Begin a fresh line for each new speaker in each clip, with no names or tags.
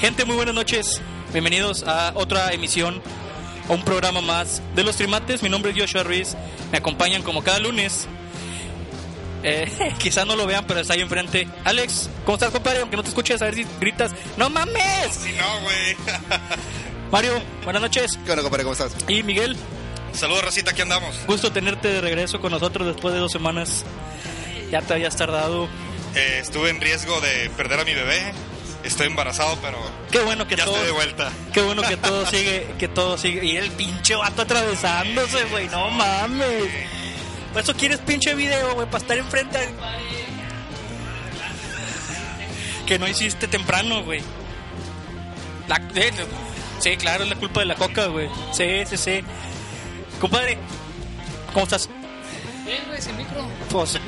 Gente, muy buenas noches. Bienvenidos a otra emisión, a un programa más de Los Trimates. Mi nombre es Joshua Ruiz. Me acompañan como cada lunes. Eh, quizás no lo vean, pero está ahí enfrente. Alex, ¿cómo estás, compadre? Aunque no te escuches, a ver si gritas. ¡No mames!
Si no, güey.
Mario, buenas noches.
¿Qué onda, compadre? ¿Cómo estás?
Y Miguel,
Saludos, Racita, aquí andamos.
gusto tenerte de regreso con nosotros después de dos semanas. Ya te habías tardado.
Eh, estuve en riesgo de perder a mi bebé. Estoy embarazado, pero
Qué bueno que
ya
todo.
estoy de vuelta.
Qué bueno que todo sigue, que todo sigue. Y el pinche vato atravesándose, güey, no mames. Por eso quieres pinche video, güey, para estar enfrente al... Que no hiciste temprano, güey. La- eh, Sí, claro, es la culpa de la coca, güey. Sí, sí, sí. Compadre, ¿cómo estás?
Bien, güey, sin micro.
Pues, no,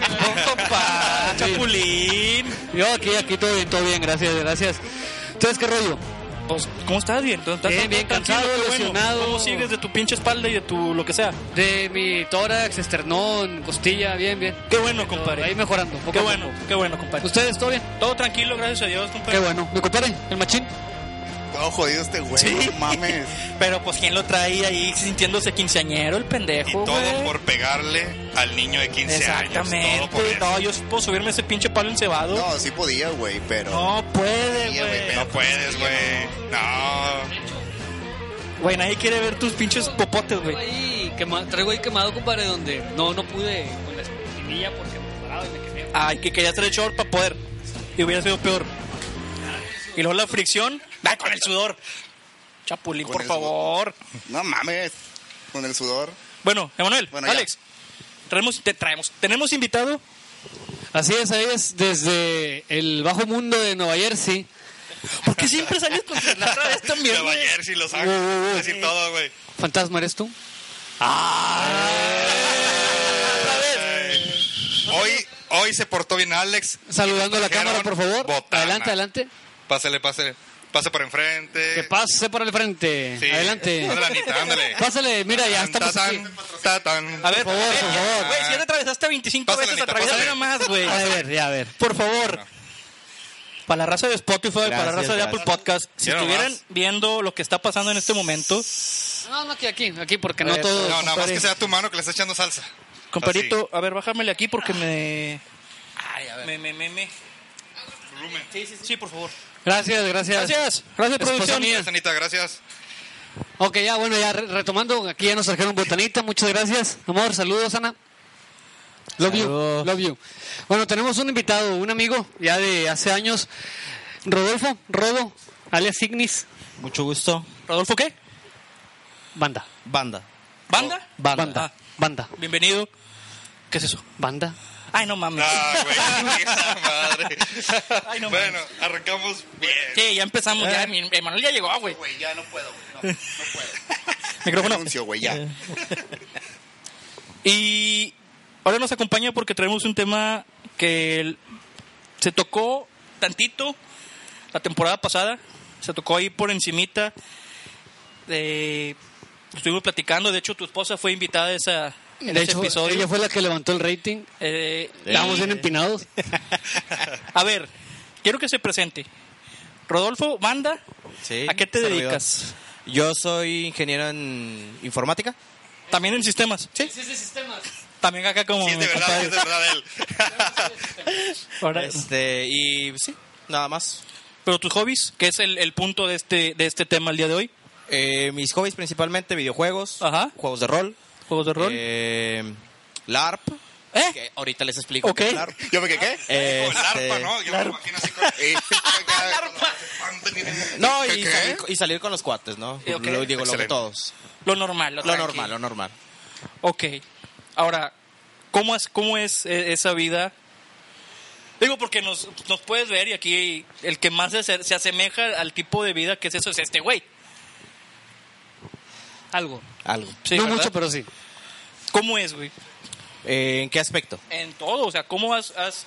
compadre, chapulín.
Yo aquí, aquí todo bien, todo bien, gracias, gracias. Entonces, ¿qué rollo?
Pues, ¿cómo estás? Bien, ¿Estás
Bien, bien,
tranquilo?
cansado,
Qué bueno.
lesionado.
¿Cómo sigues de tu pinche espalda y de tu lo que sea?
De mi tórax, esternón, costilla, bien, bien.
Qué bueno, compadre.
Ahí mejorando, poco
Qué
a
bueno, qué bueno, compadre.
poco. ¿Ustedes todo bien?
Todo tranquilo, gracias a Dios, compadre.
Qué bueno. ¿Me compadre? ¿El machín?
Todo jodido este güey.
Sí.
No mames.
Pero pues quién lo traía ahí sintiéndose quinceañero, el pendejo.
Y todo
güey?
por pegarle al niño de 15
Exactamente.
años. Todo por eso.
no, yo sí puedo subirme ese pinche palo encebado.
No, sí podía, güey, pero.
No, puede,
Sí, güey,
güey.
No puedes, güey. No.
Güey, nadie quiere ver tus pinches popotes, güey.
Ahí, quema- traigo ahí quemado, compadre, donde no, no pude con la espinilla porque me paraba y me quemé.
Ay, que quería hacer el short para poder. Y hubiera sido peor. Y luego la fricción. ¡Ah, con el sudor! Chapulín,
Con
por
el sudor.
favor.
No mames. Con el sudor.
Bueno, Emanuel,
Bueno, ya.
Alex. Traemos, te traemos. Tenemos invitado.
Así es, ahí es desde el bajo mundo de Nueva Jersey.
Porque siempre sales con la otra vez también,
Nueva
güey.
Jersey, los hago.
Uy, uy, uy.
Decir todo, güey.
¿Fantasma eres tú?
Otra vez.
Hoy, hoy se portó bien Alex.
Saludando a la
trajeron
cámara, por favor.
botana.
Adelante, adelante.
Pásale, pásale. Pase por enfrente.
Que pase por el frente.
Sí.
Adelante.
Adelante, ándale.
Pásale, mira, ya pues, estamos aquí.
Tatán, tatán.
A ver,
Por favor,
eh,
por
ya,
favor.
Güey, si ya te atravesaste 25
Pásale,
veces,
Anita,
atravesar
pásale.
una más, güey.
A ver, ya, a ver.
Por favor. Para la raza de Spotify, para la
Gracias,
raza de Apple
gracias.
Podcast, si
Mira
estuvieran
nomás.
viendo lo que está pasando en este momento,
No, no, aquí, aquí, aquí, porque no
ver,
todo.
No, nada más
compadre.
que sea tu mano que le está echando salsa.
compadrito, a ver, bájamele aquí porque me... Ay, a ver. Me, me, me, me.
Volumen.
Sí, sí, sí. por favor.
Gracias, gracias.
Gracias. Gracias,
Esposa
producción.
mía.
Gracias, Anita, gracias.
Ok, ya, bueno, ya re- retomando, aquí ya nos trajeron botanita, muchas gracias. Amor, saludos, Ana. Love you,
Saludos.
love you. Bueno, tenemos un invitado, un amigo, ya de hace años, Rodolfo, Rodo, alias Ignis,
Mucho gusto.
¿Rodolfo qué?
banda,
Banda.
¿Banda?
Banda.
banda,
Ah.
banda,
Bienvenido. ¿Qué es eso?
banda.
Ay, no mames.
Ah, güey, esa madre.
Ay, no
bueno, arrancamos bien.
Sí, ya empezamos. Ya, mi Emanuel ya llegó, ah, güey.
Güey, ya no puedo, No, no puedo.
Micrófono.
Anuncio, güey, ya.
Y ahora nos acompaña porque traemos un tema que el- se tocó tantito la temporada pasada, se tocó ahí por encimita. eh, estuvimos platicando, de hecho tu esposa fue invitada a esa, en
De
ese
hecho,
episodio.
ella fue la que levantó el rating.
Eh,
Estábamos
y-
bien empinados.
A ver, quiero que se presente. Rodolfo, manda.
Sí,
¿A qué te
servidor.
dedicas?
Yo soy ingeniero en informática.
También en sistemas. Sí. También acá como...
Sí, es de
mi compadre.
verdad, sí, es de verdad él.
Ahora-
Este, y sí, nada más.
Pero tus hobbies, que es el, el punto de este, de este tema el día de hoy.
Eh, mis hobbies principalmente, videojuegos,
Ajá.
juegos de rol,
Juegos de rol.
eh, LARP,
¿Eh?
que ahorita les explico.
Ok.
qué es LARP.
Yo me quedé.
Este,
Con el arpa, ¿no? Yo me imagino así con...
no, y
¿Qué?
salir, y salir con los cuates, ¿no?
Eh, ok.
Lo, digo, lo que
Excelente.
todos.
Lo normal.
Lo
tranqui.
normal, lo normal.
Ok. Ahora, ¿cómo es, cómo es eh, esa vida? Digo, porque nos, nos puedes ver y aquí el que más se, ase- se asemeja al tipo de vida que es eso es este güey.
Algo.
Algo.
Sí,
no
¿verdad?
mucho, pero sí.
¿Cómo es, güey?
Eh, ¿En qué aspecto?
En todo. O sea, ¿cómo has, has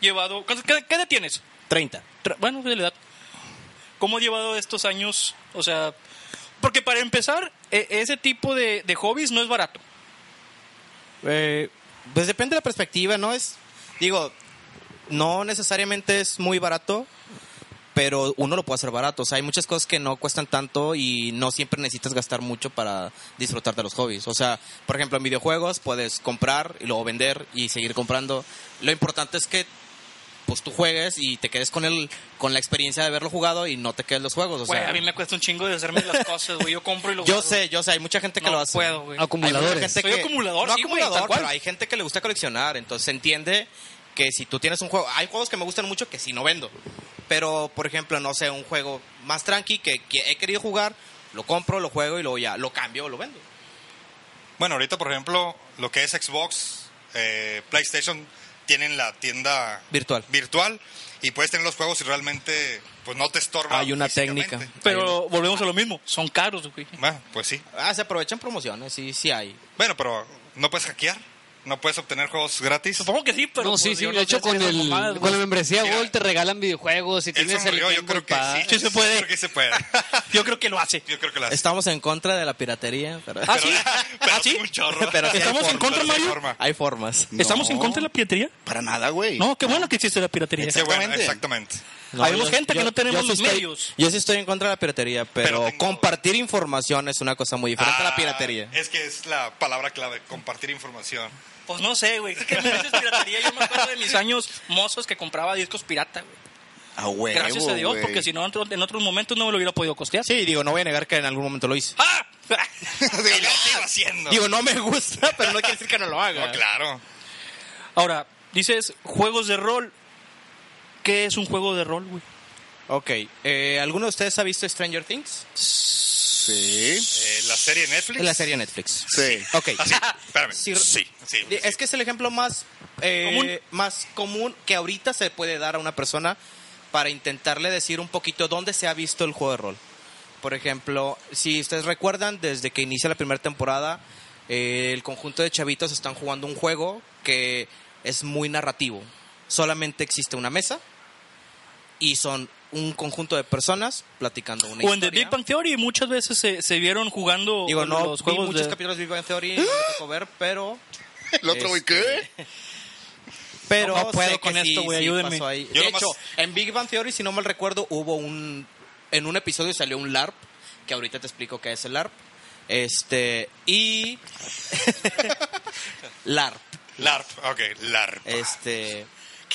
llevado... ¿Qué, qué- qué edad tienes?
30.
Tra- Bueno, de la edad. ¿Cómo has llevado estos años? O sea... Porque para empezar, e- ese tipo de, de hobbies no es barato.
Eh, pues depende de la perspectiva, ¿no? Es, digo, no necesariamente es muy barato,
pero uno lo puede hacer barato. O sea, hay muchas cosas que no cuestan tanto y no siempre necesitas gastar mucho para disfrutar de los hobbies. O sea, por ejemplo, en videojuegos puedes comprar y luego vender y seguir comprando. Lo importante es que pues tú juegues y te quedes con el con la experiencia de haberlo jugado y no te quedes los juegos. O
Güey,
sea,
a mí me cuesta un chingo de hacerme las cosas, güey. Yo compro y lo
yo
guardo.
sé, yo sé, hay mucha gente que
No
lo hace.
puedo, güey.
Acumuladores.
Hay mucha gente
Soy acumulador,
no
sí, güey,
acumulador,
tal cual.
pero hay gente que le gusta coleccionar, entonces se entiende que si tú tienes un juego, hay juegos que me gustan mucho que sí no vendo, pero por ejemplo, no sé, un juego más tranqui que, que he querido jugar, lo compro, lo juego y luego ya lo cambio o lo vendo.
Bueno, ahorita, por ejemplo, lo que es Xbox, eh, PlayStation, tienen la tienda
Virtual.
virtual y puedes tener los juegos y realmente pues no te estorba.
Hay una
físicamente.
técnica.
Pero volvemos a lo mismo. Son caros, güey.
Bueno, pues sí.
Ah, se aprovechan promociones, sí, sí hay.
Bueno, pero no puedes hackear, no puedes obtener juegos gratis.
Supongo que sí, pero.
no,
pues,
sí, sí.
yo
De
no
hecho,
sé
con,
esas
el,
mamadas,
con la
güey.
membresía
Mira,
Gold te regalan videojuegos y
Él
tienes el
sonrió, yo
Game Boy
creo que
Pass.
sí.
Sí se puede.
Yo creo que se puede.
Yo creo que lo hace.
Yo creo que la
Estamos en contra de la piratería, pero,
Ah, sí.
pero
Ah, sí.
es un chorro.
pero sí hay
¿Estamos en
formas,
contra,
pero sí hay
Mario?
forma.
Hay formas.
¿Estamos en
No.
contra de la piratería?
Para nada, güey.
No, qué bueno que existe la piratería.
Qué Ah, bueno,
Exactamente.
exactamente.
No,
Habemos
yo-
gente que
yo-
no tenemos
yo sí
los
estoy-
medios.
Yo sí estoy en contra de la piratería, pero,
Pero tengo-
compartir información es una cosa muy diferente a
Ah,
la piratería.
Es que es la palabra clave, compartir información.
Pues no sé, güey. Es que me dices piratería. Yo me acuerdo de mis años mozos que compraba discos pirata, güey.
A huevo,
Gracias a Dios,
güey.
porque si no, en otro- en otros momentos no me lo hubiera podido costear.
Sí, digo, no voy a negar que en algún momento lo hice.
¡Ah!
Y lo sigo haciendo.
Digo, no me gusta, pero no quiere decir que no lo haga.
No, claro.
Ahora, dices juegos de rol. ¿Qué es un juego de rol, güey?
Ok, eh, ¿alguno de ustedes ha visto Stranger Things?
Sí.
Eh, la serie Netflix.
Es la serie Netflix.
Sí.
Ok.
Ah, sí, espérame.
Sí.
Sí, sí.
Es que es el ejemplo más, eh,
Común.
más común que ahorita se puede dar a una persona para intentarle decir un poquito dónde se ha visto el juego de rol. Por ejemplo, si ustedes recuerdan, desde que inicia la primera temporada, eh, el conjunto de chavitos están jugando un juego que es muy narrativo. Solamente existe una mesa y son un conjunto de personas platicando una
O en The
historia.
Big Bang Theory muchas veces se, se vieron jugando
Digo, no,
los
vi
juegos
muchos
de...
capítulos de Big Bang Theory, no me tocó ver, pero...
El otro, güey,
este,
¿qué?
Pero
No puedo
sé que
con esto, güey, ayúdenme.
pasó ahí.
Yo
De
nomás-
hecho, en Big Bang Theory, si no mal recuerdo, hubo un en un episodio salió un LARP, que ahorita te explico qué es el LARP. Este, y LARP,
LARP. Ok, LARP.
Eh,
este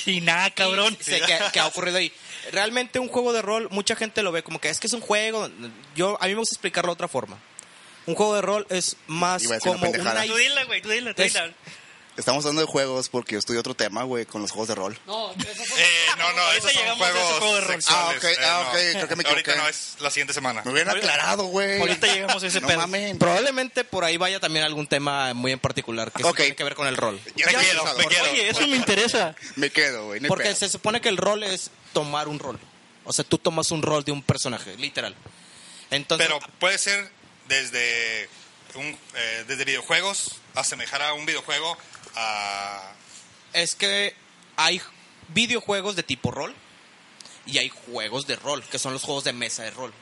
Sí, nada, cabrón.
Sí, sí, que, que ha ocurrido ahí. Realmente un juego de rol, mucha gente lo ve como que es que es un juego. Yo a mí me gusta explicarlo de otra forma. Un juego de rol es más
Iba a decir una
como
pendejada.
una
Tú dila, güey, tú dila, tú
Es-
dila.
Estamos hablando de juegos porque yo estudié otro tema, güey, con los juegos de rol.
No, eso fue-
Eh, no, no,
Ahorita
esos son
llegamos a ese
juegos
juego de rol.
sexuales.
Ah, ok,
Eh,
ah,
no.
ok, creo que me
Ahorita
equivoqué.
no, es la siguiente semana.
Me hubieran aclarado, güey.
Ahorita llegamos a ese
no
pedo.
mames.
Probablemente por ahí vaya también algún tema muy en particular que sí
Ok.
tiene que ver con el rol.
Ya
Me
sé,
quedo,
por
me
favor.
quedo.
Oye, eso me interesa.
Me quedo, güey. no hay
Porque
pedo.
se supone que el rol es tomar un rol. O sea, tú tomas un rol de un personaje, literal. Entonces,
Pero puede ser desde, un, eh, desde videojuegos, asemejar a un videojuego a...
es que hay videojuegos de tipo rol y hay juegos de rol, que son los juegos de mesa de rol.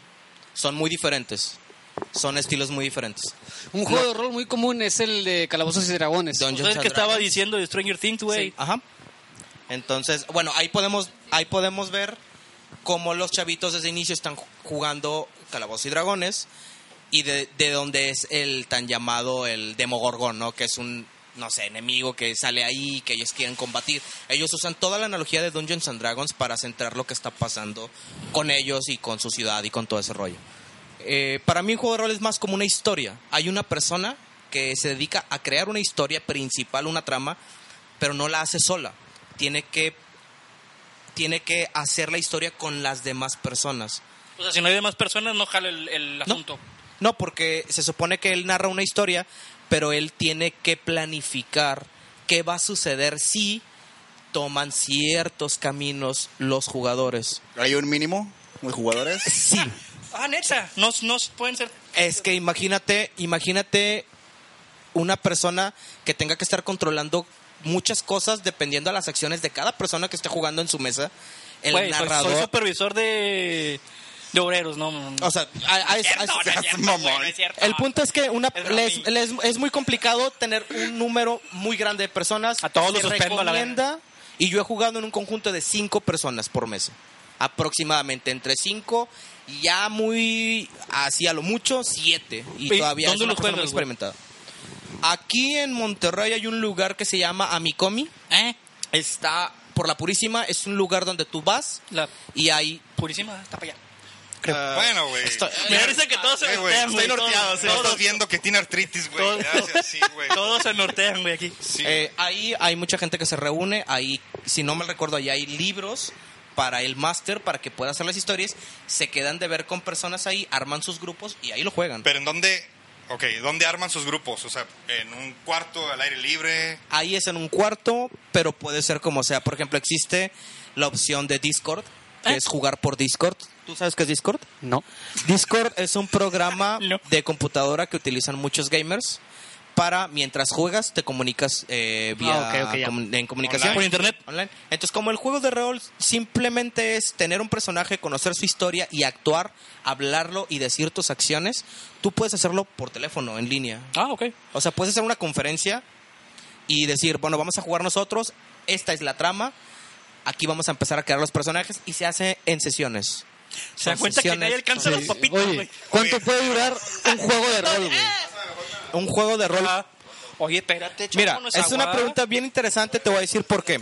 Son muy diferentes. Son estilos muy diferentes.
Un juego de rol muy común es el de Calabozos y Dragones.
Dungeons
¿Sabes
and
qué estaba
Dragons.
diciendo de Stranger Things, güey?
Sí, Ajá. Entonces, bueno, ahí podemos, ahí podemos ver cómo los chavitos desde inicio están ju- jugando Calabozos y Dragones y de, de dónde es el tan llamado el Demogorgón, ¿no? Que es un, no sé, enemigo que sale ahí que ellos quieren combatir. Ellos usan toda la analogía de Dungeons and Dragons para centrar lo que está pasando con ellos y con su ciudad y con todo ese rollo. Eh, para mí un juego de rol es más como una historia. Hay una persona que se dedica a crear una historia principal, una trama, pero no la hace sola. Tiene que tiene que hacer la historia con las demás personas.
O sea, si no hay demás personas, no jala el, el
No.
asunto.
No, porque se supone que él narra una historia, pero él tiene que planificar qué va a suceder si toman ciertos caminos los jugadores.
¿Hay un mínimo de jugadores?
Sí.
Ah, neta. No, no pueden ser...
Es que imagínate, imagínate una persona que tenga que estar controlando muchas cosas dependiendo a las acciones de cada persona que esté jugando en su mesa. El
Güey, soy,
narrador.
soy supervisor de, de obreros, no, no, no.
O sea, a- a-
Es cierto,
a-
no es
a-
cierto,
mamón.
güey, no es cierto.
el punto es que una
Es
les-
bromilla.
les- es muy complicado tener un número muy grande de personas.
A todos los
Se
suspendo a la
recomienda, y yo he jugado en un conjunto de cinco personas por mesa. aproximadamente entre 5 y ya muy así a lo mucho 7 y
¿Y
todavía
dónde
es una
lo
cosa muy
juegas, güey?
experimentada. Aquí en Monterrey hay un lugar que se llama Amicomi.
¿Eh?
Está por la Purísima, es un lugar donde tú vas
La
y hay
purísima está para allá.
Bueno, güey.
esto-
Me parece que todos se
Eh, güey,
nortean, güey.
estoy norteado.
todos,
No estás
todos-
viendo que tiene artritis, güey.
Todos-
Gracias, sí, güey.
todos se nortean, güey, aquí.
Sí.
Eh, ahí hay mucha gente que se reúne, ahí, si no me recuerdo, ahí hay libros para el máster, para que pueda hacer las historias, se quedan de ver con personas ahí, arman sus grupos y ahí lo juegan.
Pero en dónde, ok, ¿dónde arman sus grupos? O sea, en un cuarto al aire libre.
Ahí es en un cuarto, pero puede ser como sea. Por ejemplo, existe la opción de Discord, que
¿Eh?
es jugar por Discord. ¿Tú sabes qué es Discord?
No.
Discord es un programa
No.
de computadora que utilizan muchos gamers para mientras juegas te comunicas eh, vía
Ah, ok, ok, ya.
comun- en comunicación
Por internet.
online. Entonces, como el juego de rol simplemente es tener un personaje, conocer su historia y actuar, hablarlo y decir tus acciones, tú puedes hacerlo por teléfono, en línea.
Ah, ok.
O sea, puedes hacer una conferencia y decir, bueno, vamos a jugar nosotros, esta es la trama, aquí vamos a empezar a crear los personajes y se hace en sesiones.
Se dan
Son
cuenta que
sesiones.
nadie alcanza los papitos,
Oye,
güey.
¿cuánto puede durar un juego de rol, güey?
Un juego de rol.
Ah, Oye, espérate, chavo,
Mira,
no
es una
agua.
pregunta bien interesante, te voy a decir por qué.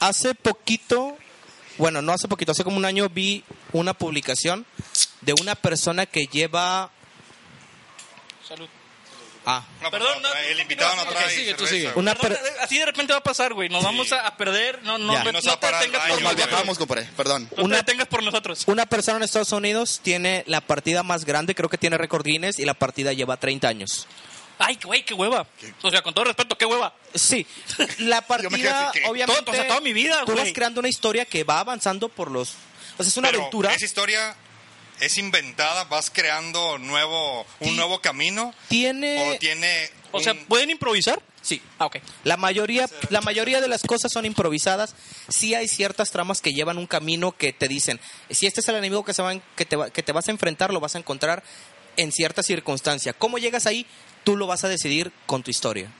Hace poquito, bueno, no hace poquito, hace como un año vi una publicación de una persona que lleva...
Salud.
Ah,
No, pues
Perdón,
no,
no,
el
tú
invitado no
continúa.
trae.
Ok, sigue, tú
cerveza,
sigue.
güey.
una
Perdón, eh,
per-
así de repente va a pasar, güey. Nos vamos a, a perder. No, no,
Ya.
no,
Y nos
no
va a
te
parar el
detengas
baño,
por
Normal
güey.
nosotros.
viajamos, compadre. Perdón.
No
Una-
te detengas por nosotros.
una persona en Estados Unidos tiene la partida más grande, creo que tiene récord Guinness y la partida lleva 30 años.
Ay, güey, qué hueva. O sea, con todo respeto, qué hueva.
Sí, la
Yo me quedé
partida,
así, ¿qué?
obviamente,
Todo- o sea, toda mi vida,
tú
güey.
vas creando una historia que va avanzando por los... O sea, es una
Pero
aventura.
Esa historia es inventada, vas creando nuevo, un
Sí. Eh,
nuevo camino.
Tiene...
o tiene.
O sea,
un-
¿pueden improvisar?
Sí.
Ah, ok.
La mayoría, la mayoría de las cosas son improvisadas. Sí hay ciertas tramas que llevan un camino que te dicen, si este es el enemigo que, se va en- que, te, va- que te vas a enfrentar, lo vas a encontrar en cierta circunstancia. ¿Cómo llegas ahí? Tú lo vas a decidir con tu historia.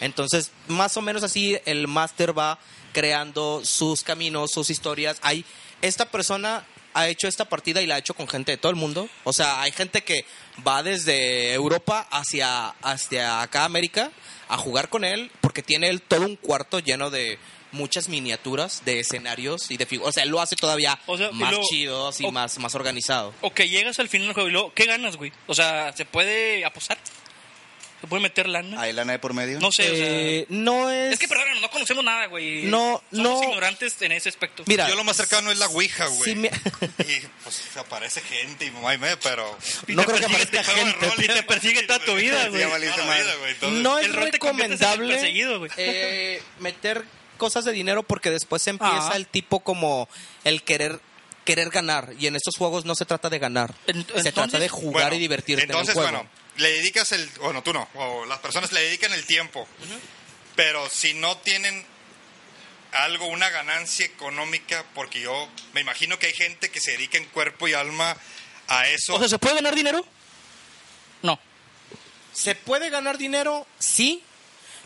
Entonces, más o menos así, el máster va creando sus caminos, sus historias. Hay, esta persona ha hecho esta partida y la ha hecho con gente de todo el mundo. O sea, hay gente que va desde Europa hacia, hacia acá, América, a jugar con él, porque tiene él todo un cuarto lleno de muchas miniaturas, de escenarios y de figuras. O sea, él lo hace todavía
O sea, y
más
luego-
chido, así,
o-
más, más organizado.
O que llegas al final del juego y luego, ¿qué ganas, güey? O sea, ¿se puede apostar? ¿Se puede meter lana?
Ahí la nave por medio.
No sé, o sea,
Eh, no es...
Es que, perdón, no conocemos nada, güey.
No,
Somos
no.
ignorantes en ese aspecto.
Mira,
yo lo más cercano es la Ouija, güey.
si me-
Y pues aparece gente y mamá y me, pero.
Y
no
te
creo que
persigue
aparezca
este juego de
gente.
rol Y te persigue toda tu vida, güey.
Ya valiste
Toda la
madre.
vida,
Entonces,
no es
el rol te conviertes en el
recomendable
perseguido, güey.
eh, meter cosas de dinero porque después se empieza
Ah.
el tipo como el querer querer ganar y en estos juegos no se trata de ganar
Ent-
se
entonces-
trata de jugar
Bueno,
y divertirte
Entonces,
en el juego
bueno, le dedicas el. Bueno, tú no. O las personas le dedican el tiempo. Pero si no tienen algo, una ganancia económica, porque yo me imagino que hay gente que se dedica en cuerpo y alma a eso.
O sea, ¿se puede ganar dinero? No.
se puede ganar dinero sí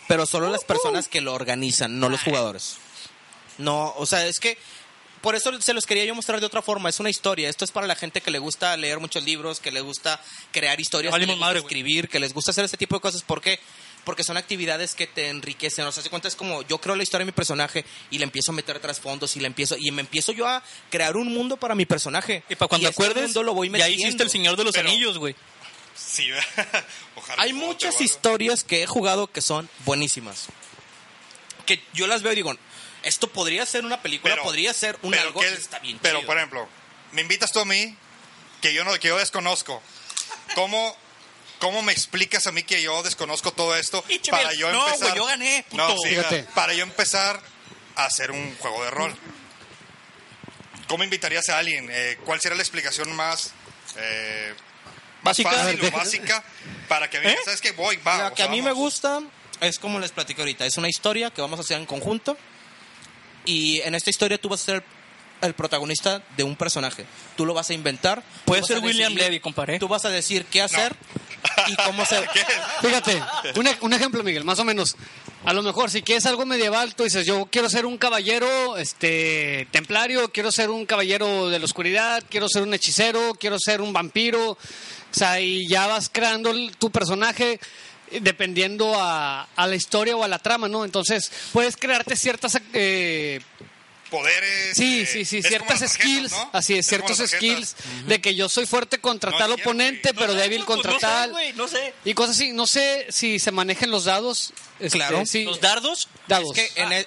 pero solo las personas que lo organizan no los jugadores no o sea es que por eso se los quería yo mostrar de otra forma es una historia esto es para la gente que le gusta leer muchos libros que le gusta crear historias que le
Valimos
gusta
madre, güey.
escribir que les gusta hacer este tipo de cosas porque porque son actividades que te enriquecen. O sea, se cuenta es como yo creo la historia de mi personaje y le empiezo a meter trasfondos y le empiezo y me empiezo yo a crear un mundo para mi personaje.
Y para cuando
este
acuerdes,
mundo lo voy
ya
metiendo.
hiciste el Señor de los
Pero-
Anillos, güey.
Sí, ojalá.
Hay
no,
muchas
te guardo.
historias que he jugado que son buenísimas. Que yo las veo y digo, esto podría ser una película, podría ser un algo
que-
que está bien
Pero,
chido.
por ejemplo, me invitas tú a mí, que yo, no, que yo desconozco. ¿Cómo, ¿Cómo me explicas a mí que yo desconozco todo esto
Y, Chemel,
para yo
no,
empezar?
güey, yo gané, puto.
No, sí,
Fíjate.
para yo empezar a hacer un juego de rol. ¿Cómo invitarías a alguien? Eh, ¿Cuál sería la explicación más... eh, más
Básica. A
fácil
ver,
o
deja-
básica para que a mí,
¿Eh?
¿sabes qué? Voy, va.
La
o
que
sea,
a mí me
vamos.
gusta es como les platico ahorita, es una historia que vamos a hacer en conjunto y en esta historia tú vas a ser el, el protagonista de un personaje. Tú lo vas a inventar. tú
Puede
vas
ser
a
William
decidir-
Levy, compadre.
Tú vas a decir qué hacer y cómo se...
Fíjate, un, ej- un ejemplo, Miguel, más o menos. A lo mejor, si quieres algo medieval, tú dices, yo quiero ser un caballero este, templario, quiero ser un caballero de la oscuridad, quiero ser un hechicero, quiero ser un vampiro. O sea, y ya vas creando el- tu personaje eh, dependiendo a, a la historia o a la trama, ¿no? Entonces, puedes crearte ciertas... eh,
Poderes.
Sí,
eh,
sí, sí,
es como
ciertas
las tarjetas,
skills,
¿no?
así es,
como
ciertos
las tarjetas.
skills de que yo soy fuerte contra
No es
tal
cierto,
oponente,
güey.
pero débil
pues,
contra
no sé,
tal.
güey, no sé.
Y cosas así, no sé si se manejan los dados. este,
Claro.
sí,
Los dardos.
dados.
Es que
Ah,
en el-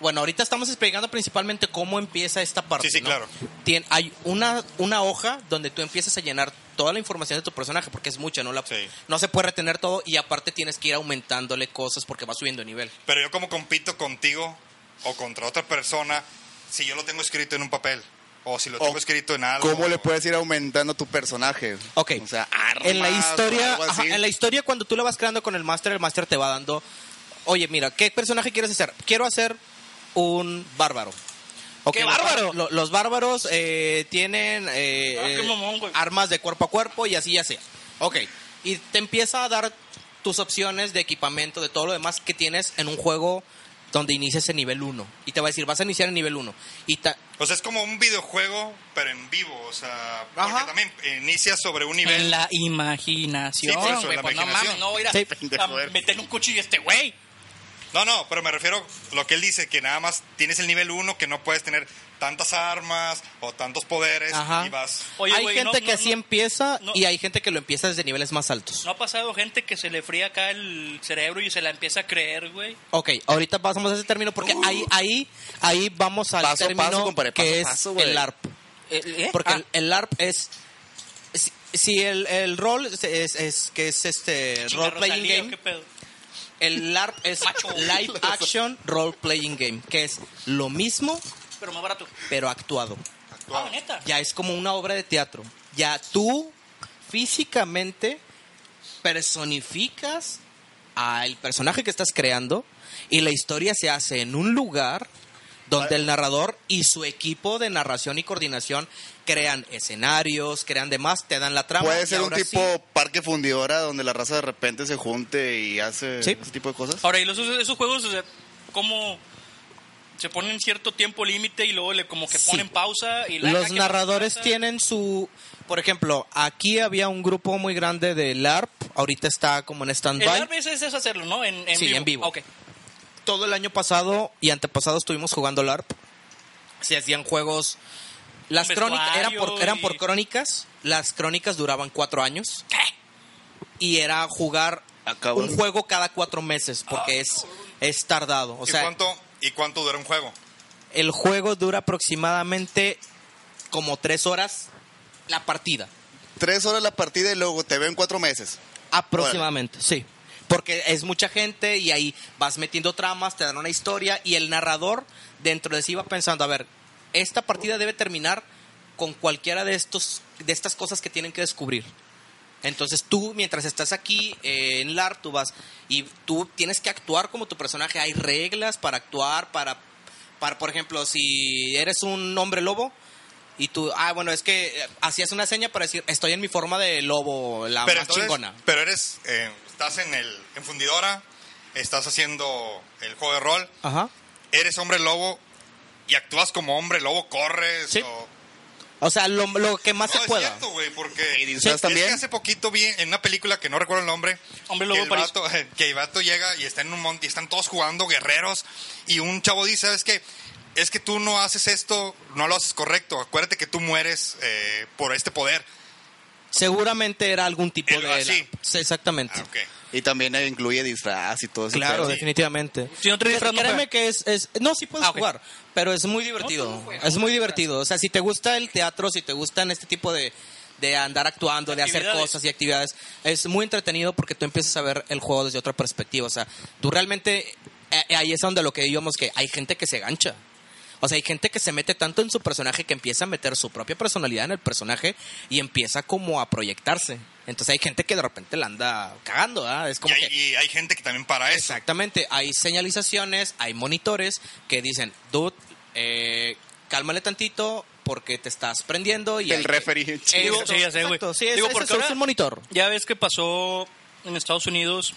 bueno, ahorita estamos explicando principalmente cómo empieza esta parte.
Sí, sí,
¿no?
claro.
Tien- hay una, una hoja donde tú empiezas a llenar toda la información de tu personaje, porque es mucha, no, la,
Sí.
no se puede retener todo y aparte tienes que ir aumentándole cosas porque va subiendo de nivel.
Pero yo como compito contigo o contra otra persona, si yo lo tengo escrito en un papel o si lo tengo
O
escrito en algo.
¿Cómo le
o-
puedes ir aumentando tu personaje?
Ok.
O sea, armas,
en la historia,
o algo
ajá,
así.
en la historia cuando tú lo vas creando con el máster, el máster te va dando, oye, mira, ¿qué personaje quieres hacer? Quiero hacer un bárbaro. Ok,
¡Qué
los bar-
bárbaro!
lo- los bárbaros eh, tienen eh,
Ah, qué
eh,
mamón, güey.
armas de cuerpo a cuerpo y así ya sea. Ok, y te empieza a dar tus opciones de equipamiento, de todo lo demás que tienes en un juego donde inicias en nivel 1. Y te va a decir, vas a iniciar en nivel 1. Y ta-
O sea, es como un videojuego, pero en vivo. O sea, porque
Ajá.
también inicia sobre un nivel.
En la imaginación.
Sí, por eso, en
güey,
la
pues, no
imaginación.
mames, no voy a ir a-
Sí, pendejo,
a
joder.
meterle un cuchillo a este güey.
No, no, pero me refiero a lo que él dice, que nada más tienes el nivel 1, que no puedes tener tantas armas o tantos poderes
Ajá.
y vas...
Oye,
hay
güey,
gente
no-
que
no-
así
no-
empieza
no-
y hay gente que lo empieza desde niveles más altos.
¿No ha pasado gente que se le fría acá el cerebro y se la empieza a creer, güey?
Ok, ahorita pasamos a ese término porque ahí, ahí, ahí vamos al
Uh. Paso a
término
paso, compadre, paso
que
a paso,
es
güey. ¿Eh? Ah.
el ARP. ¿eh?
Ah,
Porque el, el ARP es si, si el, el rol es, es- es- que es este
Chinga,
role playing
Rosalía,
game,
¿qué pedo?
el LARP es live action role playing game, que es lo mismo
Pero más barato.
pero actuado.
Ah, neta.
Ya es como una obra de teatro. Ya tú físicamente personificas al personaje que estás creando y la historia se hace en un lugar donde el narrador y su equipo de narración y coordinación crean escenarios, crean demás, te dan la trama.
Puede
y
ser un
ahora
tipo
sí-
parque fundidora donde la raza de repente se junte y hace
Sí. Ah.
ese tipo de cosas.
Ahora, ¿y los, esos juegos, o sea, cómo se ponen cierto tiempo límite y luego le como que
Sí.
ponen pausa? y la- la
Los
que-
narradores tienen su... Por ejemplo, aquí había un grupo muy grande de LARP, ahorita está como en
El
stand-by.
arte es, es hacerlo, ¿no? En, en
Sí,
vivo.
en vivo.
Ok.
todo el año pasado y antepasado estuvimos jugando LARP. Se hacían juegos. Las
Con
crónicas eran
vestuario
por, eran
y-
por crónicas. Las crónicas duraban cuatro años. Y era jugar
Ah,
Acabas.
un juego cada cuatro meses porque
Ah,
es, es tardado. O
¿Y,
sea,
cuánto, ¿Y cuánto dura un juego?
el juego dura aproximadamente como tres horas la partida.
Tres horas la partida y luego te veo en cuatro meses.
Aproximadamente, sí. Porque es mucha gente y ahí vas metiendo tramas, te dan una historia y el narrador dentro de sí va pensando, a ver, esta partida debe terminar con cualquiera de estos de estas cosas que tienen que descubrir. Entonces tú, mientras estás aquí eh, en LARP, tú vas y tú tienes que actuar como tu personaje. Hay reglas para actuar, para, para por ejemplo, si eres un hombre lobo y tú, ah, bueno, es que eh, hacías una seña para decir, estoy en mi forma de lobo, la
pero,
más
entonces-
chingona.
pero eres, eh, estás en el en fundidora, estás haciendo el juego de rol,
Ajá.
eres hombre lobo y actúas como hombre lobo, corres
Sí.
o...
O sea, lo, lo que más
no,
se
es
pueda.
cierto, güey, porque...
¿Y disfraz también?
Es que hace poquito vi en una película que no recuerdo el nombre...
Hombre
que
Lobo
el
París.
vato- que el vato llega y está en un monte y están todos jugando guerreros y un chavo dice, ¿sabes qué? Es que tú no haces esto, no lo haces correcto. Acuérdate que tú mueres eh, por este poder.
Seguramente era algún tipo
El-
de...
así.
Sí, exactamente.
Ah, ok.
Y también eh, incluye disfraz y todo eso.
Claro,
definitivamente.
definitivamente.
Si no te
Pero
disfraz, no
créeme
juegas.
que es, es- No, sí puedes
Ah, ok.
jugar, pero es muy divertido.
No, tú no juegas.
es muy divertido. O sea, si te gusta el teatro, si te gustan este tipo de, de andar actuando, de hacer
Actividades.
cosas y actividades, es muy entretenido porque tú empiezas a ver el juego desde otra perspectiva. O sea, tú realmente... eh, ahí es donde lo que íbamos, que hay gente que se gancha. O sea, hay gente que se mete tanto en su personaje que empieza a meter su propia personalidad en el personaje y empieza como a proyectarse. Entonces hay gente que de repente la anda cagando, ¿ah? Es
Y
como
hay,
que...
y hay gente que también para eso.
Exactamente, hay señalizaciones, hay monitores que dicen, dude, eh, cálmale tantito, porque te estás prendiendo y
El
hay que-
referee.
Digo,
Esto,
sí, ya sé, güey.
exacto, sí, es-
Digo,
es-
porque
es
ahora-
un monitor.
Ya ves que pasó en Estados Unidos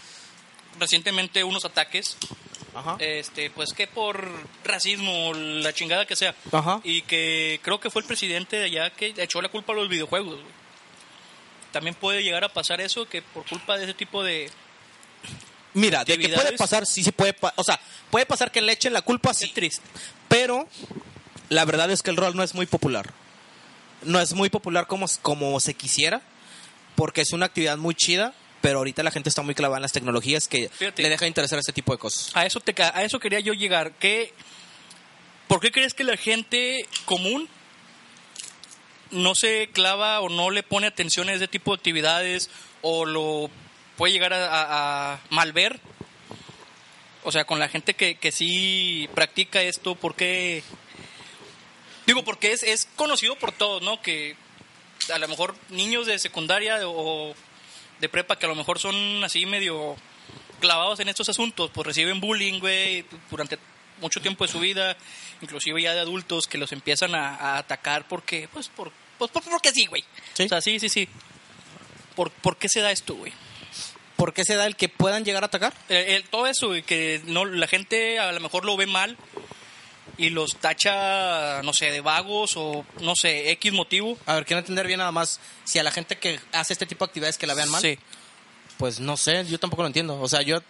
recientemente unos ataques,
Ajá.
este, pues que por racismo, la chingada que sea.
Ajá.
Y que creo que fue el presidente de allá que echó la culpa a los videojuegos. güey. También puede llegar a pasar eso, que por culpa de ese tipo de...
Mira, de que puede
actividades.
pasar, sí, sí puede pasar. O sea, puede pasar que le echen la culpa, sí.
Qué triste.
Pero la verdad es que el rol no es muy popular. No es muy popular como, como se quisiera, porque es una actividad muy chida, pero ahorita la gente está muy clavada en las tecnologías que
Fíjate.
le deja de interesar este tipo de cosas.
A eso, te, ca- a eso quería yo llegar. ¿Qué, ¿Por qué crees que la gente común no se clava o no le pone atención a ese tipo de actividades o lo puede llegar a, a- a malver? O sea, con la gente que, que sí practica esto, ¿por qué? Digo, porque es, es conocido por todos, ¿no? Que a lo mejor niños de secundaria o de prepa que a lo mejor son así medio clavados en estos asuntos, pues reciben bullying, güey, durante mucho tiempo de su vida, inclusive ya de adultos que los empiezan a, a atacar porque, pues, por, pues, por- porque sí, güey.
Sí.
O sea, sí, sí, sí. ¿Por, por qué se da esto, güey?
¿Por qué se da el que puedan llegar a atacar?
Eh, eh, todo eso, y que no, la gente a lo mejor lo ve mal y los tacha, no sé, de vagos o no sé, X motivo.
A ver, quiero entender bien nada más si a la gente que hace este tipo de actividades que la vean mal.
Sí.
Pues no sé, yo tampoco lo entiendo. O sea, yo,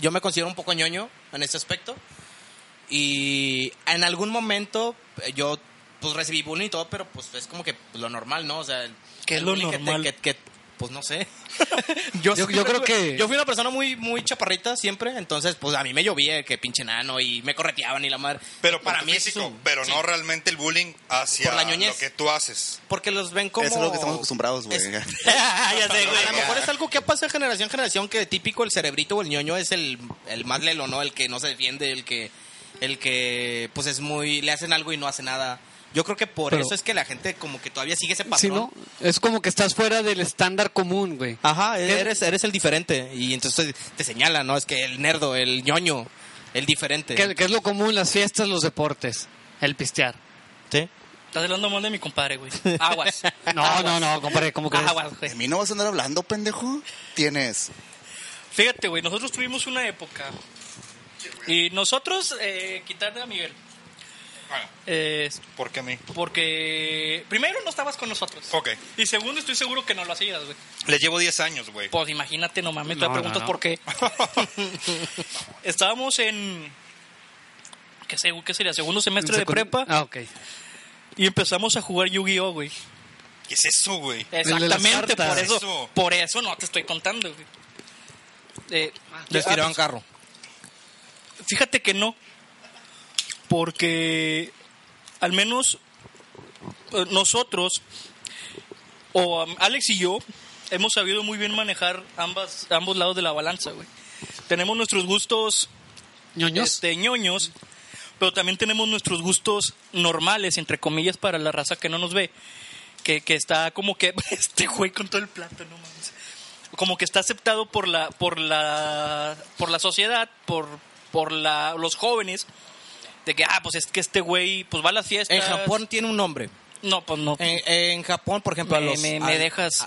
yo me considero un poco ñoño en este aspecto. Y en algún momento eh, yo pues recibí bullying y todo, pero pues es como que lo normal, ¿no? O sea, el-
¿Qué es
el
lo
bullying que te-
normal?
Que, que- pues no sé.
Yo-
sí
yo creo
fui-
que-
Yo fui una persona muy, muy chaparrita siempre, entonces pues a mí me llovía que pinche nano y me correteaban y la madre.
Pero para
para mí
mí
eso es
físico,
un-
pero
sí.
no realmente el bullying hacia
Por la ñoñez.
lo que tú haces.
Porque los ven como...
Eso es lo que estamos acostumbrados, güey.
Es- ya sé, güey. A
Ya.
lo mejor es algo que pasa de generación en generación, que de típico el cerebrito o el ñoño es el, el más lelo, ¿no? El que no se defiende, el que, el que pues es muy... Le hacen algo y no hace nada. Yo creo que por
Pero-
eso es que la gente como que todavía sigue ese patrón.
Sí, ¿no? Es como que estás fuera del estándar común, güey.
Ajá, eres, eres el diferente. Y entonces te señala, ¿no? Es que el nerdo, el ñoño, el diferente.
Que, que es lo común, las fiestas, los deportes, el pistear.
Sí.
Estás hablando mal de mi compadre, güey. Aguas.
No,
Aguas.
no, no, compadre, ¿cómo crees?
Aguas, güey.
¿De mí no vas a andar hablando, pendejo? Tienes.
Fíjate, güey, nosotros tuvimos una época. Y nosotros, eh, quitarle a Miguel.
Bueno,
eh,
¿por qué a mí?
porque primero no estabas con nosotros.
Ok.
Y segundo, estoy seguro que no lo hacías, güey.
Les llevo 10 años, güey.
Pues imagínate, no mames,
No,
te
no,
preguntas
no.
por qué. Estábamos en. ¿Qué, sé, güey? ¿Qué sería? Segundo semestre de
Secu-
prepa.
Ah, ok.
Y empezamos a jugar Yu-Gi-Oh, güey.
¿Qué es eso, güey?
de las
Exactamente,
cartas.
por eso.
Eso.
Por eso no te estoy contando, güey. Eh,
Les
ah,
tiraban carro.
Fíjate que no. Porque al menos eh, nosotros, o um, Alex y yo, hemos sabido muy bien manejar ambas, ambos lados de la balanza, güey. Tenemos nuestros gustos
¿Ñoños?
este, ñoños, pero también tenemos nuestros gustos normales, entre comillas, para la raza que no nos ve. Que, que está como que este güey con todo el plato, no mames. Como que está aceptado por la, por la, por la sociedad, por, por la, los jóvenes, de que ah, pues es que este güey pues va a las fiestas.
En Japón tiene un nombre.
No, pues no.
En, en Japón, por ejemplo,
Me-
a los... ah,
me-
a-
me dejas.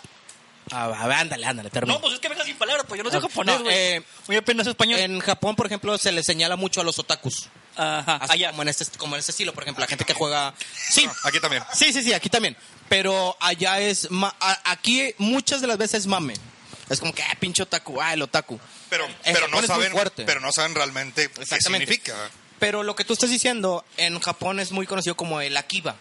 a- a- a ver, ándale, ándale, termina.
No, pues es que me dejas sin palabras, pues yo no sé
Ah,
japonés,
no,
güey.
eh,
Muy apenas español.
En Japón, por ejemplo, se le señala mucho a los otakus.
Ajá,
Así
Ah, allá.
Como en, este, como en este estilo, por ejemplo, la gente que juega... Sí,
Ah, Aquí también.
sí, sí, sí, aquí también. Pero allá es... ma- a- Aquí muchas de las veces es mame. Es como que, ah, pinche otaku, ah, el otaku.
Pero,
En
pero
Japón es
no
muy
saben,
fuerte.
pero no saben realmente qué
Exactamente.
significa.
Pero lo que tú estás diciendo, en Japón es muy conocido como el akiba.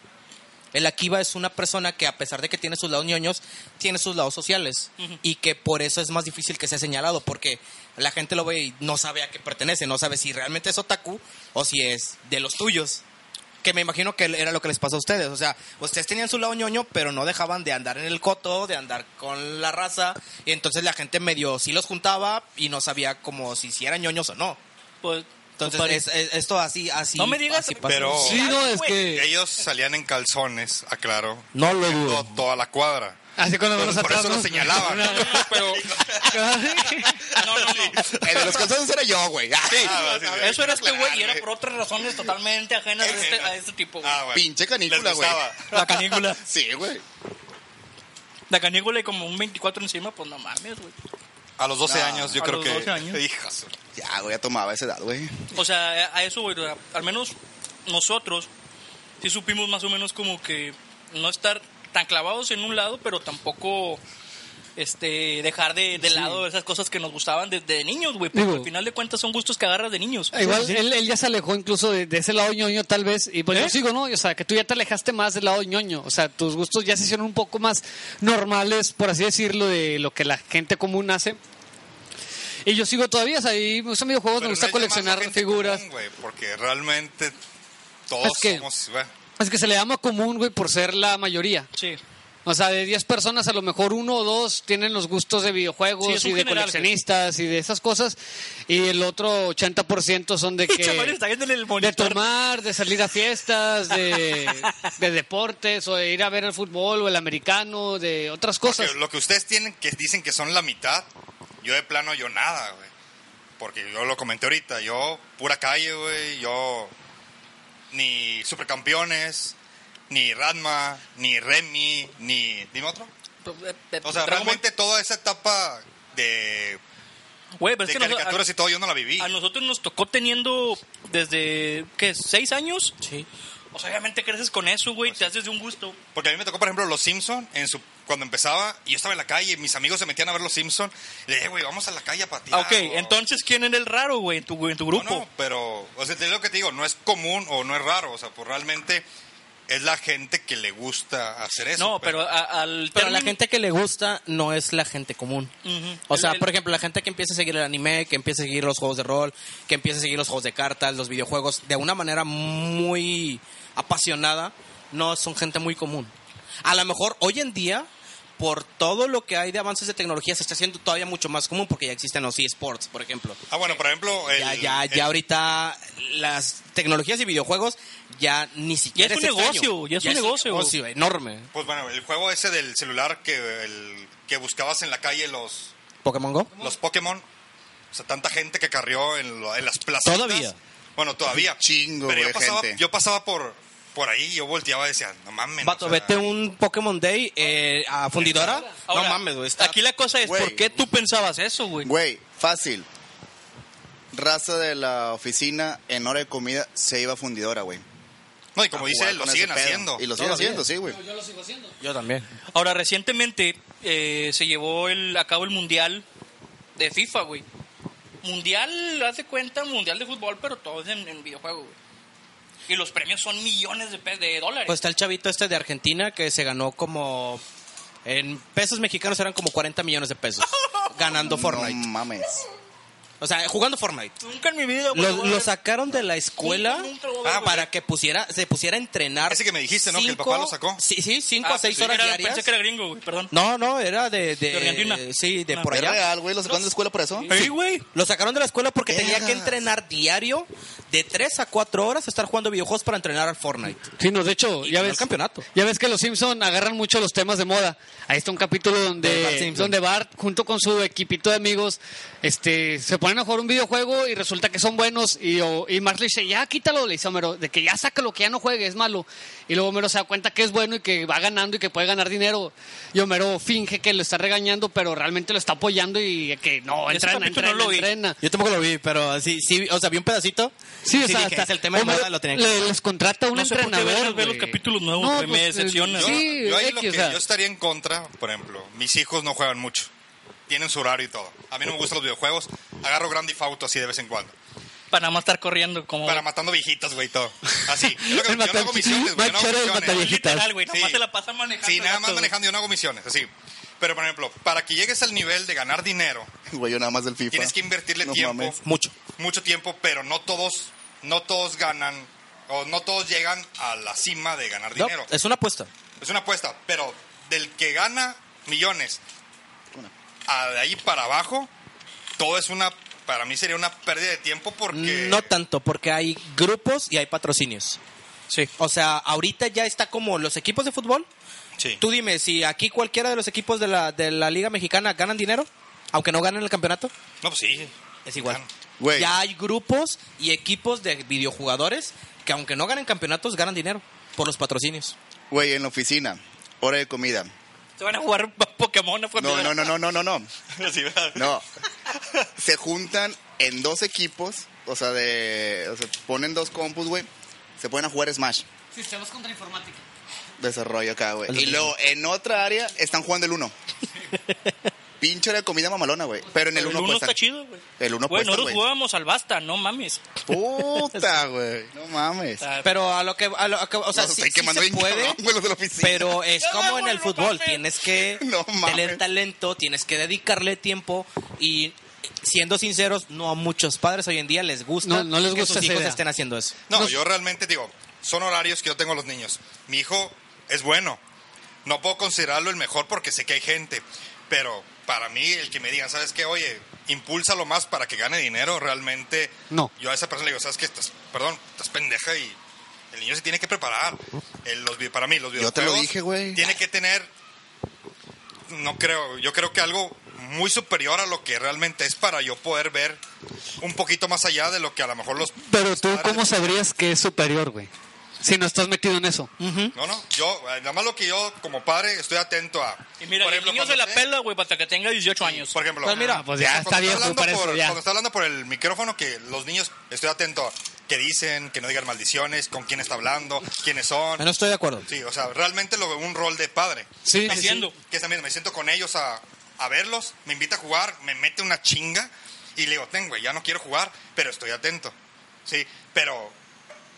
El akiba es una persona que a pesar de que tiene sus lados ñoños, tiene sus lados sociales. Y que por eso es más difícil que sea señalado, porque la gente lo ve y no sabe a qué pertenece, no sabe si realmente es otaku o si es de los tuyos. Que me imagino que era lo que les pasó a ustedes. O sea, ustedes tenían su lado ñoño, pero no dejaban de andar en el coto, de andar con la raza. Y entonces la gente medio sí los juntaba y no sabía como si, si eran ñoños o no.
Pues,
Entonces,
compadre.
es, es- esto así, así.
No me digas,
así pasa.
pero-
Sí, no, es que...
Ellos salían en calzones, aclaro.
No lo
to-
dudo.
Toda, la cuadra.
Así con
Por
los brazos atrás,
eso lo
¿no?
señalaban.
Una-
pero,
No, no, no.
El de los calzones era yo, güey. Ah,
Ah, sí, sí.
Eso era este güey y era por otras razones totalmente ajenas a este, a este tipo, güey.
Ah, bueno.
Pinche canícula,
Les
güey.
gustaba.
La canícula.
Sí, güey.
La canícula y como un 24 encima, pues no mames, güey.
A los 12
No,
años, yo
a
creo
los
que.
12 años.
Hijas.
Ya, güey, ya tomaba esa edad, güey.
O sea, a eso, güey. o sea, Al menos nosotros sí supimos más o menos como que no estar tan clavados en un lado, pero tampoco este dejar de, de lado esas cosas que nos gustaban desde niños, güey. Porque
Digo-
al final de cuentas son gustos que agarras de niños.
Ah, Igual él, él ya se alejó incluso de, de ese lado ñoño tal vez y pues yo
¿Eh?
sigo, ¿no? O sea, que tú ya te alejaste más del lado ñoño, o sea, tus gustos ya se hicieron un poco más normales, por así decirlo, de lo que la gente común hace. Y yo sigo todavía, o sea, y me gustan videojuegos,
Pero
me
no
gusta
es
coleccionar
llamarlo gente
figuras.
común, güey, porque realmente todos
Es que-
somos. bueno,
Es que se le llama común, güey, por ser la mayoría.
Sí.
O sea, de 10 personas, a lo mejor uno o dos tienen los gustos de
Sí,
videojuegos
es
y
un
de
general,
coleccionistas y de esas cosas. Y el otro 80% son de que...
Chaval, está viendo en el
De
monitor.
tomar, de salir a fiestas, de, de deportes, o de ir a ver el fútbol o el americano, de otras
porque
Pues
cosas.
lo que ustedes tienen que dicen que son la mitad, yo de plano, yo nada, güey. Porque yo lo comenté ahorita, yo pura calle, güey, yo ni supercampeones, ni Radma, ni Remy, ni. Dime otro. O sea,
Dragon Ball-
realmente toda esa etapa de,
Güey, pero
de
es que nos- a-
caricaturas y todo, yo no la viví.
a nosotros nos tocó teniendo desde, ¿qué? ¿Seis años?
Sí.
O sea, obviamente creces con eso,
Pues
güey, te haces de un gusto.
Porque a mí me tocó, por ejemplo, Los Simpson en su cuando empezaba y yo estaba en la calle, mis amigos se metían a ver Los Simpson. Le dije, güey, vamos a la calle a patear.
Ah, ok,
o-
entonces, ¿quién era el raro, güey, en tu, en tu
No,
grupo?
no, pero o sea, te lo que te digo, no es común o no es raro, o sea, pues realmente es la gente que le gusta hacer eso. pues.
No, pero a- al
Pero la
término-
gente que le gusta no es la gente común.
Ujú.
O
El-
sea,
el-
por ejemplo, la gente que empieza a seguir el anime, que empieza a seguir los juegos de rol, que empieza a seguir los juegos de cartas, los videojuegos, de una manera muy apasionada, no son gente muy común. A lo mejor hoy en día, por todo lo que hay de avances de tecnología, se está haciendo todavía mucho más común porque ya existen los eSports, por ejemplo.
Ah, bueno, por ejemplo, el,
Ya, ya, ya
el-
ahorita las tecnologías y videojuegos ya ni siquiera
es un
extraño.
negocio, ya es un negocio.
enorme.
pues bueno, el juego ese del celular que el, que buscabas en la calle los
Pokémon Go.
los Pokémon, o sea, tanta gente que carrió en, lo- en las plazas.
Todavía.
Bueno, todavía.
Chingo,
Pero yo
güey,
pasaba,
gente.
yo pasaba por, por ahí y yo volteaba y decía, no mames.
Vato,
o sea,
vete un Pokémon Day eh, a fundidora.
Ahora,
no mames, güey. está-
Aquí la cosa es,
Güey.
¿por qué tú pensabas eso, güey?
Güey, fácil. Raza de la oficina en hora de comida se iba a fundidora, güey.
No, y como
A
dice
jugar
él, lo
con ese
siguen
pedo.
haciendo.
Y lo siguen
Todavía.
haciendo, sí, güey.
Yo también.
Ahora, recientemente eh, se llevó el, a cabo el Mundial de FIFA, güey. Mundial, hace cuenta, Mundial de fútbol, pero todo es en, en videojuego, güey. Y los premios son millones de, pe- de dólares.
Pues está el chavito este de Argentina que se ganó como. En pesos mexicanos eran como 40 millones de pesos. Ganando
No
Fortnite.
mames.
O sea, jugando Fortnite.
nunca en mi vida, güey.
Lo,
voy a
lo
ver.
sacaron de la escuela ah,
Nunca, nunca lo voy a ver.
para que pusiera, se pusiera a entrenar.
Ese que me dijiste, ¿no? Que el papá lo sacó.
Sí, sí, cinco
Ah,
a seis
sí,
horas
era-
diarias.
Pensé que era gringo, güey, perdón.
No, no, era de, de,
De Argentina.
Sí, de
Ah.
por
¿Es
allá.
real, güey? ¿Los sacaron de la escuela por eso?
Sí, güey.
Lo sacaron de la escuela porque tenía
Vergas.
que entrenar diario de 3 a 4 horas estar jugando videojuegos para entrenar al Fortnite.
Sí, no, de hecho,
Y
ya
ganó
ves,
el campeonato.
ya ves que los Simpson agarran mucho los temas de moda. Ahí está un capítulo
De Bart
donde,
Simpson.
donde Bart, junto con su equipito de amigos, este, se ponen a jugar un videojuego y resulta que son buenos. Y, o- y Mark le dice, ya quítalo, le dice a Homero, de que ya sácalo, que ya no juegue, es malo. Y luego Homero se da cuenta que es bueno y que va ganando y que puede ganar dinero. Y Homero finge que lo está regañando, pero realmente lo está apoyando y que no,
Ese
entrena,
capítulo
entrena,
no lo vi.
entrena.
Yo tampoco lo vi, pero sí, sí, o sea, vi un pedacito.
Sí, o sea,
dije,
hasta-
es el tema de
Homero
moda, lo tenía que
le- les contrata un
No sé por qué
entrenador.
verlos, ver los
güey.
capítulos nuevos, güey, me decepciona.
eh,
Yo,
Sí,
yo ahí
X,
lo que
o sea,
yo estaría en contra, por ejemplo, mis hijos no juegan mucho. Tienen su horario y todo. A mí no me gustan los videojuegos. Agarro Grand Theft Auto así de vez en cuando.
Para nada más estar corriendo
Ah.
como...
Para matando viejitas, güey, y todo. Así. Es lo que
El
yo no hago
matar-
misiones, güey. Yo no hago
machero el
misiones.
matar viejitas.
Literal, güey. Nomás
Sí.
se la pasa manejando.
Sí,
el
nada
vato,
más
güey.
manejando, yo no hago misiones, así. Pero, por ejemplo, para que llegues al nivel de ganar dinero,
Güey, yo nada más del FIFA.
tienes que invertirle
No
tiempo,
mames.
Mucho.
mucho tiempo, pero no todos, no todos ganan, o no todos llegan a la cima de ganar
No,
dinero.
es una apuesta.
Es una apuesta, pero del que gana millones a de ahí para abajo, todo es una, para mí sería una pérdida de tiempo porque...
No tanto, porque hay grupos y hay patrocinios.
Sí.
O sea, ahorita ya está como los equipos de fútbol.
Sí.
Tú dime, si aquí cualquiera de los equipos de la, de la Liga Mexicana ganan dinero, Aunque no ganen el campeonato,
No, pues sí.
es igual.
Claro.
Güey.
Ya hay grupos y equipos de videojugadores que aunque no ganen campeonatos, ganan dinero por los patrocinios.
Güey, en la oficina, hora de comida.
Se van a jugar Pokémon. fue
No, no, no, no, no, no, no.
Sí, ¿verdad?
No. Se juntan en dos equipos, o sea, de, o sea, ponen dos compus, güey. Se ponen a jugar Smash.
Sistemas contra informática.
Desarrollo acá, güey. Y luego, en otra área, están jugando el uno. Pinche de comida mamalona, güey. Pero en el
El
uno
uno
cuesta.
está chido, güey.
El uno
Güey,
cuesta,
nosotros
güey.
jugábamos al basta, no mames.
Puta, güey. No mames.
Ah,
Pero a lo que, a lo que- o sea,
Los
sí,
estoy
sí
quemando
se
bien
puede,
cabrón, güey, los de la oficina.
pero es
Ya
como en el
vámonos,
fútbol,
papi.
tienes que
No mames.
tener talento, tienes que dedicarle tiempo y siendo sinceros, no a muchos padres hoy en día les gusta
No, no les
que
gusta
sus
esa
hijos
idea.
estén haciendo eso.
No, yo realmente digo, son horarios que yo tengo a los niños. Mi hijo es bueno. No puedo considerarlo el mejor porque sé que hay gente. Pero para mí, el que me digan, ¿sabes qué? Oye, impúlsalo más para que gane dinero, realmente.
No.
Yo a esa persona le digo, ¿sabes qué? Estás, perdón, estás pendeja y el niño se tiene que preparar. El- los vi- para mí, los
Yo
videojuegos.
te lo dije, güey.
Tiene que tener. No creo, yo creo que algo muy superior a lo que realmente es para yo poder ver un poquito más allá de lo que a lo mejor los
Pero tú,
padres-
¿cómo sabrías que es superior, güey? Si no estás metido en eso.
Mm,
No, no, yo, eh, nada más lo que yo como padre estoy atento a.
Y mira,
por
el niño se
cuando
la
esté-
pela, güey, para que tenga 18 años.
Por ejemplo,
Pues mira,
pues ya
cuando
está viejo
hablando
para eso,
por-
ya.
Cuando está hablando por el micrófono, que los niños estoy atento a que dicen, que no digan maldiciones, con quién está hablando, quiénes son.
No estoy de acuerdo.
Sí, o sea, realmente lo veo un rol de padre.
Sí,
Está
sí, sí.
haciendo.
Que es la misma, me siento con ellos a, a verlos, me invita a jugar, me mete una chinga y le digo, ten, güey, ya no quiero jugar, pero estoy atento. Sí, pero.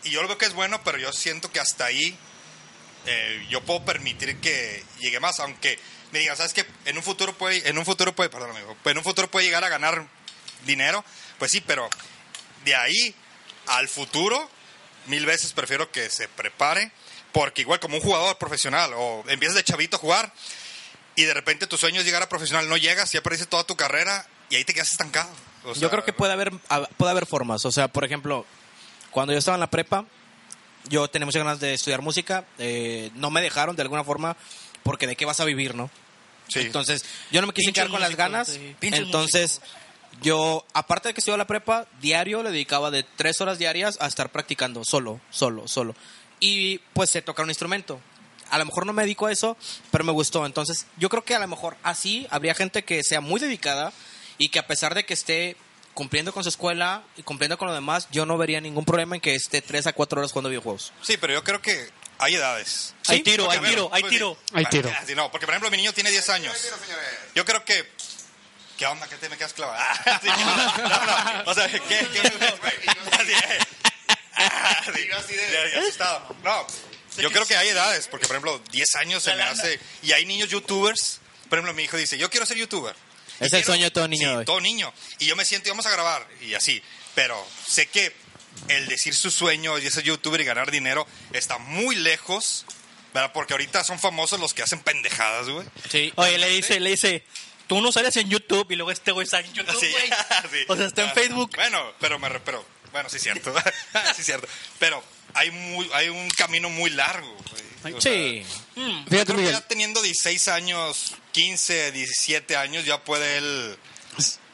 Y yo lo veo que es bueno, pero yo siento que hasta ahí eh, yo puedo permitir que llegue más, aunque me digan, ¿sabes qué? En un futuro puede, en un futuro puede, perdón, amigo, en un futuro puede llegar a ganar dinero, pues sí, pero de ahí al futuro, mil veces prefiero que se prepare, porque igual como un jugador profesional, o empiezas de chavito a jugar, y de repente tu sueño es llegar a profesional, no llegas, ya perdiste toda tu carrera, y ahí te quedas estancado. O sea,
yo creo que puede haber a- puede haber formas. O sea, por ejemplo, cuando yo estaba en la prepa, yo tenía muchas ganas de estudiar música. eh, no me dejaron de alguna forma porque de qué vas a vivir, ¿no?
Sí.
Entonces, yo no me quise
Pinches
quedar con las
músicos,
ganas.
sí. Pinches
Entonces, yo, aparte de que estudiaba la prepa, diario le dedicaba de tres horas diarias a estar practicando solo, solo, solo. Y pues se tocar un instrumento. A lo mejor no me dedico a eso, pero me gustó. Entonces, yo creo que a lo mejor así habría gente que sea muy dedicada y que a pesar de que esté cumpliendo con su escuela y cumpliendo con lo demás, yo no vería ningún problema en que esté tres a cuatro horas jugando videojuegos.
Sí, pero yo creo que hay edades.
Hay tiro,
Porque,
hay
a ver,
tiro, hay
pues,
tiro.
sí.
Hay tiro.
Ah, sí, No, porque por ejemplo mi niño tiene 10 años. Yo creo que... ¿Qué onda? ¿Qué te me quedas clavada? Ah, sí, no, no, no. O sea, ¿qué? qué Así, eh. Ah, sí, ya, ya, asustado. No, yo creo que hay edades, porque por ejemplo 10 años se me hace... Y hay niños youtubers. Por ejemplo, mi hijo dice, yo quiero ser youtuber. Y
Es el
quiero-
sueño de todo niño
Sí,
hoy.
todo niño. Y yo me siento, y vamos a grabar, y así. Pero sé que el decir su sueño y ser youtuber y ganar dinero está muy lejos, ¿verdad? Porque ahorita son famosos los que hacen pendejadas, güey.
Oye, le dice, le dice, tú no sales en YouTube y luego este güey sale en YouTube,
Así,
güey.
así.
O sea, está en
Ah,
Facebook.
Bueno, pero me re- pero, bueno, sí es cierto. sí es cierto. Pero hay muy, hay un camino muy largo, güey. O sea,
Sí.
yo
Fíjate,
creo que
Miguel.
ya teniendo 16 años, 15, 17 años, ya puede él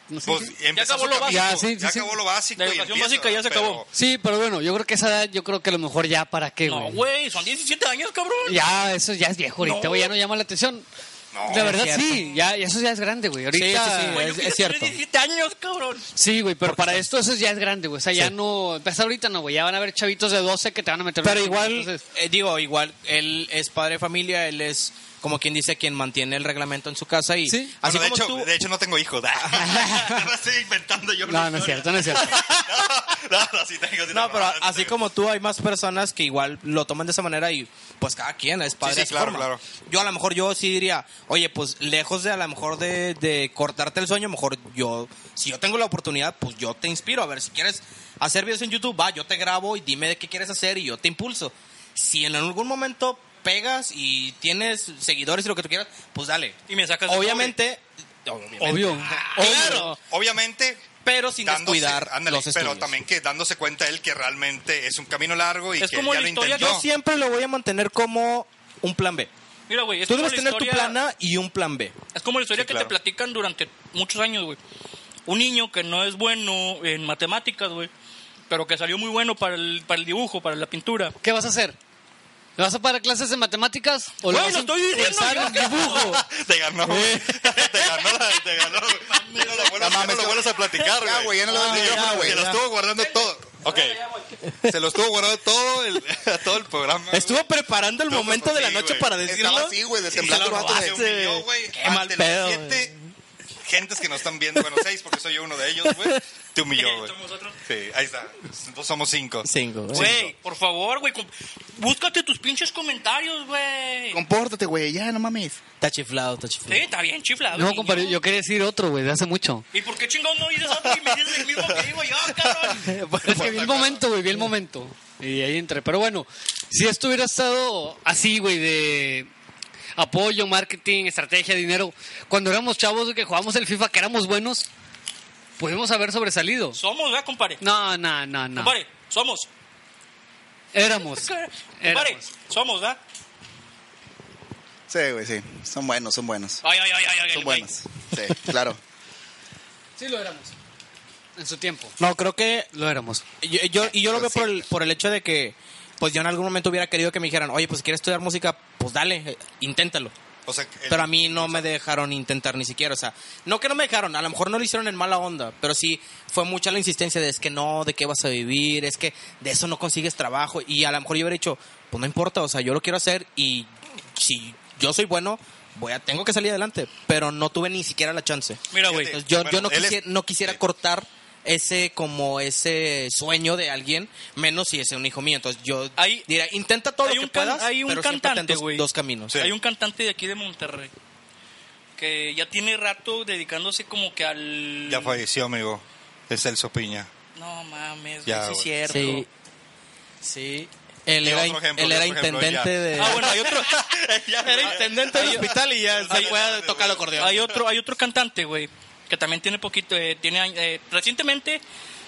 No sé
pues,
qué-
empezar
acabó
su
lo
camino.
básico. Ya, sí, sí, sí.
acabó lo básico.
La
y
educación
empieza,
básica ya se
pero-
acabó.
Sí, pero bueno, yo creo que esa edad, yo creo que a lo mejor ya para qué, güey.
No, güey, son 17 años, cabrón.
Ya, eso ya es viejo ahorita,
No.
güey, ya no llama la atención.
No,
la verdad
es cierto.
sí, ya, ya eso ya es grande, güey.
Sí, sí,
Ahorita
sí,
Güey, yo
es-
quiero tener
es cierto.
17 años, cabrón.
Sí, güey, pero para esto eso ya es grande, güey. O sea, ya
Sí.
no. Empezar ahorita no, güey. Ya van a haber chavitos de 12 que te van a meter.
Pero
los-
igual,
entonces-
eh, digo, igual, él es padre de familia, él es como quien dice quien mantiene el reglamento en su casa y
Sí.
así
Bueno, de,
como
hecho,
tú.
de hecho, Ah, no tengo hijos. Ah. Ahora estoy inventando yo.
No, no es cierto, no es cierto.
no, no, sí tengo, sí
No,
tengo.
pero
Ah, sí
así
tengo.
como tú hay más personas que igual lo toman de esa manera y pues cada quien es padre.
sí,
de su
claro,
forma.
claro.
Yo a lo mejor yo sí diría, oye, pues lejos de a lo mejor de, de cortarte el sueño, mejor yo, si yo tengo la oportunidad, pues yo te inspiro. A ver, si quieres hacer videos en YouTube, va, yo te grabo y dime de qué quieres hacer y yo te impulso. Si en algún momento pegas y tienes seguidores y lo que tú quieras, pues dale.
Y me sacas. el
Obviamente, obviamente,
Obvio.
Claro.
Obviamente.
pero sin
dándose-
descuidar
ándale,
los estudios.
pero también que dándose cuenta él que realmente es un camino largo y
Es
que
como
ya
la
lo
historia
intentó.
que
Yo siempre lo voy a mantener como un plan B.
Mira, güey, es
Tú
como
debes
la
tener tu
historia-
plan A y un plan B.
Es como la historia
Sí,
que
claro.
te platican durante muchos años, güey. Un niño que no es bueno en matemáticas, güey, pero que salió muy bueno para el, para el dibujo, para la pintura.
¿Qué vas a hacer? ¿Le vas a pagar clases de matemáticas? ¿O le
Güey,
vas
lo
a
estoy diciendo
impulsar
yo.
el dibujo?
Te ganó, güey. Te ganó, la- te ganó. Ya No lo vuelvas, ya no lo vuelvas a platicar, güey.
Ya, güey, ya no lo vas a
Ah,
decir,
ya,
güey,
Se lo
ya.
estuvo guardando todo. Ok. Se lo estuvo guardando todo el, todo el programa. güey.
Estuvo preparando el
Estuvo
momento de la
sí,
noche
güey.
para decirlo.
Estaba así, güey, de
Este
Y se
semblante
lo
vato de-
robaste, humilló, güey.
Qué mal
Ante las
pedo,
siete gentes que nos están viendo, bueno, seis, porque soy yo uno de ellos, güey. Te humilló, güey.
Somos otros.
Sí, ahí está. Entonces somos cinco.
Cinco, güey.
Güey, por favor, güey, com- búscate tus pinches comentarios, güey.
Compórtate, güey, ya, no mames.
Está chiflado, está
Sí,
chiflado.
está bien chiflado.
No,
niño.
compadre, yo quería decir otro, güey, de hace mucho.
¿Y por qué chingón no dices otro y me dices el mismo que digo yo, cabrón?
Es que vi el momento, güey, vi el momento. Y ahí entré. Pero bueno, si esto hubiera estado así, güey, de apoyo, marketing, estrategia, dinero. Cuando éramos chavos güey, que jugábamos el FIFA, que éramos buenos, pudimos haber sobresalido.
Somos, ¿verdad, compadre?
No, no, no, no.
Compadre, somos.
Éramos.
Compadre,
Éramos.
somos, ¿verdad?
Sí, güey, sí. Son buenos, son buenos.
Ay, ay, ay, ay, ay.
Son
güey.
buenos. Sí, claro.
Sí lo éramos. En su tiempo.
No, creo que
Lo éramos.
Yo, yo- y yo lo veo
Pues sí.
por el, por el hecho de que, pues yo en algún momento hubiera querido que me dijeran, oye, pues quieres estudiar música, pues dale, eh, inténtalo.
O sea, el-
Pero a mí no me dejaron intentar ni siquiera, o sea, no que no me dejaron, a lo mejor no lo hicieron en mala onda, pero sí fue mucha la insistencia de es que no, de qué vas a vivir, es que de eso no consigues trabajo y a lo mejor yo hubiera dicho, pues no importa, o sea, yo lo quiero hacer y si yo soy bueno, voy a, tengo que salir adelante, pero no tuve ni siquiera la chance.
Mira, güey.
Fíjate.
Entonces, yo,
Bueno,
yo no,
él es-
quisiera, no quisiera
sí.
cortar ese como ese sueño de alguien, menos si es un hijo mío. Entonces yo
Hay-
diría, intenta todo
hay
lo que
un can-
puedas,
hay un
pero siempre ten
cantante,
dos,
güey.
dos caminos.
Sí.
Hay un cantante de aquí de Monterrey que ya tiene rato dedicándose como que al...
Ya falleció, amigo. Es Celso Piña.
No mames,
Ya,
güey, sí es
güey.
cierto.
Sí. Sí. Él
¿Qué
era,
otro ejemplo?
él
¿Qué
era
otro ejemplo?
intendente
Ya.
de...
Ah, bueno, hay otro,
ya,
era intendente del hospital y ya se
hay-
fue a tocar el acordeón.
hay otro, hay otro cantante, güey, que también tiene poquito, eh, tiene eh, recientemente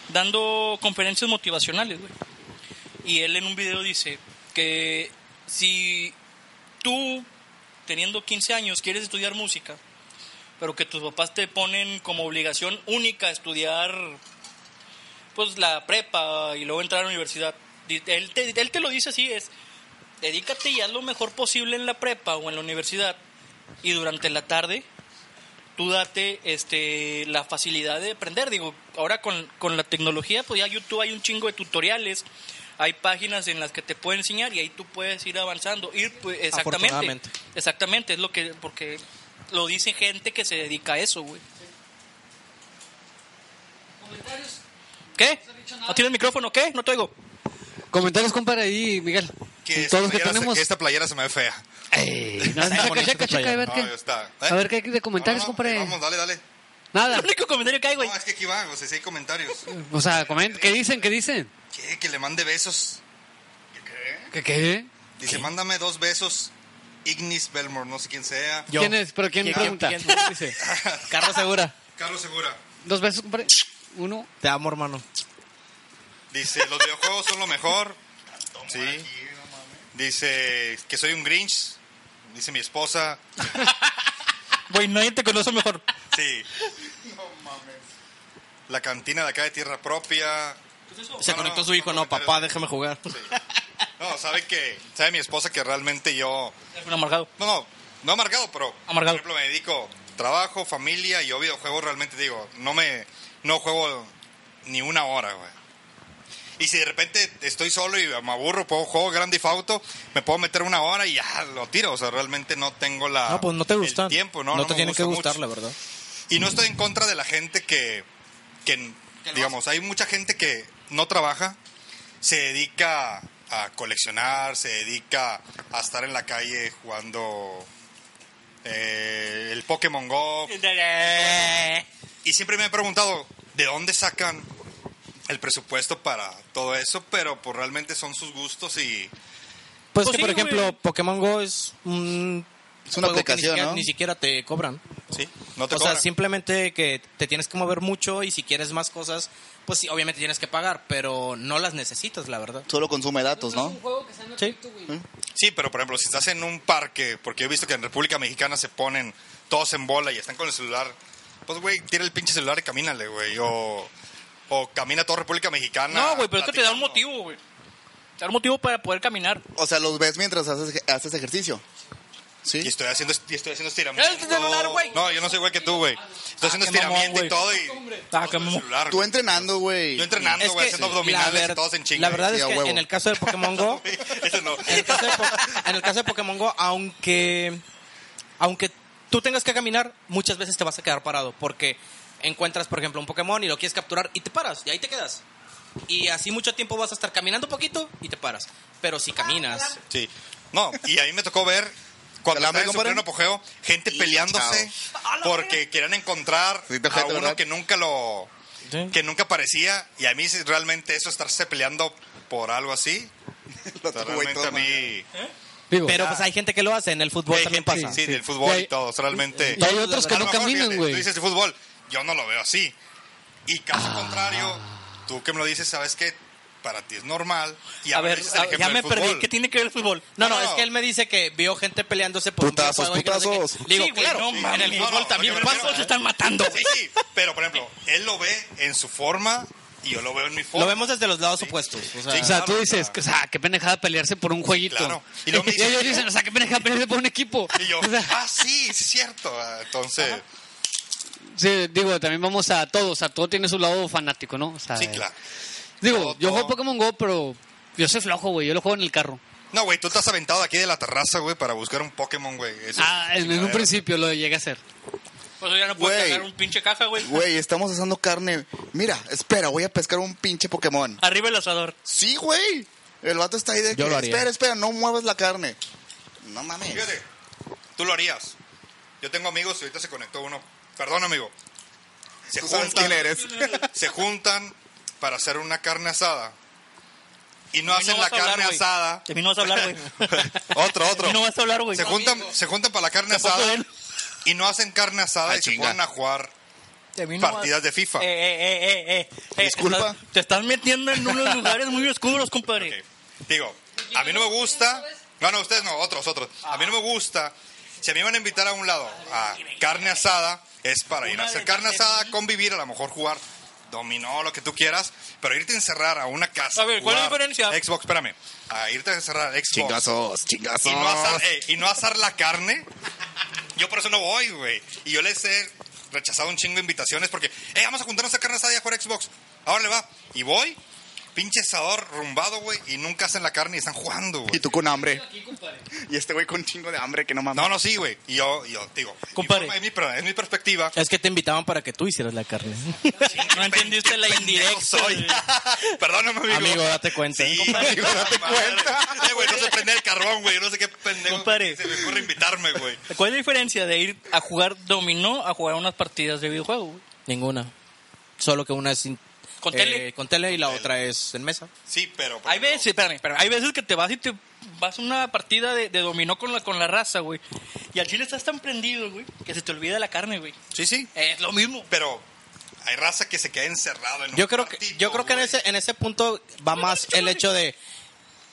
dando conferencias motivacionales, güey. Y él en un video dice que si tú, teniendo 15 años, quieres estudiar música, pero que tus papás te ponen como obligación única estudiar, pues, la prepa y luego entrar a la universidad. Di- Él te, él te lo dice así, es, dedícate y haz lo mejor posible en la prepa o en la universidad y durante la tarde tú date este la facilidad de aprender digo ahora con, con la tecnología pues ya YouTube hay un chingo de tutoriales hay páginas en las que te pueden enseñar y ahí tú puedes ir avanzando ir pues, exactamente
Afortunadamente.
exactamente es lo que porque lo dice gente que se dedica a eso güey ¿Qué? ¿No tiene el micrófono? ¿Qué? No te oigo.
Comentarios, compadre, ahí, Miguel.
Que esta,
Todos los que
playera se-
tenemos.
que esta playera se me ve fea.
Ey, no, checa,
bonito
checa,
este
checa, a ver
No,
qué.
ya está. ¿Eh?
A ver qué hay de comentarios,
No, no,
compadre.
Vamos, dale, dale.
Nada.
El único comentario que hay, güey.
No, es que aquí va, o sea, si hay comentarios.
O sea, comenta. ¿Qué dicen? ¿Qué dicen?
¿Qué? Que le mande besos.
¿Qué qué?
Dice, mándame dos besos. Ignis Belmore, no sé quién sea.
Yo.
¿Quién es? ¿Pero quién,
¿Quién-
pregunta?
quién- quién
Dice,
Carlos Segura.
Carlos Segura.
Dos besos, compadre. Uno.
Te amo, hermano.
Dice, los videojuegos son lo mejor. Sí. Dice, que soy un Grinch. Dice mi esposa.
Güey, nadie te conoce mejor.
Sí. La cantina de acá de tierra propia.
Se
No, no,
conectó su
no,
hijo, no,
comentarios.
papá, déjame jugar.
No, sabe que, sabe mi esposa que realmente yo,
Es un amargado.
no, no, no amargado, pero,
Amargado.
por ejemplo, me dedico trabajo, familia y yo videojuegos realmente digo, no me, no juego ni una hora, güey. Y si de repente estoy solo y me aburro, puedo juego Grand Theft Auto, me puedo meter una hora y ya lo tiro. O sea, realmente no tengo la.
No, pues no te
el
gustan.
tiempo, no,
no,
no
te
me
tiene que
gusta
gustar,
mucho.
la verdad.
Y no estoy en contra de la gente que, que, digamos, hay mucha gente que no trabaja, se dedica a coleccionar, se dedica a estar en la calle jugando eh, el Pokémon Go. Y siempre me he preguntado, ¿de dónde sacan el presupuesto para todo eso? Pero pues realmente son sus gustos y...
Pues,
Pues
que,
sí, güey.
por ejemplo, Pokémon Go es un.
Es una
juego que ni
aplicación,
siquiera,
¿no?
ni siquiera te cobran.
Sí, no te
o sea,
cobran.
simplemente que te tienes que mover mucho y si quieres más cosas, pues sí, obviamente tienes que pagar, pero no las necesitas, la verdad.
Solo consume datos, ¿no?
juego que se llama
Sí.
Sí, pero por ejemplo, si estás en un parque, porque he visto que en República Mexicana se ponen todos en bola y están con el celular, pues güey, tira el pinche celular y camínale, güey. O, o camina toda República Mexicana.
No, güey, pero es que te da un
platicando.
motivo, güey. Te da un motivo para poder caminar.
O sea, los ves mientras haces, ej- haces ejercicio.
Y
Sí.
estoy haciendo, y estoy haciendo estiramiento.
¡El celular, güey!
No, yo no soy igual que tú, güey. Estoy haciendo
qué mamón,
estiramiento
güey.
y todo y.
Ah, qué
con el
mamón.
celular,
Tú
güey.
entrenando, güey.
Yo entrenando, güey, haciendo abdominales
ver-
y todos en chinga.
la verdad
Sí,
es
a
que
huevo.
en el caso del Pokémon Go,
Eso no.
en el caso de, Po- en el caso de Pokémon Go, aunque aunque tú tengas que caminar, muchas veces te vas a quedar parado porque encuentras, por ejemplo, un Pokémon y lo quieres capturar y te paras y ahí te quedas. Y así mucho tiempo vas a estar caminando poquito y te paras. Pero si caminas,
Sí. No, y a mí me tocó ver cuando estaba
¿Calambre,
en su
compadre?
pleno apogeo, gente
Y
peleándose porque querían encontrar
Sí, te
a
ojete,
uno
¿verdad?
que nunca lo que nunca aparecía y a mí sí, realmente eso estarse peleando por algo así, o
Los
sea,
güey,
realmente
todo
a mí
Digo,
pero pues hay gente que lo hace, en el fútbol
hay
también
gente-
pasa.
sí,
sí.
del fútbol
Y
y
hay-
todo, o sea, realmente
y hay otros que
A lo
no
mejor,
caminan,
fíjate, Tú
güey.
dices el fútbol, yo no lo veo así. Y caso contrario, tú que me lo dices, sabes que para ti es normal y a,
A ver,
veces el
a-
ejemplo
ya
del
me perdí.
fútbol.
¿Qué tiene que ver el fútbol?
No, no,
No, no.
es que él me dice que vio gente peleándose por
Putazos,
un videojuego y que no sé
putazos.
qué. Le digo,
Sí, güey,
claro,
no
en
mames,
el
no,
fútbol
no,
también
no, no, no,
pasa.
no,
¿Cuántos se están matando?
Sí, sí, pero por ejemplo, él lo ve en su forma y yo lo veo en mi forma.
Lo vemos desde los lados opuestos. O sea,
Sí,
O sea, tú
claro,
dices, o sea, qué pendejada pelearse por un jueguito.
Claro.
Y,
Y luego me dices-
ellos dicen, o sea, qué pendejada pelearse por un equipo.
Y yo,
O sea,
ah, sí, es cierto. Ah, Entonces,
sí, digo, también vamos a todos, o sea, todo tiene su lado fanático, ¿no? O sea,
sí, claro.
Digo,
Todo,
yo juego
todo.
Pokémon Go, pero yo soy flojo, güey, yo lo juego en el carro.
No, güey, tú te has aventado de aquí de la terraza, güey, para buscar un Pokémon, güey. Eso
Ah,
es
en, en un
chingadera.
principio lo llegué a hacer.
Por eso pues ya no puedes
Güey.
cargar un pinche caja, güey.
Güey, estamos asando carne. Mira, espera, voy a pescar un pinche Pokémon.
Arriba el asador.
Sí, güey. El vato está ahí de
Yo
que,
lo haría.
espera, espera, no muevas la carne. No mames.
Fíjate, tú lo harías. Yo tengo amigos y ahorita se conectó uno. Perdón, amigo. Se
Tú sabes quién eres.
se juntan para hacer una carne asada. Y no
A mí no
hacen la
vas a hablar,
carne
güey.
asada.
De mí no vas a hablar, güey.
Otro,
De mí
otro.
no vas a hablar, güey.
se, juntan, se juntan para la carne
Tampoco
asada.
él.
Y no hacen carne asada
Ah,
y se
chinga.
ponen a jugar
De mí no vas-
partidas de FIFA.
Eh, eh, eh, eh, eh. Eh,
Disculpa.
estás- te estás metiendo en unos lugares muy oscuros, compadre.
Ok. Digo, a mí no me gusta. No, no, ustedes no, otros, otros. A mí no me gusta. Si a mí me van a invitar a un lado a carne asada, es para ir a hacer carne asada, convivir, a lo mejor jugar dominó, lo que tú quieras, pero irte a encerrar a una casa.
A ver, ¿cuál es la
jugar
diferencia?
Xbox, espérame. A irte a encerrar a Xbox.
Chingazos, chingazos.
Y no, asar, eh, y no asar la carne. Yo por eso no voy, güey. Y yo les he rechazado un chingo de invitaciones porque, eh, vamos a juntarnos a carne asada y a jugar Xbox. Ahora le va. Y voy, pinche asador rumbado, güey, y nunca hacen la carne y están jugando,
Y
güey.
tú con hambre. Y este güey con chingo de hambre que no mames.
No, no, sí, güey. Y yo, y yo digo,
Compadre.
mi forma- es mi, per- es mi perspectiva.
Es que te invitaban para que tú hicieras la carne.
No entendiste la indirecta.
Pendejo soy.
güey.
Perdóname, amigo.
Amigo, date cuenta.
Sí,
Compadre.
amigo, date cuenta. Eh, güey, no sé prender el carbón, güey. No sé qué pendejo.
Compadre.
Se me ocurre invitarme, güey.
¿Cuál es la diferencia de ir a jugar dominó a jugar unas partidas de videojuego? güey?
Ninguna. Solo que una es in-
Con
eh,
tele.
con tele y la otra es en mesa.
Sí, pero. por
Hay
ejemplo,
veces, espérame, espérame, hay veces que te vas y te vas a una partida de, de dominó con la, con la raza, güey. Y al chile estás tan prendido, güey, que se te olvida la carne, güey.
Sí, sí.
Es lo mismo.
Pero hay raza que se queda encerrado en un
Yo creo que
cuartito,
yo creo que en
güey.
ese en ese punto va más el hecho de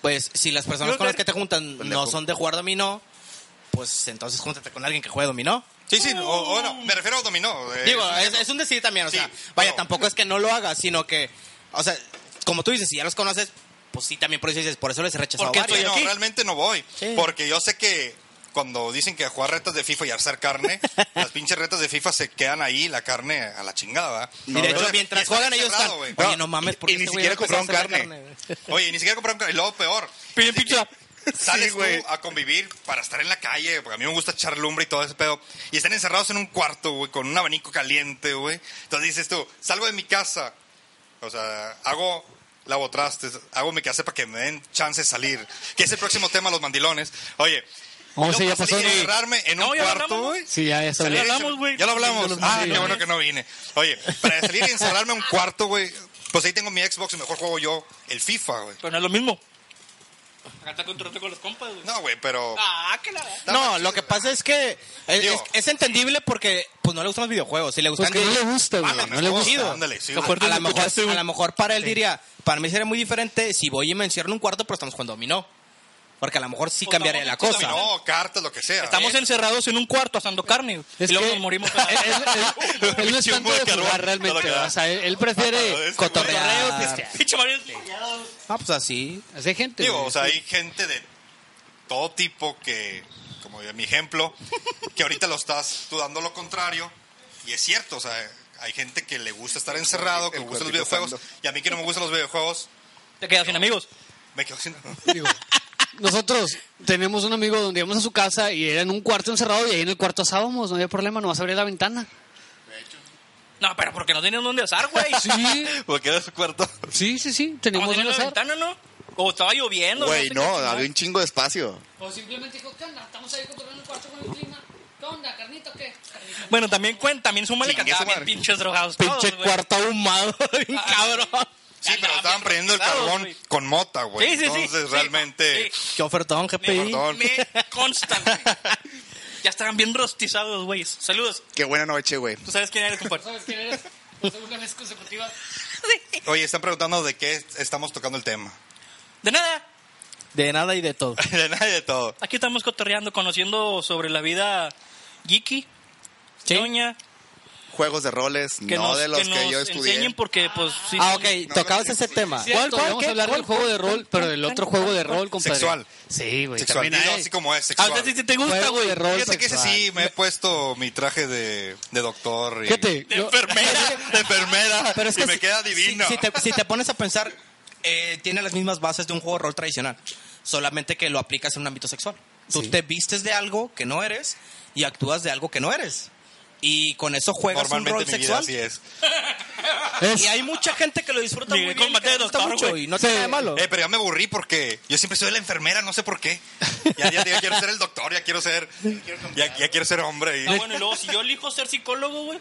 pues si las personas con las que te juntan no son de jugar dominó, pues entonces júntate con alguien que juegue dominó.
Sí, sí, o, o no, me refiero a dominó. eh,
Digo,
sí,
es, es un decir también, o
Sí,
sea, vaya,
pero-
tampoco es que no lo hagas, sino que, o sea, como tú dices, si ya los conoces, pues sí, también por eso dices, por eso les he rechazado
Porque
sí,
varias.
estoy
no,
aquí.
realmente no voy.
ah, Sí.
Porque yo sé que cuando dicen que jugar retas de FIFA y hacer carne, las pinches retas de FIFA se quedan ahí, la carne a la chingada. ¿verdad?
Y de hecho,
Entonces, y
mientras
están
juegan ellos están,
encerrado, güey.
oye, no mames, este porque
y ni siquiera compraron
Oye, ni siquiera compraron carne. Y luego peor.
Piden
así que
pizza.
Sales
Sí, güey.
tú a convivir para estar en la calle, porque a mí me gusta echar lumbre y todo ese pedo. Y están encerrados en un cuarto, güey, con un abanico caliente, güey. Entonces dices tú, salgo de mi casa, o sea, hago lavo trastes, hago mi casa para que me den chance de salir. Que es el próximo tema, los mandilones. Oye,
Oh,
yo
sí,
para
ya pasó,
salir y
güey.
encerrarme en
No,
un
ya lo
cuarto,
hablamos,
güey.
Sí, ya, ya
Ya
está.
lo
Salir-
hablamos, güey.
Ya lo hablamos.
Los
Ah,
mandilones.
qué bueno que no vine. Oye, para salir y encerrarme en un cuarto, güey, pues ahí tengo mi Xbox y mejor juego yo el FIFA, güey.
Pero no es lo mismo. Acá está controlado con los compas, güey.
No, güey, pero...
Ah, que la...
No, lo que pasa es que eh, es,
Digo-
es- es entendible porque pues no le gustan los videojuegos, si le gustan
Pues que no le gusta, güey.
Mames,
No le gusta.
chido. Ándale, sí,
Lo
güey.
fuerte
a,
es
lo
que
mejor,
escuchaste, güey.
a lo mejor para él diría, para mí sería muy diferente si voy y me encierro en un cuarto, pero estamos jugando dominó. Porque a lo mejor sí
O
cambiaría la
estamos-
cosa.
No, cartas, lo que sea.
Estamos encerrados en un cuarto asando carne.
Es
y luego
que-
nos morimos.
Él, él- él no es
Sí, un
tanto
buen
de
calor,
jugar realmente.
todo acá.
O sea, él, él prefiere
Este
Cotorreo,
cotorrear.
pistear.
Pinche Mario.
Ah, pues así.
Así hay gente.
Digo,
güey.
o sea, hay gente de todo tipo que, como de mi ejemplo, que ahorita lo estás tú dando lo contrario. Y es cierto, o sea, hay gente que le gusta estar encerrado, que
El
le gustan los
cuerpito
videojuegos.
santo.
Y a mí que no me gustan los videojuegos,
Te quedas sin amigos.
me quedo sin...
Digo, nosotros tenemos un amigo donde íbamos a su casa y era en un cuarto encerrado y ahí en el cuarto asábamos. No había problema, nomás abría la ventana.
No, pero porque no tienen dónde asar, güey.
Sí,
Porque era su cuarto.
sí, sí, sí.
Como
Teníamos
tenían
un
la
azar.
ventana, ¿no? O estaba lloviendo.
Güey,
sé
no,
qué chingada.
había un chingo de espacio.
O simplemente dijo, ¿qué onda? Estamos ahí cotorreando en el cuarto con el clima. ¿Qué onda, carnita o qué?
Bueno, también cuenta, también súmale que
Chingue
andaban
su
bien
madre.
pinches drogados.
Pinche
todos, güey.
cuarto ahumado, bien
Ah,
cabrón.
Sí, pero
Andaban
estaban
bien
prendiendo el
drogados,
carbón
güey.
con mota, güey.
Sí, sí, sí.
Entonces,
Sí,
realmente...
sí.
Qué ofertón,
Me,
GPI.
Perdón.
me consta, güey. Ya estaban bien rostizados, güey. Saludos.
Qué buena noche, güey.
¿Tú sabes quién eres, compadre?
¿Sabes quién eres? Por segunda vez consecutiva.
Oye, están preguntando de qué estamos tocando el tema.
De nada.
De nada y de todo.
De nada y de todo.
Aquí estamos cotorreando, conociendo sobre la vida geeky,
Sí.
ñoña,
Juegos de roles,
que
no
nos,
de los
que
que,
nos
yo estudié.
enseñen porque, pues, sí.
Ah,
son-
ok, tocabas ese tema.
¿Cuál, Vamos a hablar del juego de rol, pero del otro juego de rol, compadre.
Sexual.
Sí, güey.
Sexual.
También
Dilo
hay.
así como es,
Ah,
sexual.
entonces sí te gusta,
Juego
güey.
de rol
Fíjate que ese
sexual.
sí, me he puesto mi traje de, de doctor. Y...
Fíjate,
De
yo-
enfermera.
de enfermera
Pero es
y
que
me
si-
queda
si-
divino.
Si, te, si te pones a pensar, eh, tiene las mismas bases de un juego de rol tradicional, solamente que lo aplicas en un ámbito sexual. Tú te vistes de algo que no eres y actúas de algo que no eres. Y con eso juegas un
Normalmente mi
rol
vida
sexual.
así es.
es-
Y hay mucha gente que lo disfruta
Miguel
muy bien,
Combate
que
de
le gusta
doctor,
mucho
güey.
y no tiene nada de malo.
Eh, pero ya me aburrí porque yo siempre soy la enfermera, no sé por qué. Ya, ya, ya quiero ser el doctor, ya quiero ser, ya, ya quiero ser hombre. Y...
Ah, bueno, y luego, si yo elijo ser psicólogo, güey.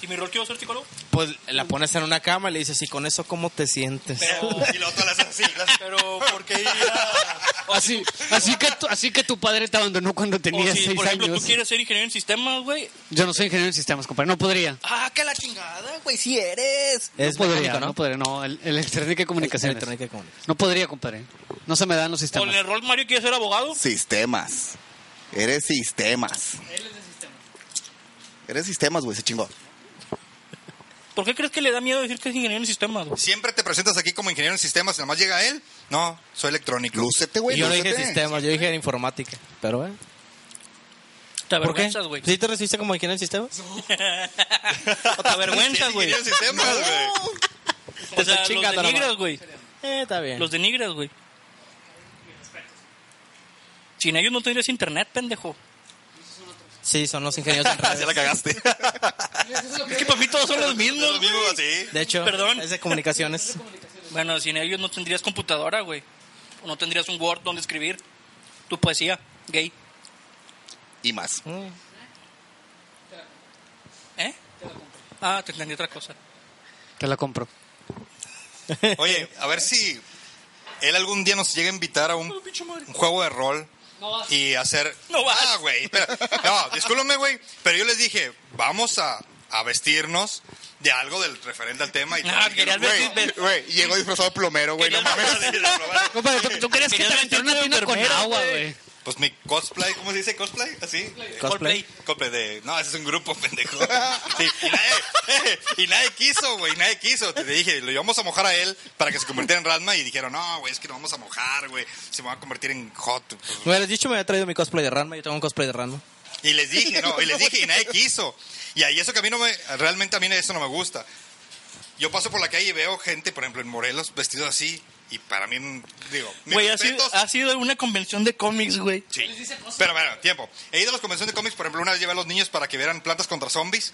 Si mi rol quiero ser psicólogo.
Pues la pones en una cama y le dices, ¿y con eso cómo te sientes?
Y lo otro las así. las-
Pero, ¿por qué ir a- o
Así, así, que tu, así que tu padre te abandonó cuando tenías
si,
seis
por ejemplo,
años.
tú quieres ser ingeniero en sistemas, güey.
Yo no soy ingeniero en sistemas, compadre. No podría.
Ah, que la chingada, güey, si eres.
No
Es
podría,
mecánico,
¿no?
¿no?
podría. No, el, el electrónica y comunicaciones.
Electrónica y comunicaciones.
No podría, compadre. No se me dan los
O en
sistemas.
el rol Mario quiere ser abogado.
Sistemas. Eres sistemas. Eres sistemas, güey, se chingó.
¿Por qué crees que le da miedo decir que es ingeniero en sistemas, güey?
Siempre te presentas aquí como ingeniero en sistemas y nada más llega él. No, soy electrónico.
Lúcete, güey.
Y yo no dije
lúcete.
sistemas, yo dije informática. Pero, ¿eh? bueno.
Te
¿Por qué?
avergüenzas, güey.
¿Sí te recibiste como ingeniero en sistemas?
O te avergüenzas, güey.
Ingeniero en sistemas, güey.
O sea,
Estoy
los
chingando
denigras,
nomás.
güey.
Eh, está bien.
Los denigras, güey. Sin ellos no tendrías internet, pendejo.
Sí, son los ingenieros en
Ah,
redes.
Ya la cagaste.
Es que para mí todos son los mismos,
Lo mismo
güey.
así.
De hecho,
Perdón.
es de comunicaciones.
Bueno, sin ellos no tendrías computadora, güey. O no tendrías un Word donde escribir tu poesía gay.
Y más.
Mm,
¿Eh? Ah, te entendí otra cosa.
Te la compro.
Oye, a ver si él algún día nos llega a invitar a un, un juego de rol y hacer...
No vas.
Ah, güey. espera. No, discúlpame, güey. Pero yo les dije, vamos a, a vestirnos de algo del referente al tema. Y
Ah, querías
Güey,
vestir-
Güey, llegó disfrazado de plomero, güey. No
Querías-
mames.
Compadre, ¿tú, tú querías que
Querías
te aventara una
vestirte de
tina con
enfermera,
agua,
güey.
güey?
Pues mi cosplay, ¿cómo se dice cosplay? ¿Así?
Coldplay.
Cosplay de... No, ese es un grupo, pendejo. Sí, y, nadie, eh, y nadie quiso, güey, nadie quiso. Te dije, lo íbamos a mojar a él para que se convirtiera en Radma y dijeron, no, güey, es que lo vamos a mojar, güey. Se me va a convertir en Hot. pues,
Me hubieras dicho, me había traído mi cosplay de Ranma. Yo tengo un cosplay de Ranma.
Y les dije, no, y les dije, y nadie quiso. Y ahí eso que a mí no me, realmente a mí eso no me gusta. Yo paso por la calle y veo gente, por ejemplo, en Morelos, vestidos así, y para mí, mm, digo, mis
Güey, ha sido,
respetos.
ha sido una convención de cómics, güey.
Sí. Pero bueno, tiempo. He ido a las convenciones de cómics, por ejemplo, una vez llevé a los niños para que vieran plantas contra zombies,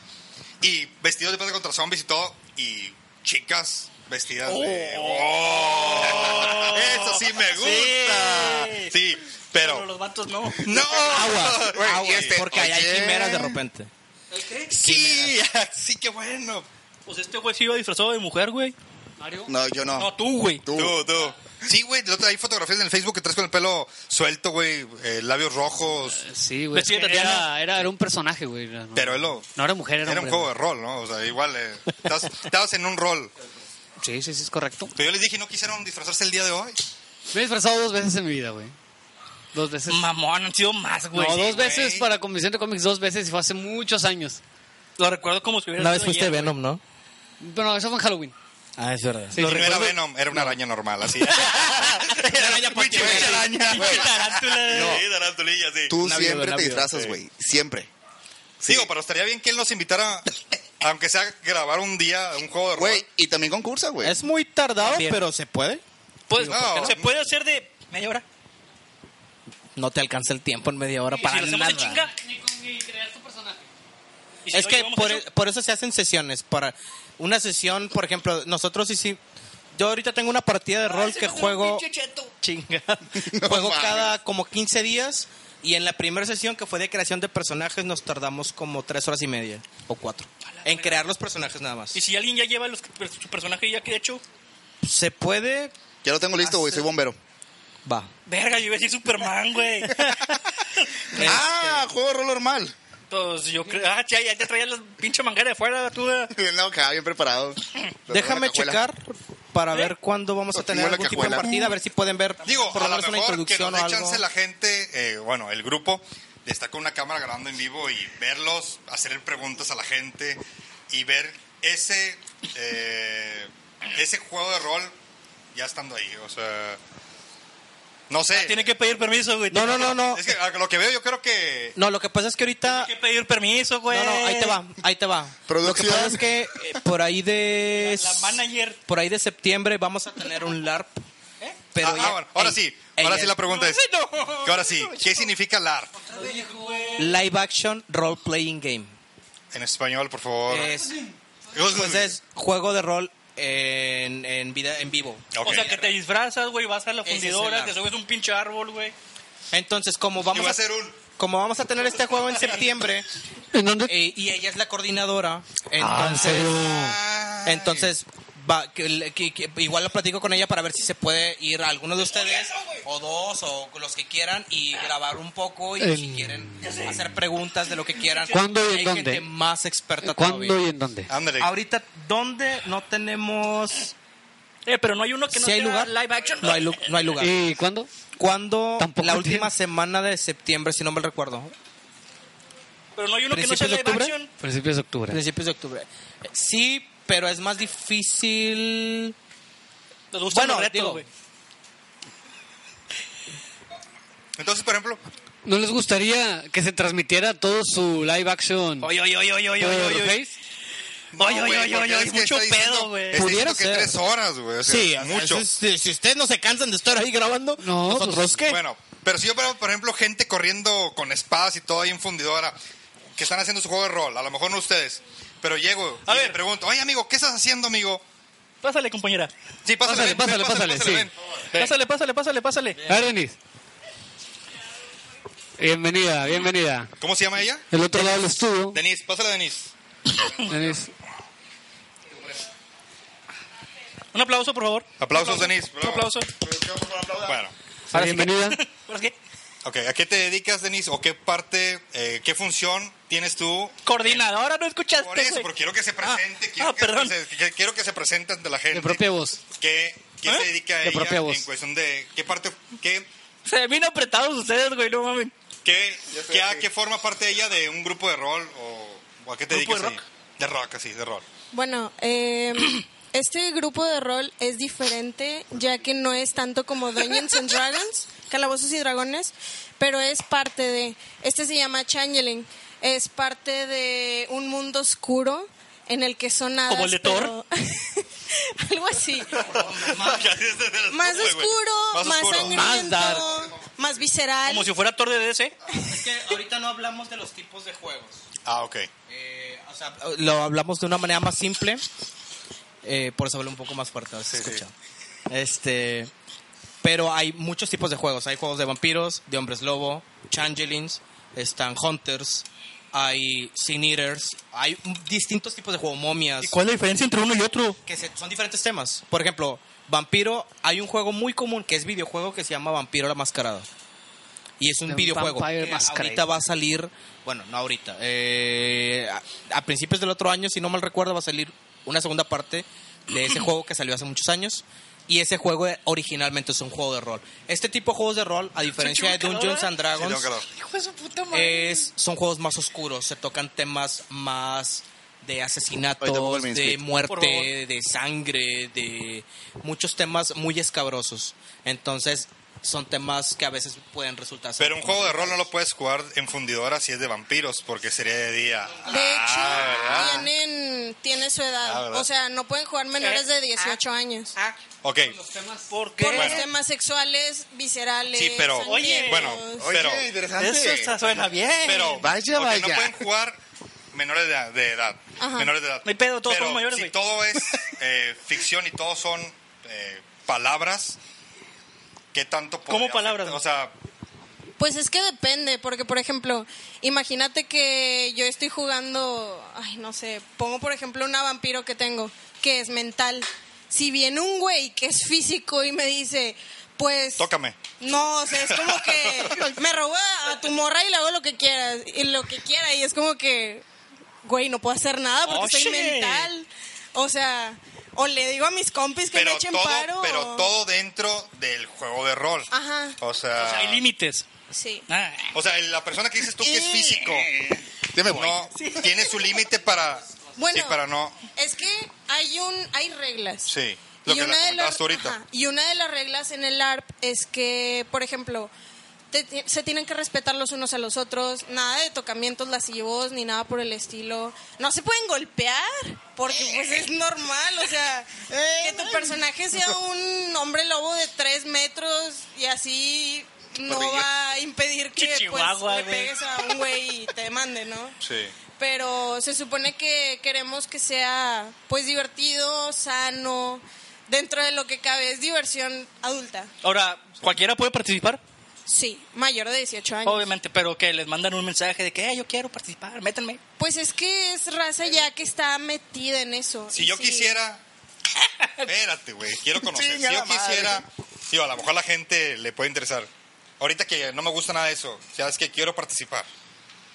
y vestidos de plantas contra zombies y todo, y chicas vestidas de... ¡Oh! eso sí me gusta. Sí,
Pero
pero...
los vatos no.
¡No!
Agua.
Güey,
agua,
y este,
Ah, porque ahí hay
oye.
quimeras de repente.
Sí, sí, qué bueno.
Pues este güey sí iba disfrazado de mujer, güey.
No, yo
Ah.
no.
No, tú, güey.
Tú.
Tú, tú. Sí, güey, el otro- hay fotografías en el Facebook que traes con el pelo suelto, güey, eh, labios rojos,
Sí, güey. es
Vestida
que
de Tatiana.
Era, era, era un personaje, güey. No,
pero él lo-
no era mujer, era,
era un
hombre,
juego de rol, ¿no? O sea, igual, eh, estabas, estabas en un rol.
güey. Sí, sí, sí, es correcto.
Pero yo les dije, no quisieron disfrazarse el día de hoy.
Me he disfrazado dos veces en mi vida, güey. Dos veces.
Mamón, han sido más, güey.
no,
Sí,
dos
güey.
veces para Convención de Cómics, dos veces y fue hace muchos años.
Lo recuerdo como si hubiera
Una vez
sido
fuiste
ayer,
Venom, ¿no?
Bueno, eso fue en Halloween.
Ah, es verdad.
Y
Lo
no era
recuerdo-
Venom, era una araña normal, así.
Era araña
Pinche
Pokémon.
araña,
Pinche
güey.
tarántula.
Sí, tarantulilla, sí.
Tú
Una viola,
siempre te
una viola,
disfrazas,
sí.
güey. Siempre.
Digo, pero estaría bien que él nos invitara, aunque sea grabar un día un juego de rol.
Güey, y también concursa, güey.
Es muy tardado,
También.
pero se puede.
Pues,
¿por qué no?
se puede hacer de media hora.
No te alcanza el tiempo en media hora
Y
para
si lo hacemos
nada.
en chinga.
Ni crear tu personaje.
¿Y si
Es
lo
que
llevamos
por, e-
hecho?
por eso se hacen sesiones. Para una sesión, por ejemplo, nosotros hicimos. Yo ahorita tengo una partida de rol que juego. Chinga. juego
mames.
cada como 15 días. Y en la primera sesión, que fue de creación de personajes, nos tardamos como 3 horas y media o 4. En crear los personajes nada más.
Y si alguien ya lleva los, su personaje ya que he hecho,
Se puede.
Ya lo tengo listo, güey. Soy bombero.
Va.
verga, yo iba a decir Superman, güey. Este
Ah, juego de rol normal.
Entonces yo creo, ah, ya, ya te traía la pinche manguera de fuera, tú. eh.
No, acá, bien preparado.
Déjame
Una cajuela.
checar para
¿Eh?
ver cuándo vamos a
Tengo
tener
una
algún tipo de
cajuela.
partida. A ver si pueden ver
Digo,
por
a lo
lo menos una
mejor que
introducción
nos
o
dé
algo.
chance la gente, eh, bueno, el grupo, de estar con una cámara grabando en vivo y verlos, hacer preguntas a la gente y ver ese, eh, ese juego de rol ya estando ahí. O sea, no sé.
Ah,
Tiene que pedir permiso, güey.
No, no, no, no.
Es que a lo que veo yo creo que...
No, lo que pasa es que ahorita.
Tiene que pedir permiso, güey.
No, no, ahí te va, ahí te va.
Producción.
Lo que pasa es que eh, por ahí de.
La manager.
Por ahí de septiembre vamos a tener un LARP. Pero
¿Eh?
Ah,
ya-
ah, bueno, ahora
ey,
sí,
ey,
ahora
ey,
sí la pregunta es...
No.
que Ahora sí, ¿qué significa LARP?
Live action role playing game.
En español, por favor.
Es, pues es juego de rol en, en, vida, en vivo.
Ok.
O sea, que te disfrazas, güey, vas a la
Ese es el
fundidora, te
arte.
subes un pinche árbol, güey.
Entonces, como
Y
vamos
va
a,
a ser un...
como vamos a tener este juego en septiembre
¿En dónde?
eh, y ella es la coordinadora,
Ah, ¿en
entonces.
serio?
Ay.
Entonces, va, que le- que- que- igual lo platico con ella para ver si se puede ir a alguno de ustedes, o dos, o los que quieran, y grabar un poco, y si
En-
quieren hacer preguntas de lo que quieran.
¿Cuándo y en
Hay
dónde?
gente más experta
¿Cuándo
todavía.
y en dónde?
Ándale.
Ahorita, ¿dónde no tenemos...?
Eh, pero no hay uno que no
¿Si hay
sea
lugar?
live action.
No hay, lu- no hay lugar.
¿Y cuándo?
¿Cuándo?
Tampoco
La última
tiene.
semana de septiembre, si no me recuerdo.
Pero no hay uno que no sea
¿Principios de
live
octubre?
action.
Principios de octubre.
Principios de octubre. Eh, Sí, pero es más difícil...
Nos gustan
Bueno,
los retos,
digo,
güey.
Entonces, por ejemplo,
¿No les gustaría que se transmitiera todo su live action
Oye, oye, oye, oye, oye,
por
oye, oye.
Face?
Oye, oye,
güey,
oye,
porque
oye,
es que
mucho
está diciendo-
pedo, güey.
está diciendo
Pudiera
que
ser.
tres horas, güey. o sea,
Sí,
mucho.
mucho. Si, si ustedes no se cansan de estar ahí grabando,
No,
nosotros
pues,
qué.
Bueno, pero si yo veo, por ejemplo, gente corriendo con espadas y todo ahí en fundidora, que están haciendo su juego de rol, a lo mejor no ustedes, pero llego
A
y
ver.
le pregunto, oye, amigo, ¿qué estás haciendo, amigo?
Pásale, compañera.
Sí, pásale,
Pásale,
ven, ven,
pásale, pásale,
ven. Ven.
Pásale, pásale, pásale, pásale.
A ver, Denise. Bienvenida, bienvenida.
¿Cómo se llama ella?
El otro lado del estudio.
Denise, pásale, Denise.
Denise.
Un aplauso, por favor.
Aplausos, Denise.
Un aplauso.
Bueno,
bienvenida.
¿Por qué?
ok, ¿a qué te dedicas, Denise? ¿O qué parte, eh, qué función tienes tú?
Coordinadora, no escuchaste.
Por eso,
güey?
porque quiero que se
Este
presente,
Ah,
quiero,
ah,
que,
perdón.
se- quiero que se presente ante la gente.
De propia voz.
¿Qué, qué
¿Eh?
se dedica a
De
ella
propia voz.
en cuestión de qué parte, qué,
Se vino apretados ustedes, güey, no mames.
qué,
sé,
qué, a
sí.
qué forma parte ella de un grupo de rol o, o a qué te
¿Grupo
dedicas?
de
ahí?
rock?
De rock, así, de rol.
Bueno, eh, este grupo de rol es diferente, ya que no es tanto como Dungeons and Dragons, Calabozos y Dragones, pero es parte de. Este se llama Changeling. Es parte de un mundo oscuro en el que son hadas.
¿Como el de Thor?
pero- Algo así.
este
Más
Güey, güey.
oscuro, más,
oscuro.
sangriento,
dark.
más visceral.
Como si fuera actor de DC.
Es que ahorita no hablamos de los tipos de juegos.
Ah, ok.
Eh, o sea, lo hablamos de una manera más simple. Eh, por eso hablé un poco más fuerte, a ver si
Sí,
se escucha. Este, pero hay muchos tipos de juegos. Hay juegos de vampiros, de hombres lobo, changelings, están hunters, hay sin eaters, hay distintos tipos de juegos, momias.
es la diferencia entre uno y otro?
que se- son diferentes temas. Por ejemplo, Vampiro, hay un juego muy común que es videojuego que se llama Vampiro la Mascarada. Y es un
The
videojuego.
Vampire
que
Masquerade.
ahorita va a salir, bueno, no ahorita, eh, a, a principios del otro año, si no mal recuerdo, va a salir una segunda parte de ese juego que salió hace muchos años. Y ese juego originalmente es un juego de rol. Este tipo de juegos de rol, a diferencia de Dungeons
Sí,
and Dragons,
tengo que dar.
es, son juegos más oscuros, se tocan temas más de
Ahorita pongo
asesinatos,
el main
de
script.
Por favor.
muerte, de sangre, de muchos temas muy escabrosos. Entonces, son temas que a veces pueden resultar... ser
Pero un juego de rol no lo puedes jugar en fundidora si es de vampiros, porque sería de día.
De hecho,
Ah, ¿verdad?
tienen, tiene su
Ah,
edad.
¿verdad?
o sea, no pueden jugar menores de 18 años.
¿Por
Ok,
Ah. Por los
Bueno.
temas sexuales, viscerales.
Sí, pero-
Oye.
sangrientos.
bueno,
Oye,
pero,
interesante.
Eso está- suena bien.
pero
Vaya,
ok, no
vaya.
pueden jugar menores de, de edad.
Ajá.
Menores de edad.
No hay pedo, todos
Pero
somos mayores,
Si
güey.
todo es eh, ficción y todo son eh, palabras, ¿qué tanto podría
palabras,
afectar? O sea,
Pues es que depende, porque por ejemplo, imagínate que yo estoy jugando, ay, no sé, pongo por ejemplo una vampiro que tengo, que es mental. Si viene un güey que es físico y me dice, pues...
tócame.
No, o sea, es como que me robó a tu morra y le hago lo que quieras, y lo que quiera, y es como que, güey, no puedo hacer nada porque
Oh,
soy
shit.
mental. O sea, o le digo a mis compis que
Pero
me echen
todo,
paro.
pero
o-
todo dentro del juego de rol.
Ajá.
O sea,
O sea, hay límites.
Sí.
Ah,
o sea, la persona que dices tú
Eh.
que es físico,
Ya me voy.
no tiene su límite para,
Bueno,
sí, para no,
Es que hay un hay reglas.
sí, lo
Y
que
una
la
de
comentabas
las-
tú ahorita.
ajá, y una de las reglas en el ARP es que, por ejemplo, te- te- se tienen que respetar los unos a los otros, nada de tocamientos lascivos ni nada por el estilo. No se pueden golpear, porque pues es normal, o sea,
Eh,
que tu personaje sea un hombre lobo de tres metros y así no
Porque yo-
va a impedir que pues,
Chihuahua,
le
güey.
pegues a un güey y te demande, ¿no?
Sí.
pero se supone que queremos que sea pues divertido, sano, dentro de lo que cabe, es diversión adulta.
Ahora, ¿cualquiera puede participar?
Sí, mayor de 18 años.
Obviamente, pero que les mandan un mensaje de que "Eh, yo quiero participar, métanme.
Pues es que es raza ya que está metida en eso.
Si
Y
yo
sí.
quisiera. Espérate, güey. Quiero conocer. Si yo quisiera. Digo, a lo mejor a la gente le puede interesar. Ahorita que no me gusta nada de eso. Sabes que quiero participar.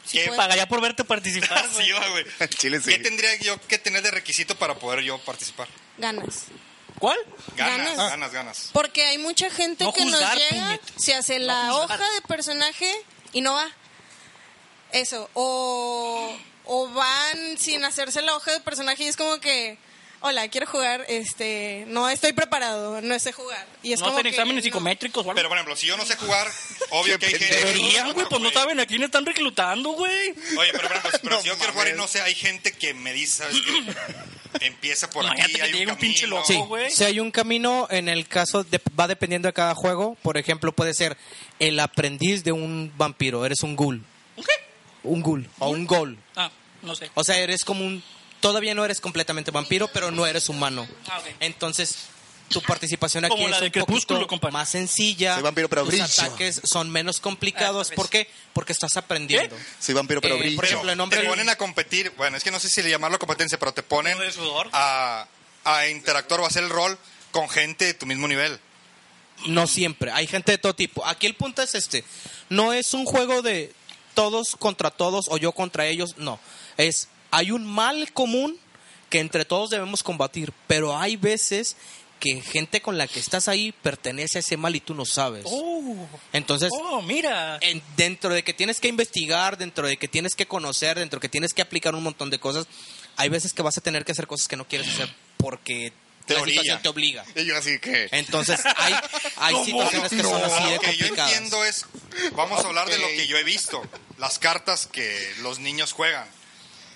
Sí
¿Qué
puede.
Pagaría por verte participar, Ah, güey.
Sí, va, güey.
Al chile sí.
¿Qué tendría yo que tener de requisito para poder yo participar?
Ganas.
¿Cuál?
Ganas,
Ganas.
ganas, ganas. ganas.
Porque hay mucha gente
No
que
juzgar,
nos llega,
puñeta.
se hace
No
la
juzgar.
hoja de personaje y no va. Eso. O, o van sin hacerse la hoja de personaje y es como que, hola, quiero jugar, este, no estoy preparado, no sé jugar. Y es
no
como
hacen
que,
exámenes
no.
psicométricos o algo.
Pero por ejemplo, si yo no sé jugar, obvio que hay gente.
Deberían, güey, pues no saben a quién están reclutando, güey.
Oye, pero por ejemplo, pero
No
si yo quiero jugar y
mames.
no sé, hay gente que me dice, ¿sabes qué? Empieza por
Imagínate
aquí,
que
hay
te
un,
llegue un pinche
camino.
loco,
Sí,
güey.
si hay un camino, en el caso de- va dependiendo de cada juego. Por ejemplo, puede ser el aprendiz de un vampiro, eres un ghoul. Un ghoul o un gol.
Ah, no sé.
O sea, eres como un... Todavía no eres completamente vampiro, pero no eres humano.
Ah, ok.
Entonces, tu participación aquí
Como la
es
de
un poquito
Crepúsculo, compa.
más sencilla.
Soy vampiro, pero
Tus
brillo.
ataques son menos complicados.
Ah,
¿Por qué? Porque estás aprendiendo.
Soy vampiro, pero
Eh,
brillo.
por ejemplo, en
te
hombre...
ponen a competir, bueno, es que no sé si le llamarlo competencia, pero te ponen
¿No de sudor?
a, a interactuar o hacer el rol con gente de tu mismo nivel.
No siempre, hay gente de todo tipo. Aquí el punto es este, no es un juego de todos contra todos o yo contra ellos, no. Es hay un mal común que entre todos debemos combatir, pero hay veces que gente con la que estás ahí pertenece a ese mal y tú no sabes.
Oh,
Entonces,
oh, mira.
en- dentro de que tienes que investigar, dentro de que tienes que conocer, dentro de que tienes que aplicar un montón de cosas, hay veces que vas a tener que hacer cosas que no quieres hacer porque
Te
la
orilla.
situación te obliga.
Y yo así que...
Entonces, hay, hay situaciones que son así de
lo que yo
complicadas.
entiendo es, vamos a hablar de lo
Ok.
que yo he visto, las cartas que los niños juegan.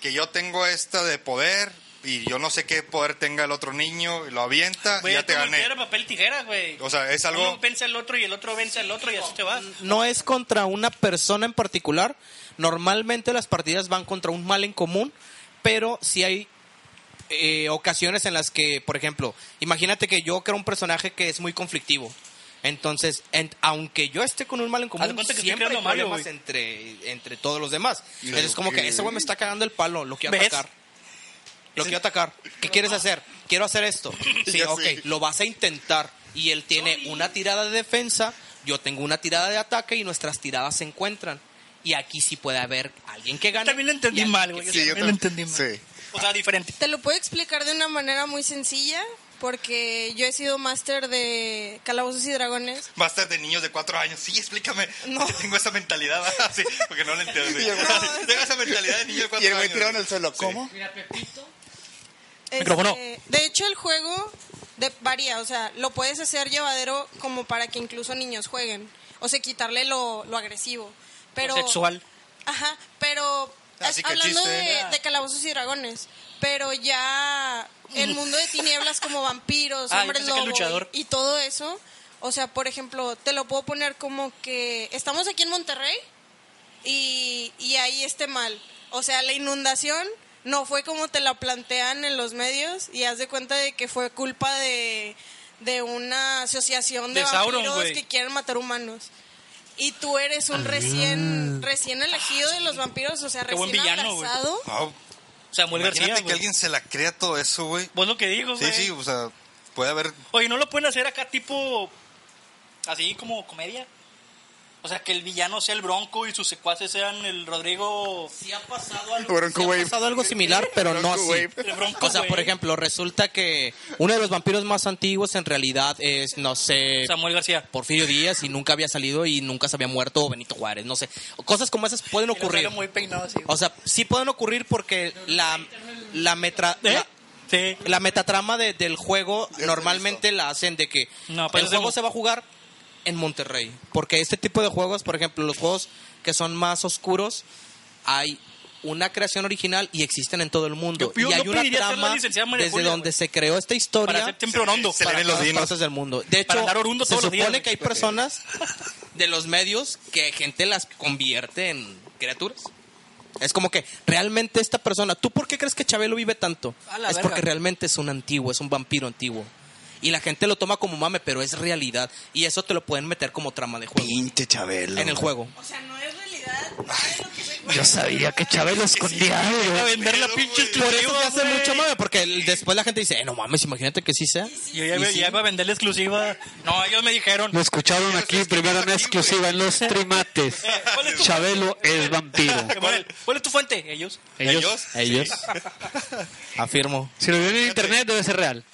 Que yo tengo esta de poder y yo no sé qué poder tenga el otro niño y lo avienta
Güey,
y ya te
como
gané.
piedra, papel, tijera, güey.
O sea, es
Uno
algo...
vence al otro y el otro vence al otro y así te vas.
No es contra una persona en particular. Normalmente las partidas van contra un mal en común, pero si hay eh, ocasiones en las que, por ejemplo, imagínate que yo creo un personaje que es muy conflictivo. Entonces, en- aunque yo esté con un mal en
Haz de
común,
cuenta que estoy
siempre hay
creando a Mario,
problemas
güey.
entre, entre todos los demás. Entonces, es como
ok.
que ese güey me está cagando el palo, lo quiero
¿Ves?
atacar. Lo quiero atacar. ¿Qué quieres hacer? Quiero hacer esto. Sí,
Ya
ok,
sé.
lo vas a intentar. Y él tiene una tirada de defensa, yo tengo una tirada de ataque y nuestras tiradas se encuentran. Y aquí sí puede haber alguien que gane.
También lo
y
entendí
alguien
mal,
que
güey.
sí.
yo también lo entendí mal.
Sí.
O sea, diferente.
Te lo puedo explicar de una manera muy sencilla, porque yo he sido máster de Calabozos y Dragones.
Basta de niños de cuatro años. Sí, explícame.
No.
No. Tengo esa mentalidad. Sí, porque no la entiendo.
Y el güey-
Tengo esa mentalidad de niño de
Y
cuatro
el güey
años.
tirado en el suelo.
Sí.
¿Cómo?
Este,
Micrófono.
de hecho, el juego de- varía, o sea, lo puedes hacer llevadero como para que incluso niños jueguen, o sea, quitarle lo, lo agresivo. Pero,
Sexual.
Ajá, pero
Así
as-
que
hablando
chiste.
de, de calabozos y dragones, pero ya el mundo de tinieblas como vampiros,
Ah, yo
hombres
pensé que el
lobo
luchador.
y, y todo eso, o sea, por ejemplo, te lo puedo poner como que estamos aquí en Monterrey y, y ahí esté mal. O sea, la inundación no fue como te la plantean en los medios y haz de cuenta de que fue culpa de, de una asociación de,
De Sauron,
vampiros
güey.
que quieren matar humanos. Y tú eres un recién recién elegido de los vampiros, o sea,
Qué buen
recién
villano, güey.
abrazado.
No,
Pues
Samuel
imagínate
García.
que
güey.
alguien se la crea todo eso, güey.
Vos lo que digo,
Sí,
güey.
sí, o sea, puede haber...
Oye, ¿no lo pueden hacer acá tipo así como comedia? O sea, que el villano sea el Bronco y sus secuaces sean el Rodrigo.
Sí ha pasado algo,
Bronco
sí ha
Wave.
pasado algo similar, pero no
Bronco
así.
Wave.
El Bronco.
O sea,
güey.
por ejemplo, resulta que uno de los vampiros más antiguos en realidad es, no sé,
Samuel García.
Porfirio Díaz y nunca había salido y nunca se había muerto o Benito Juárez, no sé. Cosas como esas pueden
Y lo sale
ocurrir.
muy peinado así.
O sea, sí pueden ocurrir porque la, la, metra-
güey. ¿Eh?
la-
Sí.
la metatrama de- del juego
Ya lo
normalmente la hacen de que
No, pero
el
eso
juego
es-
se va a jugar en Monterrey. Porque este tipo de juegos, por ejemplo, los juegos que son más oscuros, hay una creación original y existen en todo el mundo.
Yo- yo-
y hay
yo
una
pediría hacer la
trama
licenciada María
desde
Julia,
donde
güey.
se creó esta historia
Para ser siempre orondo.
Se le
para
ven los
todas
dinos.
partes del mundo. De hecho,
Para andar orundo
se
todos los
supone
días, güey.
que hay personas de los medios que gente las convierte en criaturas. Es como que realmente esta persona, ¿tú por qué crees que Chabelo vive tanto?
A la
es
verga.
porque realmente es un antiguo, es un vampiro antiguo. Y la gente lo toma como mame, pero es realidad. Y eso te lo pueden meter como trama de juego.
Pinche Chabelo.
En el juego.
O sea, no es realidad.
Yo sabía que Chabelo escondía algo.
A vender la
Pero,
pinche
güey.
Por eso
exclusiva,
se hace
güey.
mucho mame, porque el- después la gente dice, eh, no mames, imagínate que sí sea.
Yo ya,
Y
iba-
sí.
ya iba a vender la exclusiva. No, ellos me dijeron.
Lo escucharon aquí primero en exclusiva en los trimates.
¿Cuál es tu-
Chabelo es vampiro.
¿Cuál, cuál es tu fuente? Ellos.
¿Ellos?
Ellos. Afirmo.
Si lo vieron en internet debe ser real.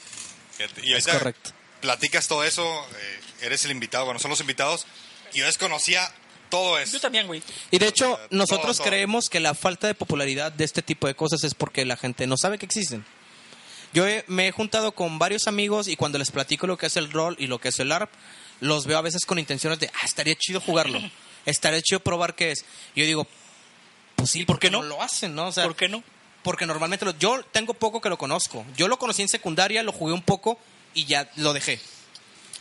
Fíjate, Y ahorita
correcto.
Platicas todo eso, eh, eres el invitado, bueno, son los invitados. Y yo desconocía todo eso.
Yo también, güey.
Y de hecho,
Todo,
nosotros
todo.
creemos que la falta de popularidad de este tipo de cosas es porque la gente no sabe que existen. Yo he- me he juntado con varios amigos y cuando les platico lo que es el rol y lo que es el ARP, los veo a veces con intenciones de, ah, estaría chido jugarlo, estaría chido probar qué es. Yo digo, pues sí,
por qué
¿por qué
no?
lo hacen, ¿no? O sea,
¿Por qué no?
Porque normalmente lo- yo tengo poco que lo conozco. Yo lo conocí en secundaria, lo jugué un poco y ya lo dejé.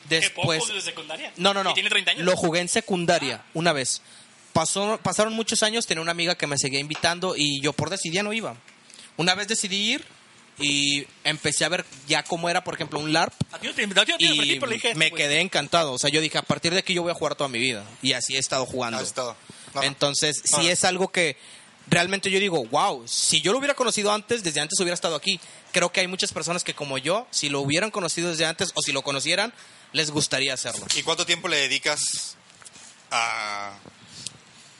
¿Qué poco
Después,
de secundaria?
pues, no, no, no.
Y tiene 30 años.
Lo jugué en secundaria una vez. Pasó, pasaron muchos años, tenía una amiga que me seguía invitando y yo por decidía no iba. Una vez decidí ir y empecé a ver ya cómo era, por ejemplo, un LARP
A ti no te invitaron, a ti no te
y
ofrecí, pero le dije,
me
güey.
quedé encantado. O sea, yo dije, a partir de aquí yo voy a jugar toda mi vida. Y así he estado jugando.
Has estado. No.
Entonces,
No,
sí
no.
es algo que realmente yo digo, wow, si yo lo hubiera conocido antes, desde antes hubiera estado aquí. Creo que hay muchas personas que como yo, si lo hubieran conocido desde antes o si lo conocieran, les gustaría hacerlo.
¿Y cuánto tiempo le dedicas a...?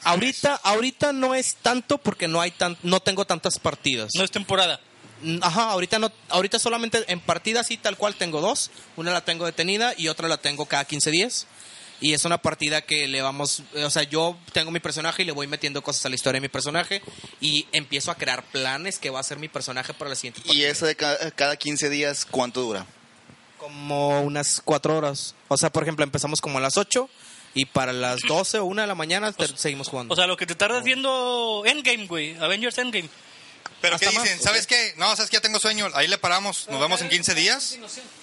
Ahorita, ahorita no es tanto porque no hay tan, no tengo tantas partidas.
No es temporada.
Mm, Ajá, ahorita no, ahorita solamente en partidas sí tal cual tengo dos. Una la tengo detenida y otra la tengo cada 15 días. Y es una partida que le vamos, eh, o sea, yo tengo mi personaje y le voy metiendo cosas a la historia de mi personaje y empiezo a crear planes que va a ser mi personaje para la siguiente
Y
partida.
eso de ca- cada 15 días, ¿cuánto dura?
Como unas cuatro horas. O sea, por ejemplo, empezamos como a las 8 y para las 12 o una de la mañana te- seguimos jugando.
O sea, lo que te tardas viendo Endgame, güey. Avengers Endgame.
¿Pero qué
Hasta más,
dicen?
ok.
¿Sabes qué? No, ¿sabes que Ya tengo sueño. Ahí le paramos. Nos vemos en 15 días.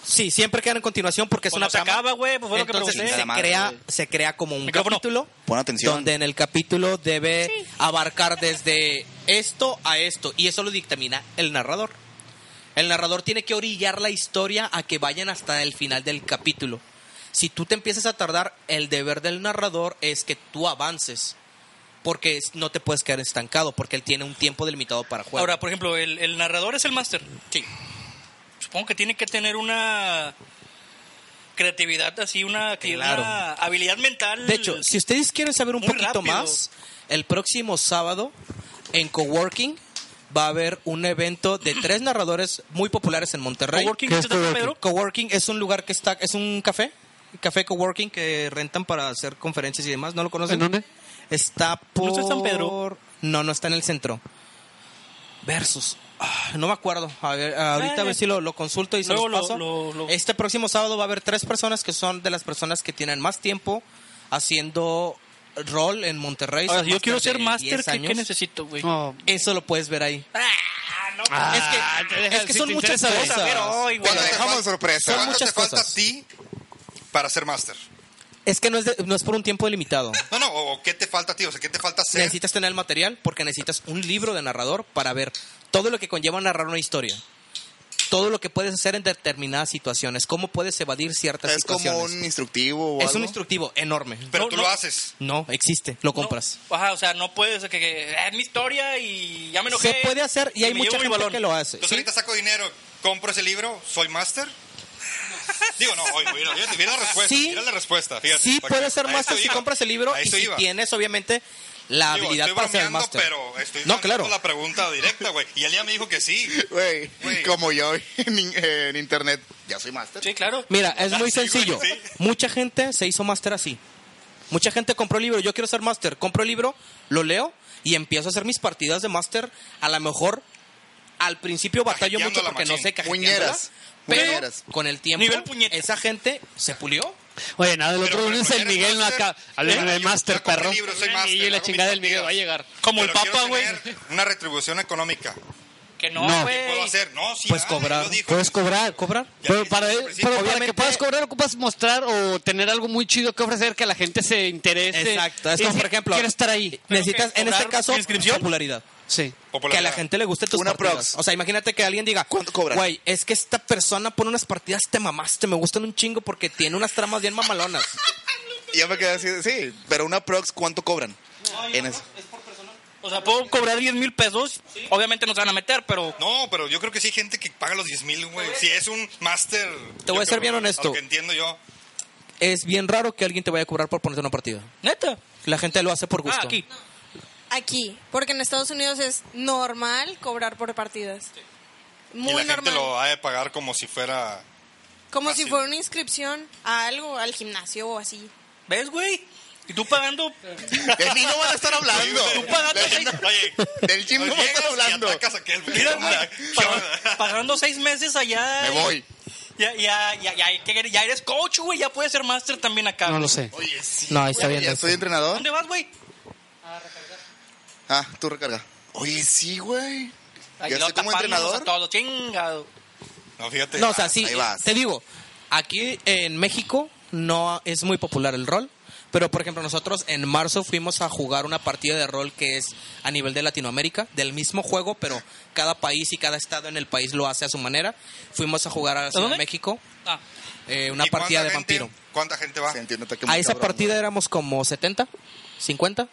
Sí, siempre quedan en continuación porque es
Cuando
una
se
trama.
acaba, güey, pues fue lo que
Entonces
pregunté.
se
madre,
crea,
güey.
se crea como un
Micrófono.
capítulo
Pon atención.
donde en el capítulo debe abarcar desde esto a esto y eso lo dictamina el narrador. El narrador tiene que orillar la historia a que vayan hasta el final del capítulo. Si tú te empiezas a tardar, el deber del narrador es que tú avances. Porque es- no te puedes quedar estancado, porque él tiene un tiempo delimitado para jugar.
Ahora, por ejemplo, el, el narrador es el máster. Sí. Supongo que tiene que tener una creatividad así, una, que-
Claro.
una habilidad mental.
De hecho, si ustedes quieren saber un
Muy
poquito
rápido.
más, el próximo sábado en Coworking va a haber un evento de tres narradores muy populares en Monterrey.
¿Coworking
¿Qué
dices
es
también,
coworking?
Pedro?
Coworking es un lugar que está, es un café, café coworking que rentan para hacer conferencias y demás. ¿No lo conocen?
¿En dónde?
Está por.
¿No está en San Pedro?
No, no está en el centro. Versus. Ah, no me acuerdo. A ver, ahorita a ver si lo, lo consulto y se
Luego
los
lo-
paso.
lo- lo-
Este próximo sábado va a haber tres personas que son de las personas que tienen más tiempo haciendo rol en Monterrey.
Ahora,
Son
si yo quiero
máster
ser
de
máster,
10
¿qué,
años.
qué necesito, güey?
No,
Eso lo puedes ver ahí.
Ah,
es
te
que,
deja-
es que
si
son
te
muchas
interesa,
cosas.
deja ver
hoy, güey.
Bueno,
Lo
te
dejamos
fal-
sorpresa.
Son
¿Cuánto
muchas
te falta a
cosas.
ti para ser máster?
Es que no es, de- no es por un tiempo limitado.
No, no, o o qué te falta a ti, o sea, ¿qué te falta hacer?
Necesitas tener el material porque necesitas un libro de narrador para ver todo lo que conlleva narrar una historia. Todo lo que puedes hacer en determinadas situaciones. Cómo puedes evadir ciertas
Es
situaciones.
como un instructivo o
es un
algo.
instructivo enorme.
Pero
No,
tú
no.
lo haces.
No, existe. Lo compras.
No, ajá, o sea, no puedes, que, que es mi historia y ya me enojé.
Se
eh,
puede hacer y hay
me
mucha
llevo mi
gente
balón.
que lo hace.
Entonces
¿sí?
ahorita saco dinero, compro ese libro, soy máster. Digo, no, oye, mira, mira, mira la respuesta.
Sí.
mira la respuesta. Fíjate,
sí
para que-
puedes ser
a eso
máster si
iba,
compras el libro
a
y
eso
si
iba.
tienes obviamente la
Digo,
habilidad
estoy
para ser
bromeando,
máster.
Pero estoy
no,
dando
claro.
la pregunta directa, güey. Y él ya me dijo que sí.
Güey,
Güey.
como yo en, in- en internet, ya soy máster.
Sí, claro.
Mira, es muy
Sí, güey,
sencillo.
sí.
Mucha gente se hizo máster así. Mucha gente compró el libro, yo quiero ser máster, compro el libro, lo leo y empiezo a hacer mis partidas de máster. A lo mejor al principio batallo
Cajeteando
mucho
la
porque no
machín.
sé cajeteándola,
Muñeras.
Pero
Muñeras.
con el tiempo
Nivel puñeta.
esa gente se pulió.
oye, nada, el
Pero,
otro
pero
lunes
no
el
eres
Miguel no
máster.
acá. Al
¿Eh?
el
Yo
máster,
compré
perro.
libro, soy máster,
Y la
hago
chingada
mis
del Miguel va a
partidas.
llegar.
Como el
Pero quiero
Papa, güey.
tener Una retribución económica.
Que no,
No.
¿Qué puedo
güey.
hacer? No, sí.
Puedes
vale,
Pues cobrar,
Ah, lo dijo.
Puedes cobrar.
¿Cobrar?
Ya
Pero
dijiste
para,
al
pero
principio.
para
Obviamente-
que puedas cobrar ocupas mostrar o tener algo muy chido que ofrecer que la gente se interese.
Exacto, es
Y
como,
si
por ejemplo,
Quiere estar ahí.
Necesitas
que
en este
cobrar
caso
inscripción.
popularidad.
Sí.
Que a
Popularidad.
la gente le guste tus
Una
partidas.
prox.
O sea, imagínate que alguien diga,
¿Cuánto cobran?
Güey, es que esta persona pone unas partidas, te mamaste, me gustan un chingo porque tiene unas tramas bien mamalonas.
Y Yo me quedé así, sí, pero una prox, ¿cuánto cobran? en eso.
O sea, puedo cobrar 10 mil pesos. Obviamente no se van a meter, pero.
No, pero yo creo que sí hay gente que paga los 10 mil, güey. Si es un máster.
Te voy
yo
a ser
creo,
bien
a
honesto.
Lo que entiendo yo.
es bien raro que alguien te vaya a cobrar por ponerte una partida.
Neta.
La gente lo hace por gusto.
Ah, aquí.
Aquí, porque en Estados Unidos es normal cobrar por partidas.
y
Muy
la gente
normal.
lo ha de pagar como si fuera.
Como
Así.
si fuera una inscripción a algo, al gimnasio o así.
¿Ves, güey? Y tú pagando.
De mí no van a estar hablando.
Oye,
Tú pagaste seis-
Oye,
Del gym no van a
llegas
estar
y
hablando.
atacas a aquel, güey.
Mira, güey,
¿Qué
paga-
onda?
pagando seis meses allá.
Me
y-
voy.
Ya, ya, ya, ya, ¿qué eres? ya eres coach, güey. Ya puedes ser máster también acá.
No
güey.
lo sé.
Oye, sí.
No, ahí está
güey,
bien
ya
eso.
soy entrenador.
¿Dónde vas, güey?
Ah, tú recarga. Oye, sí, güey.
Ay,
Ya
lo
soy como
tapándonos
entrenador.
a todos, chingado.
No, fíjate.
No, o sea, sí,
Ahí vas.
te digo, aquí en México no es muy popular el rol, pero por ejemplo nosotros en marzo fuimos a jugar una partida de rol que es a nivel de Latinoamérica, del mismo juego, pero cada país y cada estado en el país lo hace a su manera. Fuimos a jugar a la Ciudad
dónde?
de México
Ah,
eh, una
¿Y cuánta
partida de
gente-
vampiro.
¿Cuánta gente va?
Ah, Se entiende que
A
muy
esa
cabrón,
partida éramos como 70, 50,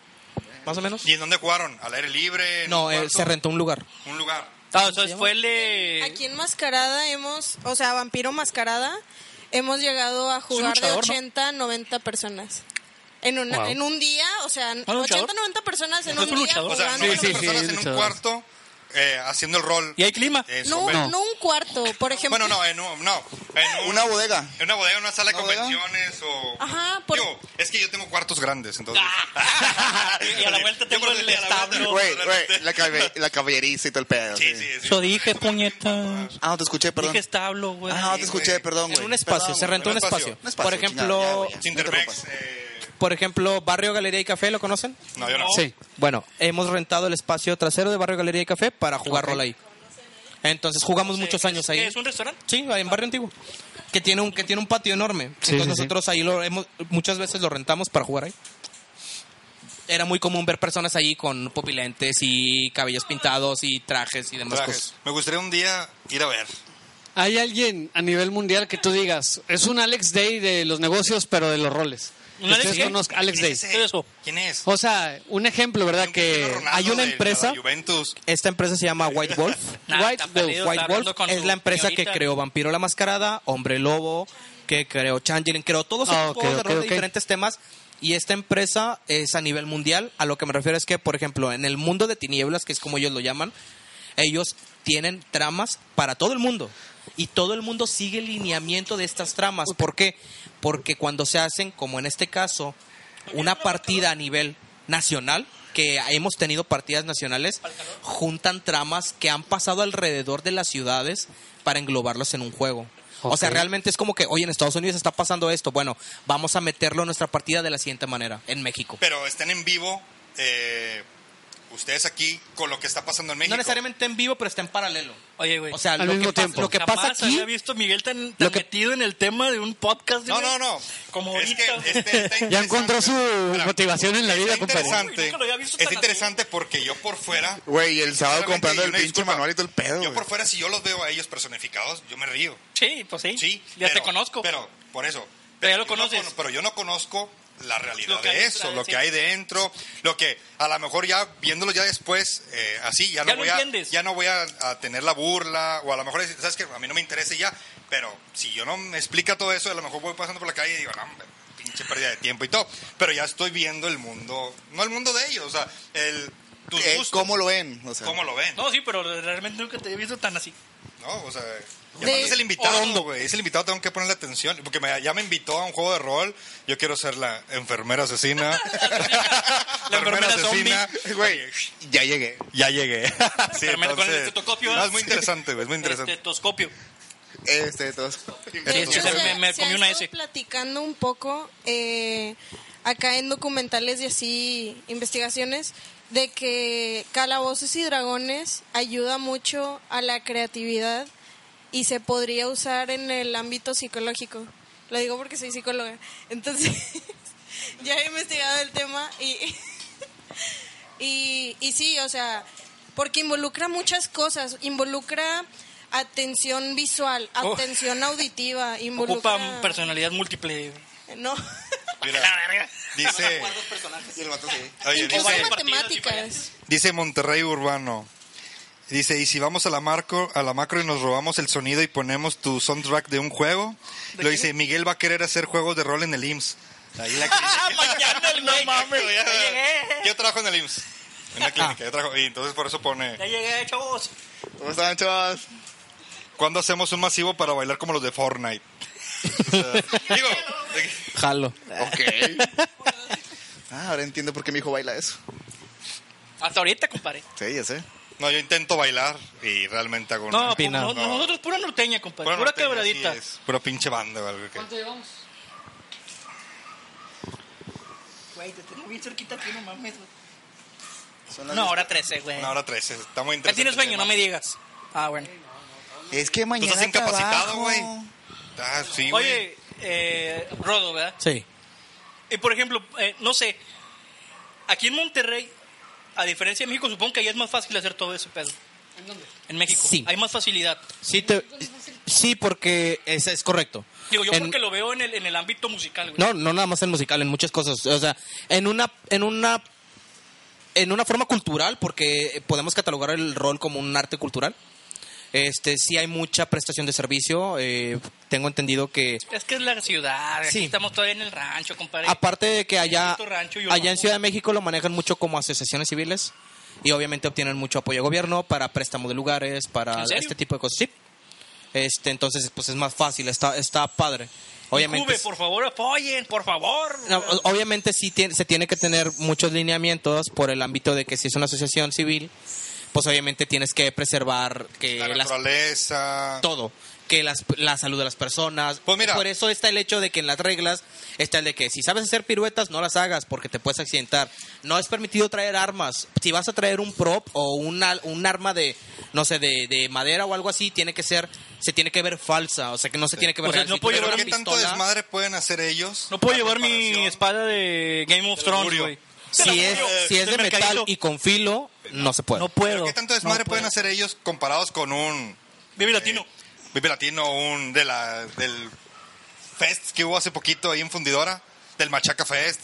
más o menos.
¿Y en dónde jugaron? ¿Al aire libre? en
No,
un
eh,
cuarto?
se rentó un lugar.
Un lugar.
Ah, o sea, fue el de-
Aquí en Mascarada hemos, o sea, Vampiro Mascarada, hemos llegado a
un
jugar
luchador,
de
¿no?
80 90 personas. En, una-
Wow.
en un día, o sea,
luchador?
80 90 personas en
¿No
un
es un
día
luchador?
O sea,
jugando.
no
Oh, sí, sí,
personas en un
luchador.
cuarto eh, haciendo el rol.
Y hay clima.
eh,
no,
sobre-
no, un cuarto, por ejemplo.
Bueno, no, en un- no. En un-
Una bodega.
En una bodega, en una sala de
¿Una bodega?
convenciones o...
Ajá, por-
Digo, es que yo tengo cuartos grandes, entonces...
y a la vuelta tengo
Yo creo
el
que a la vuelta
establo.
tengo el
Güey, güey, la, cabe- la caballeriza y todo el pedo.
Sí,
sí.
sí, sí.
Eso dije, puñetas.
Ah, no te escuché, perdón.
Dije establo, güey.
Ah, no te escuché, perdón, güey.
En un espacio,
Perdón,
se rentó
un
un
espacio.
espacio.
Un espacio,
Por
chingada, ya,
ejemplo,
güey, ya.
Sintermex,
No
eh,
por ejemplo, Barrio Galería y Café, ¿lo conocen?
No, yo no.
Sí.
Bueno, hemos rentado el espacio trasero de Barrio Galería y Café para jugar rol ahí. Entonces jugamos muchos años ahí.
¿Es un restaurante?
Sí, en Barrio Antiguo. Que tiene un que tiene un patio enorme.
Sí,
Entonces
sí, sí.
nosotros ahí lo hemos muchas veces lo rentamos para jugar ahí. Era muy común ver personas ahí con popilentes y cabellos pintados y trajes y demás
Trajes. Me gustaría un día ir a ver.
¿Hay alguien a nivel mundial que tú digas, es un Alex Day de los negocios, pero de los roles?
¿Un Alex
Ustedes
Day?
conozcan- Alex
¿Quién
Day.
es ese?
¿Qué es eso?
¿Quién es?
O sea, un ejemplo, ¿verdad?
Un
que
Cristiano Ronaldo
hay una
de la
empresa-
Juventus.
cosas. Esta empresa se llama White Wolf.
Nah,
White
está perdido,
Wolf,
está
White
hablando
Wolf
con
es
su
la empresa
señorita.
que creó Vampiro la Mascarada, Hombre Lobo, que creó Changeling, creó todos esos
Ah, ok,
juegos de
ok,
rol de
ok.
diferentes temas. Y esta empresa es a nivel mundial. A lo que me refiero es que, por ejemplo, en el mundo de tinieblas, que es como ellos lo llaman, Ellos tienen tramas para todo el mundo. Y todo el mundo sigue el lineamiento de estas tramas. ¿Por qué? Porque cuando se hacen, como en este caso, una partida a nivel nacional, que hemos tenido partidas nacionales, juntan tramas que han pasado alrededor de las ciudades para englobarlos en un juego. O sea,
Ok.
realmente es como que, oye, en Estados Unidos está pasando esto. Bueno, vamos a meterlo en nuestra partida de la siguiente manera, en México.
Pero están en vivo eh, ustedes aquí con lo que está pasando en México.
No necesariamente en vivo, pero está en paralelo.
Oye, güey. Pues
O sea,
Al
lo,
mismo
que pasa,
tiempo.
lo que pasa
Jamás
aquí
había visto a Miguel tan, tan
lo que-
metido en el tema de un podcast.
No,
güey.
no, no.
Como
Es
ahorita,
que
güey.
este- está
Ya encontró su
interesante. Mira,
motivación en la vida,
Está
compadre.
Uy,
interesante.
nunca lo había visto tan
Está interesante porque yo por fuera
Güey, y el sábado
Solamente,
comprando
y
el
una
pinche
disculpa.
manual y todo el pedo.
Yo
güey.
por fuera, si yo los veo a ellos personificados, yo me río.
Sí, pues sí.
Sí.
Ya te
pero-
conozco.
Pero, por eso.
Pero ya lo
yo no
conoces.
cono- pero yo no conozco la realidad
Lo que hay
de eso,
detrás,
lo
sí.
que hay dentro, lo que a lo mejor ya viéndolo ya después, eh, así, ya no,
Ya lo
voy a,
entiendes.
ya no voy a, a tener la burla, o a lo mejor, es- ¿sabes que A mí no me interesa y ya, pero si yo no me explica todo eso, a lo mejor voy pasando por la calle y digo, no, hombre, pinche pérdida de tiempo y todo, pero ya estoy viendo el mundo, no el mundo de ellos, o sea, el, tus
Eh,
gustos,
¿Cómo lo ven? O sea,
cómo lo ven.
No, sí, pero realmente nunca te he visto tan así.
No, o sea, y
De-
aparte es el invitado,
Orondo.
güey. Es el invitado, tengo que ponerle atención. Porque me- ya me invitó a un juego de rol. Yo quiero ser la enfermera asesina.
La enfermera
Güey, ya llegué.
Ya llegué. Sí,
enfermera con el
entonces-
estetoscopio, ¿eh?
No, es muy interesante, güey. Es muy interesante.
Estetoscopio.
Este, todos.
De hecho,
Sí,
se,
me- me
se
comí
ha
una
estado
S.
platicando un poco eh, acá en documentales y así investigaciones de que Calabozos y Dragones ayuda mucho a la creatividad y se podría usar en el ámbito psicológico. Lo digo porque soy psicóloga. Entonces, ya he investigado el tema y... Y, y sí, o sea, porque involucra muchas cosas, involucra atención visual,
Oh.
atención auditiva, involucra...
Ocupa personalidad múltiple.
No,
Mira, dice,
Y el vato sí.
oye,
incluso
dice,
matemáticas.
dice Monterrey Urbano. Dice, ¿y si vamos a la, marco, a la macro y nos robamos el sonido y ponemos tu soundtrack de un juego? Lo dice, Miguel va a querer hacer juegos de rol en el IMSS. Ahí la
Ah, Mañana el no mames. eh. Ah.
Ya, ya, ya. Yo trabajo en el IMSS. En la clínica, yo trabajo. Y entonces por eso pone.
Ya llegué, chavos.
¿Cómo están, chavas?
¿Cuándo hacemos un masivo para bailar como los de Fortnite? O sea, digo,
Jalo.
Ok. Ah, ahora entiendo por qué mi hijo baila eso.
Hasta ahorita, compadre.
Sí, ya sé.
no, yo intento bailar y realmente hago una.
No, pu-
Opinado.
no, nosotros pura norteña, compadre. Pura,
norteña,
quebradita.
así es, Pura pinche banda o algo que.
llevamos?
Güey, te tengo bien cerquita aquí, no mames. güey.
Son las
Una hora trece, güey.
Una hora trece, está muy
Ya
interesante.
tienes sueño,
el tema.
no me digas. Ah, bueno.
Es que
Tú
mañana
estás incapacitado,
trabajo.
güey. Ah, sí, güey.
Oye, eh, Rodo, ¿verdad?
Sí.
Y por ejemplo, eh, no sé, aquí en Monterrey, a diferencia de México, supongo que ahí es más fácil hacer todo ese pedo. ¿En dónde? En México.
Sí.
Hay más facilidad.
Sí, te...
Sí, porque es, es correcto.
Digo, yo
En-
porque lo veo en el, en el ámbito musical, güey.
No, no nada más en musical, en muchas cosas. O sea, en una, en una, en una forma cultural, porque podemos catalogar el rol como un arte cultural. Este, sí hay mucha prestación de servicio. eh, tengo entendido que
Es que es la ciudad, aquí
Sí.
estamos todavía en el rancho, compadre.
aparte de que allá,
Bonito rancho y
allá
urbano.
en Ciudad de México lo manejan mucho como asociaciones civiles y obviamente obtienen mucho apoyo de gobierno para préstamo de lugares, para
¿En serio?
este tipo de cosas. Sí. Este, entonces, pues es más fácil. Está, está padre. Obviamente.
Jube,
es-
por favor, apoyen, por favor.
No, o- obviamente sí tiene- se tiene que tener muchos lineamientos por el ámbito de que si es una asociación civil, pues obviamente tienes que preservar que
eh,
la
las-
naturaleza.
todo, que las- la salud de las personas.
Pues mira.
por eso está el hecho de que en las reglas está el de que si sabes hacer piruetas no las hagas porque te puedes accidentar. No es permitido traer armas. Si vas a traer un prop o un al- un arma de no sé de, de madera o algo así tiene que ser se tiene que ver falsa, o sea que no se tiene que ver.
O sea,
real.
no
Si tú
puedo
traes
llevar
Pero
una
¿qué tanto
pistola-
desmadre pueden hacer ellos?
No puedo
La
llevar mi
preparación.
espada de Game of
Del
Thrones,
augurio.
güey.
si es, si es
Del
de metal
mercadito.
y con filo, no se puede.
No puedo.
¿Qué tanto desmadre
No
pueden
puedo.
hacer ellos comparados con un
Vive latino.
Eh, Vive Latino, un de la, del fest que hubo hace poquito ahí en Fundidora, del Machaca Fest.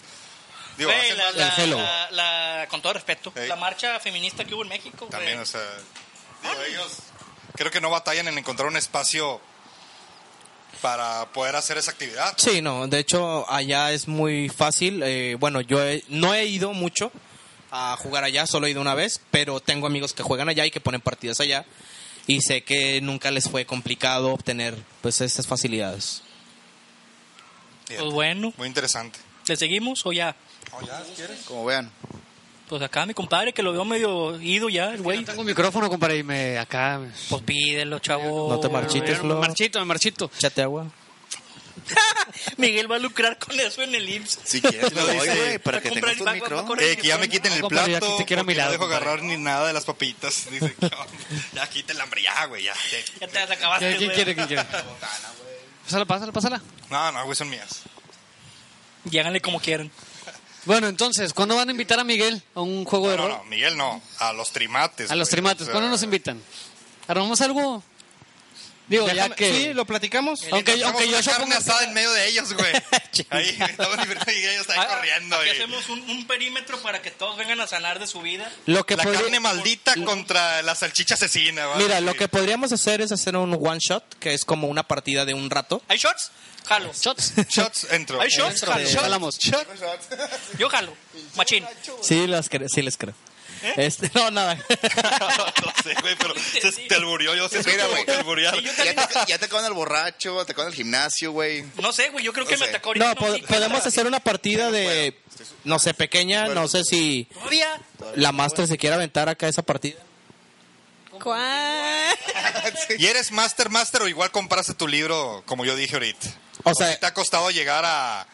Digo,
Güey,
hacen
la,
más-
la-
el Hello.
la- la- con todo respeto,
Ey.
la marcha feminista que hubo en México, güey.
también, o sea, digo, ellos creo que no batallan en encontrar un espacio para poder hacer esa actividad.
Sí, no, de hecho allá es muy fácil. eh, bueno, yo he- no he ido mucho, a jugar allá, solo he ido una vez, pero tengo amigos que juegan allá y que ponen partidas allá. Y sé que nunca les fue complicado obtener pues estas facilidades.
Fíjate.
Pues bueno,
Muy interesante.
¿le seguimos o ya?
Oh, ya, si quieres.
Como vean.
Pues acá mi compadre que lo veo medio ido ya, el güey.
Tengo un micrófono, compadre, y me acá. me-
Pues pídelo, chavo.
No te marchites,
Me
Flo.
marchito, me marchito.
Échate agua.
Miguel va a lucrar con eso en el IMSS.
Si quieres, lo
Lo
doy,
dice,
güey, para
va
que
a
tengas tu
comprar y va- va
micro.
a correr.
Eh, que ya me quiten el
No, pues Ah, compadre, ya
plato.
te quiero a mi
porque no
lado,
dejo
compadre.
agarrar ni nada de las papitas. Dice, "¿Qué onda? ya quita el hambre, ya, güey, ya.
Ya te las acabaste,
¿Quién, quién
güey.
quiere? ¿Quién quiere? Pásala, pásala, pásala.
No, no, güey, son mías.
Y háganle como quieran.
Bueno, entonces, ¿cuándo van a invitar a Miguel a un juego de
No,
rol?
no, Miguel no. A los trimates.
A los
güey.
trimates.
O sea,
¿Cuándo nos invitan? ¿Armamos algo? Digo, ya
Déjame-
que...
Sí, lo platicamos.
Aunque,
Hacemos
aunque
una
yo
carne
supongo...
asada en medio de ellos, güey. Ahí estamos divirtiendo y ellos están corriendo.
Ah,
eh.
Aquí
güey.
hacemos un, un perímetro para que todos vengan a sanar de su vida.
Lo que
La
podría-
carne maldita contra la salchicha asesina, güey.
Mira,
Sí.
lo que podríamos hacer es hacer un one shot, que es como una partida de un rato.
¿Hay shots? Jalo.
Shots.
Shots, entro.
¿Hay shots? Jalo.
Shots. Jalamos.
Yo jalo. Machín.
Sí, las cre- sí les creo. Este, no, nada.
no sé, güey, pero se, te alburió. Yo sé
Mira,
que
güey.
te alburiar.
Sí, yo
Ya te, ya te acaban al borracho, te acaban al gimnasio, güey.
No sé, güey. Yo creo que
No
me
sé.
atacó ahorita.
no, po-
sí,
podemos
jala.
hacer una partida de, no sé, pequeña. No sé si
Todavía.
la Master se quiere aventar acá esa partida.
¿Cuál?
¿Y eres master, master o igual compraste tu libro, como yo dije ahorita?
O sea,
¿Te ha costado llegar a,
A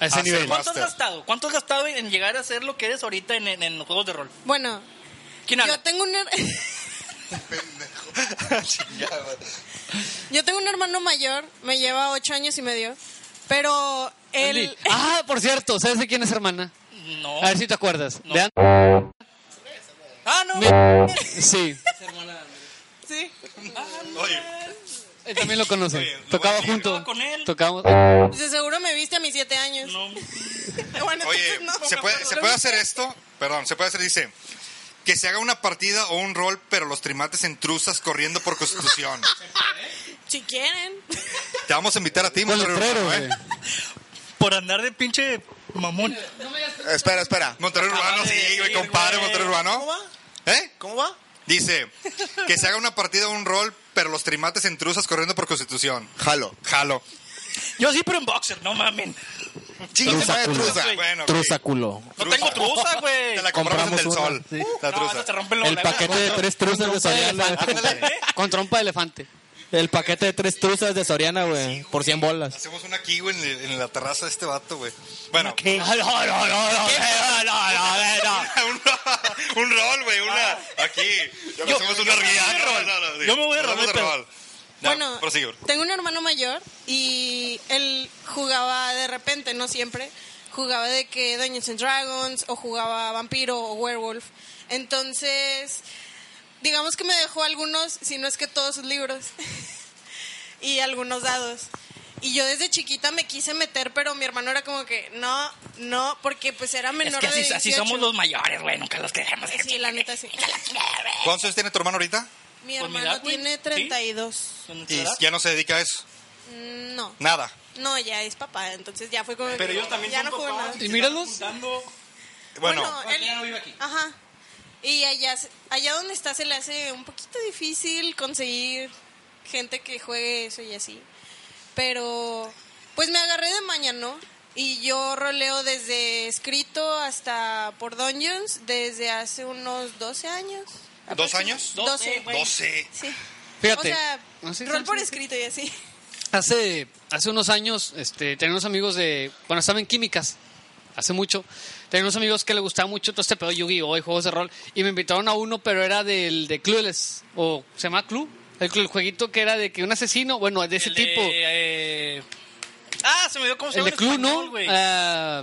ese
a ser
nivel.
¿Cuánto has
master?
gastado? ¿Cuánto has gastado en en llegar a ser lo que eres ahorita en, en, en los juegos de rol?
Bueno,
¿Quién habla?
yo tengo un her- yo tengo un hermano mayor, me lleva ocho años y medio, pero
Andy.
él
Ah, por cierto, ¿sabes de quién es hermana?
No.
A ver si te acuerdas.
No.
De An-
Ah, no.
Sí,
sí,
Oye,
él también lo conoce.
Oye, lo
Tocaba
voy a decir.
junto.
Tocaba con él.
Tocamos.
dice, seguro me viste a mis siete años.
No.
Bueno,
oye,
entonces no.
¿se, puede, ¿se puede hacer esto? Perdón, ¿se puede hacer? Dice, que se haga una partida o un rol, pero los trimates en truzas corriendo por Constitución.
Si quieren.
Te vamos a invitar a ti,
Con
Monterrey
letrero,
Urbano, ¿eh?
güey.
Por andar de pinche mamón.
Espera, espera.
Monterrey Urbano,
Acaba de
sí, güey,
decir,
compadre,
Ah, güey.
Monterrey Urbano. ¿Eh?
¿Cómo va?
Dice, que se haga una partida o un rol, pero los trimates en truzas corriendo por Constitución.
Jalo.
Jalo.
Yo sí, pero en boxer, no mamen.
Chinga,
Truza,
madre,
culo.
truza.
Güey,
Bueno, ok.
Truza culo.
No tengo truza, güey.
Te la compramos, en
Compramos
el
una,
sol.
sí.
La
No, esa
truza.
te rompe la
El paquete de tres truzas de Soriana.
Con trompa de elefante.
El paquete de tres truzas de Soriana, güey. Por 100 bolas.
Hacemos una aquí, güey, en, el- en la terraza de este vato, güey. Bueno, un, un rol, güey,
Ah.
una. Aquí. hacemos una
voy
ría.
a
No,
rol.
no, no, sí.
Yo me voy a
Hacemos
rol,
un
pero-
rol. Ya,
bueno,
prosigue.
tengo un hermano mayor y él jugaba de repente, no siempre, jugaba de que Dungeons and Dragons o jugaba vampiro o werewolf. Entonces, digamos que me dejó algunos, si no es que todos sus libros y algunos dados. Y yo desde chiquita me quise meter, pero mi hermano era como que no, no, porque pues era
Es
menor
que así,
de
así
18.
somos los mayores, güey. Nunca los queremos.
Sí, la neta sí.
¿Cuántos años tiene tu hermano ahorita?
Mi
Pues mi
hermano
edad, güey.
tiene
¿Sí?
32.
Y ya no se dedica a eso.
Mm, No.
Nada.
No, ya es papá, entonces ya fue como.
Pero
que
ellos también
ya
son
no juego
papás.
nada.
Y míralos.
Bueno,
él- Ajá. Y allá, se- allá donde está se le hace un poquito difícil conseguir gente que juegue eso y así. Pero, pues me agarré de maña, ¿no? Y yo roleo desde escrito hasta por Dungeons desde hace unos 12 años.
¿Dos años?
12.
güey.
12.
Sí.
Fíjate.
O sea,
Ah, sí,
rol
sí,
por
sí.
escrito y así.
Hace, hace unos años, este, tenía unos amigos de, bueno, estaban en químicas, hace mucho, tenía unos amigos que le gustaba mucho todo este pedo Yu-Gi-Oh y juegos de rol, y me invitaron a uno, pero era del de Clueless, o se llama Clue, el, el jueguito que era de que un asesino, bueno, de ese
El de,
tipo,
eh, Ah, se me dio cómo se
el
llama.
de
en
Clue,
español,
¿no?
güey.
Ah,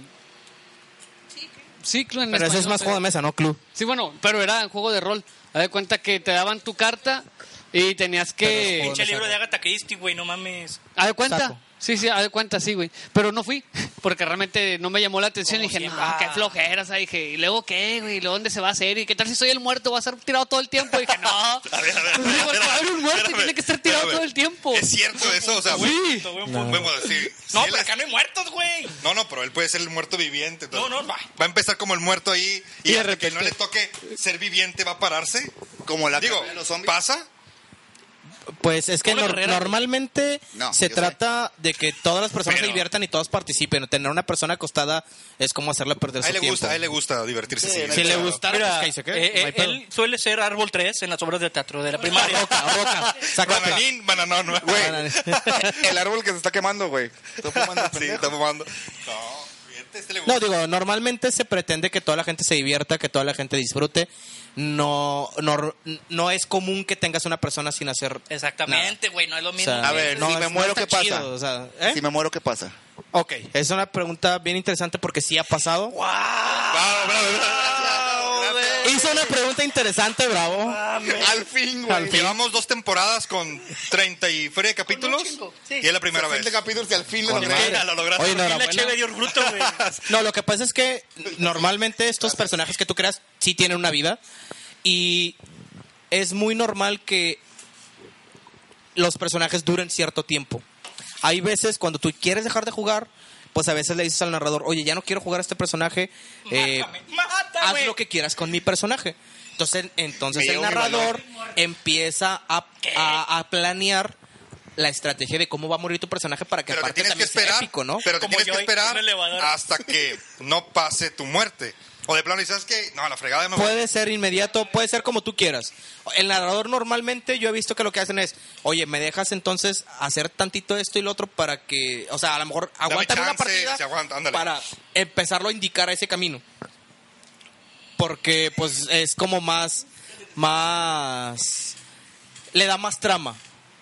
sí, Clue en
Pero ese es
español,
más juego de mesa, ¿no, Club?
Sí, bueno, pero era un juego de rol, haz de cuenta que te daban tu carta y tenías
Pero es
que...
juego
Pinche
no sé,
libro de
güey.
Agatha Christie, güey. No mames.
¿Haz de cuenta?
Saco.
Sí, sí, haz de cuenta, sí, güey. Pero no fui, porque realmente no me llamó la atención. Y
Como
dije,
siempre.
no,
Ah.
qué flojera, o sea, dije, ¿y luego qué, güey? ¿Y luego dónde se va a hacer? ¿Y qué tal si soy el muerto? ¿Va a ser tirado todo el tiempo? Y dije, no.
A ver, a ver.
Pues digo,
espérame,
cabrón, un muerto
espérame,
tiene que estar tirado
espérame.
todo el tiempo.
Es cierto eso, o sea, güey. pues,
Sí.
Bueno,
No,
sí, sí, él
pero
es-
acá no hay muertos, güey.
No, no, pero él puede ser el muerto viviente. entonces,
No, no, va.
a empezar como el muerto ahí y,
Y de
hasta que
repente-
no le toque ser viviente va a pararse.
Como la
Digo,
carrera de los zombies.
pasa.
Pues es que
Una
nor-
carrera, güey.
normalmente
No,
se
yo
trata de que todas las personas
Pero-
se diviertan y todos participen. Tener una persona acostada es como hacerla perder
A
su
él le
tiempo.
gusta, a él le gusta divertirse.
Sí,
sí,
no
Si
hay
le
pedo.
gustara, pues
Mira,
que ahí se quede.
eh, eh,
No hay pedo.
él suele ser árbol 3 en las obras de teatro
Ah,
de la primaria.
Roca, roca. Sácate.
Bananín, bananón, güey.
Güey, el árbol que se está quemando, güey. Está fumando,
sí,
pendejo.
está fumando. No, fíjate, este le gusta.
No, digo, normalmente se pretende que toda la gente se divierta, que toda la gente disfrute. No, no, no es común que tengas una persona sin hacer.
Exactamente, güey, no es lo
nada. O
mismo.
sea,
A ver,
no
si
es-
me
no
muero,
está
¿qué pasa?
chido, o sea, ¿eh?
Si me muero, ¿qué pasa?
Ok, es una pregunta bien interesante porque sí ha pasado.
Ah, Bravo, bravo, bravo.
Hizo una pregunta interesante, bravo.
Al fin, güey.
Al fin. Llevamos dos temporadas con 30 y fuera de capítulos. Y es la primera
Al fin
vez. Ah,
de capítulo, si al fin lo
Con
logré.
Mira, lo lograste.
Oye,
Y la
enhorabuena.
cheve dio fruto, güey.
No, lo que pasa es que normalmente estos personajes que tú creas sí tienen una vida y es muy normal que los personajes duren cierto tiempo. Hay veces cuando tú quieres dejar de jugar, pues a veces le dices al narrador, oye, ya no quiero jugar a este personaje, eh,
Mátame, mata,
haz
güey.
lo que quieras con mi personaje. Entonces, entonces
Me
el
llevo mi
narrador empieza a, a- a planear la estrategia de cómo va a morir tu personaje para que
pero te
aparte
tienes que
también sea
esperar,
épico, ¿no?
pero te
Como
tienes
yo
que
ahí,
esperar
un elevador.
hasta que no pase tu muerte. O de plano, y sabes que, no, a la fregada me voy.
Puede ser inmediato, puede ser como tú quieras. El narrador normalmente yo he visto que lo que hacen es, oye, me dejas entonces hacer tantito esto y lo otro para que, o sea, a lo mejor aguantan una
chance,
partida
se aguanta, ándale.
para empezarlo a indicar a ese camino. Porque pues es como más, más, le da más trama.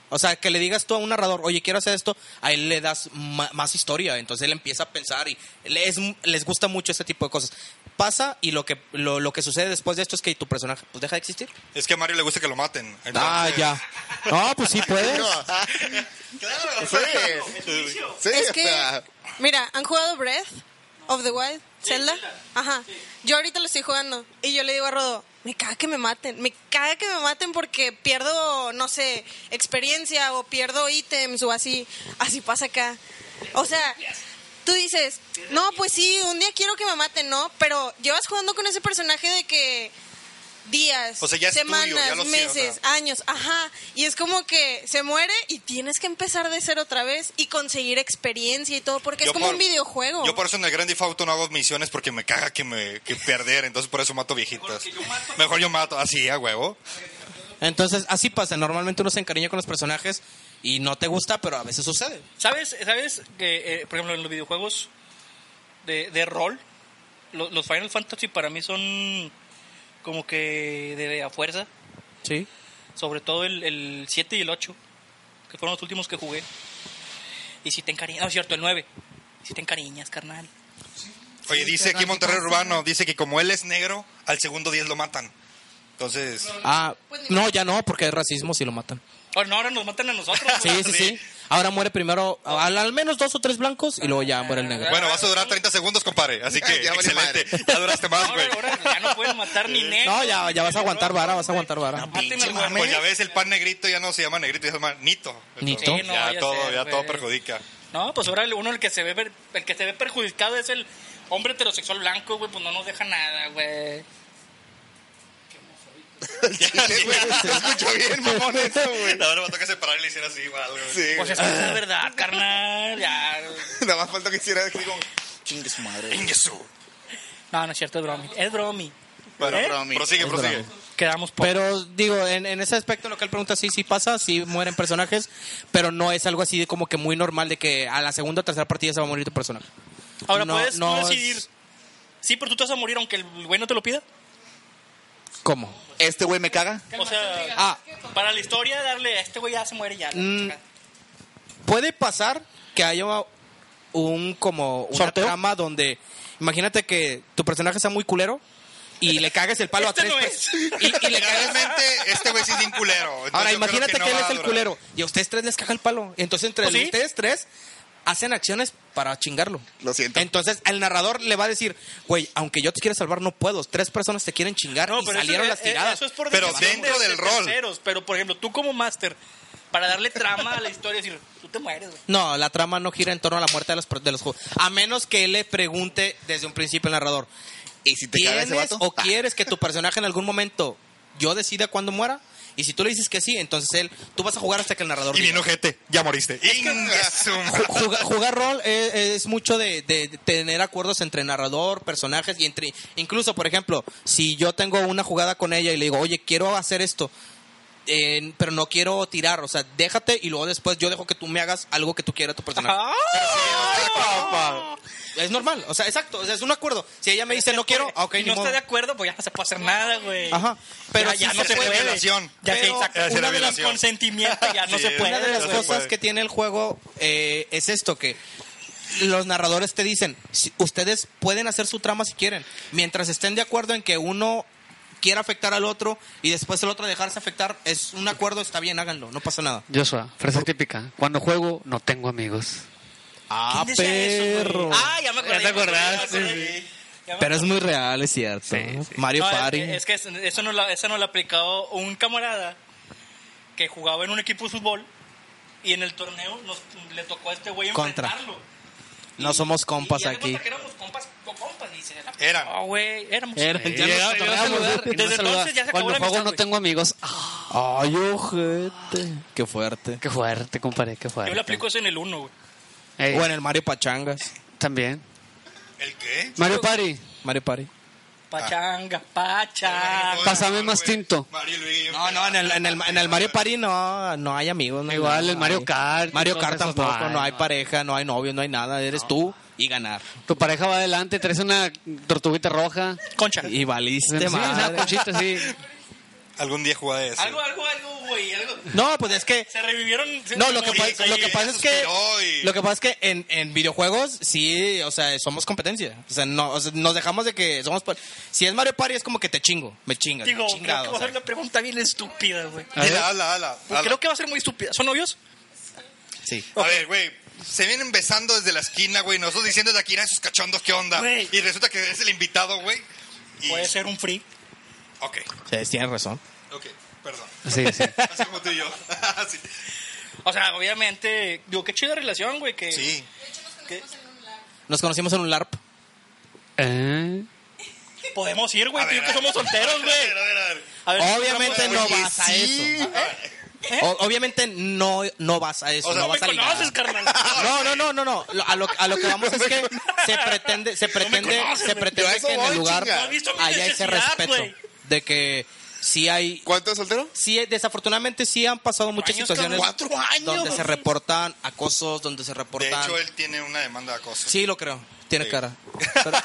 O sea, que le digas tú a un narrador, oye, quiero hacer esto, a él le das ma- más historia. Entonces él empieza a pensar y le- es- les gusta mucho ese tipo de cosas. Pasa y lo que, lo, lo que sucede después de esto es que tu personaje pues deja de existir.
Es que a Mario le gusta que lo maten.
Ah,
Entonces-
No, pues sí puedes.
Claro,
Sí. Sí,
Es
o
que,
sea,
mira, ¿han jugado Breath of the Wild? ¿Zelda? Ajá. Yo ahorita lo estoy jugando y yo le digo a Rodo, me caga que me maten, me caga que me maten porque pierdo, no sé, experiencia o pierdo ítems o así, así pasa acá. O sea, tú dices, no, pues sí, un día quiero que me maten, ¿no? Pero llevas jugando con ese personaje de que días,
O sea, ya es tuyo,
semanas,
ya lo sé, o
meses,
sea.
años, ajá. Y es como que se muere y tienes que empezar de cero otra vez y conseguir experiencia y todo, porque
Yo
es como
por-
un videojuego.
Yo por eso en el Grand Theft Auto no hago misiones porque me caga que me que perder, entonces por eso mato viejitas. Mejor yo mato así a huevo.
Entonces así pasa. Normalmente uno se encariña con los personajes y no te gusta, pero a veces sucede.
¿Sabes, sabes que, eh, por ejemplo, en los videojuegos de, de rol, lo- los Final Fantasy para mí son como que de a fuerza,
Sí.
sobre todo el, el 7 y el 8, que fueron los últimos que jugué. Y si te encariñas, no es cierto, el 9. Si te encariñas, carnal.
Oye, dice aquí Monterrey Urbano, dice que como él es negro, al segundo 10 lo matan. Entonces,
Ah, no, ya no, porque es racismo si lo matan.
Ahora, Oh, no, ahora nos matan a nosotros.
Sí, sí, sí. Ahora muere primero al, al menos dos o tres blancos y luego ya muere el negro.
bueno, vas a durar 30 segundos, compadre, así que
Ya valió
excelente.
madre.
Ya duraste más,
Ahora,
güey.
ahora ya no pueden matar ni negro.
No, ya, ya vas a aguantar vara, vas a aguantar vara.
Maten al güey.
Pues ya ves, el pan negrito ya no se llama negrito, ya se llama nito.
Nito.
Entonces,
Sí, no
ya
vaya a
todo,
ser,
ya
güey.
todo perjudica.
No, pues ahora el- uno el que se ve per- el que se ve perjudicado es el hombre heterosexual blanco, güey, pues no nos deja nada, güey.
sí, güey, se escuchó bien, mamón, eso, güey.
Ahora me toca separar y le hiciera así, vale. güey.
Sí,
Pues
güey.
es que es verdad, carnal. Ya.
Nada más falta que hiciera así como, chingue su madre.
Ingue su.
No, no es cierto, es bromi. Es bromi.
Bueno,
¿Eh?
bromi.
prosigue,
Es
prosigue.
broma.
Quedamos por.
Pero digo, en, en ese aspecto lo que él pregunta, sí, sí pasa, sí mueren personajes, pero no es algo así de como que muy normal de que a la segunda o tercera partida se va a morir tu personaje.
Ahora
no,
puedes tú
no es-
decidir. Sí, pero tú te vas a morir aunque el güey no te lo pida.
¿Cómo?
Este güey me caga.
O sea,
Ah,
para la historia darle a este güey ya se muere ya. la
Mm.
chica.
puede pasar que haya un como una trama donde imagínate que tu personaje sea muy culero y le cagues el palo
Este
a tres
no
pers-
es.
y, y le cagues
Realmente, este güey sí es bien culero. entonces
Ahora
yo creo
imagínate que,
no
él
va
es
a
el
durar.
culero y a ustedes tres les caga el palo. Entonces entre
Pues sí.
ustedes tres hacen acciones para chingarlo.
Lo siento.
Entonces el narrador le va a decir, güey, aunque yo te quiera salvar, no puedo. Tres personas te quieren chingar y salieron
eso,
las tiradas.
eso es por
Pero
decisión
dentro
de-
del
de
rol.
terceros. Pero, por ejemplo, tú como máster, para darle trama a la historia, decir, tú te mueres, güey.
No, la trama no gira en torno a la muerte de los, de los juegos. A menos que él le pregunte desde un principio al narrador.
¿Y si te caga
¿Tienes
ese vato?
o
Ah.
quieres que tu personaje en algún momento yo decida cuándo muera? Y si tú le dices que sí, entonces él, tú vas a jugar hasta que el narrador
Y
diga.
bien ojete, ya moriste. Inga su madre.
Juga- jugar rol es, es mucho de, de tener acuerdos entre narrador, personajes y entre incluso, por ejemplo, si yo tengo una jugada con ella y le digo, oye, quiero hacer esto, eh, pero no quiero tirar, o sea, déjate y luego después yo dejo que tú me hagas algo que tú quieras a tu personaje.
¡Ah!
Es normal, o sea, exacto, o sea, es un acuerdo. Si ella me dice no quiero, ah, ok,
si
ni
no
modo.
está de acuerdo, pues ya no se puede hacer nada, güey.
Ajá, pero
ya, ya
sí
no
se
se
puede.
puede.
Revelación.
Ya se
Pero-
exacto.
Esa es
Una de las
revelación.
consentimientos ya no
Sí,
se
es-
puede.
Una de las
No se
cosas
puede.
que tiene el juego eh, es esto, que los narradores te dicen, si- ustedes pueden hacer su trama si quieren, mientras estén de acuerdo en que uno quiera afectar al otro y después el otro dejarse afectar, es un acuerdo, está bien, háganlo, no pasa nada.
Joshua, frase típica. Cuando juego, no tengo amigos.
Ah,
¿Quién decía eso, güey? Ah, ya me acordé.
Ya te
me acordé,
acordaste,
ya me acordé. Ya me
Pero es muy real, es cierto. Mario
No, es
Party.
que- Es que, es- eso no la, esa no la aplicado un camarada que jugaba en un equipo de fútbol y en el torneo nos, le tocó a este güey
Contra.
enfrentarlo.
no somos compas
y, y haz de
aquí.
cuenta que éramos compas, co- compas, dice.
Eran.
No, güey, éramos.
Eran, ya
Y
nos
Eh, llegaba- llegaba a
torneamos.
saludar y no
Desde
saludaba.
entonces ya se acabó
Cuando
la
juego,
amistad,
no
güey.
tengo amigos. Ah,
Ay, ojete. Qué fuerte.
qué fuerte, compadre, qué fuerte.
Yo le aplico eso en el uno, güey.
Ah.
Ey,
O en el Mario Pachangas.
También.
¿El qué?
Mario Party.
Mario Party.
Pachanga, pacha.
Pásame más tinto.
Mario Luis.
No, no, en el, en el, en el Mario Party no, no hay amigos. no hay
Igual,
nada,
el Mario
hay-
Kart y
Mario
todo
Kart
eso no
tampoco, no
hay,
hay,
no.
pareja, no hay novio, no hay nada. Eres tú y ganar.
Tu pareja va adelante, traes una tortuguita roja.
Concha.
Y
Este
valiste,
Sí, una
madre.
conchita, sí.
Algún día jugaré eso.
Algo, algo, algo, güey. algo.
No, pues es que...
Se revivieron. se-
No, lo que,
se-
pa-
se-
lo que pasa es que...
suspiró y-
Lo que pasa es que en, en videojuegos sí, o sea, somos competencia. O sea, no, o sea, nos dejamos de que somos... pa- Si es Mario Party es como que te chingo, me chingas,
Digo, creo que
chingado.
va a
o sea.
ser una pregunta bien estúpida, güey.
A ver.
Dile, habla, habla. habla.
Creo que va a ser muy estúpida. ¿Son novios?
Sí.
A ver, güey. Se vienen besando desde la esquina, güey. Nosotros diciendo de aquí, "Mira esos cachondos, ¿qué onda?
Güey. Pues.
Y resulta que es el invitado, güey. Y...
Puede ser un free.
Ok,
Ustedes tienen razón.
ok, perdón.
Sí, sí.
Así como tú y yo. Sí.
O sea, obviamente, digo, qué chida relación, güey. Que,
Sí.
que
Nos conocimos en un LARP.
Eh,
podemos ir, güey.
A
Tú
ver,
que
a ver.
somos solteros,
A ver,
güey.
a ver, a ver.
A ver,
Obviamente no
Oye,
vas a
sí.
eso. O- obviamente no, no vas a eso.
O sea,
no
No ¿Eh? me
vas a ligar.
conoces, carnal.
No, no, no, no, no. Lo- A lo, a lo que vamos es que se pretende, se pretende,
conoces, güey.
se
Yo a
pretende
eso
que en el
voy,
lugar
chinga.
¿No has visto mi
haya ese
necesidad,
respeto
güey?
de que sí hay,
¿Cuánto es soltero?
sí desafortunadamente sí han pasado muchas
años,
situaciones
cabrón.
Cuatro años.
donde se reportan acosos, donde se
De
reportan.
hecho, él tiene una demanda de acoso.
Sí, lo creo. Tiene
Sí.
cara. Pero-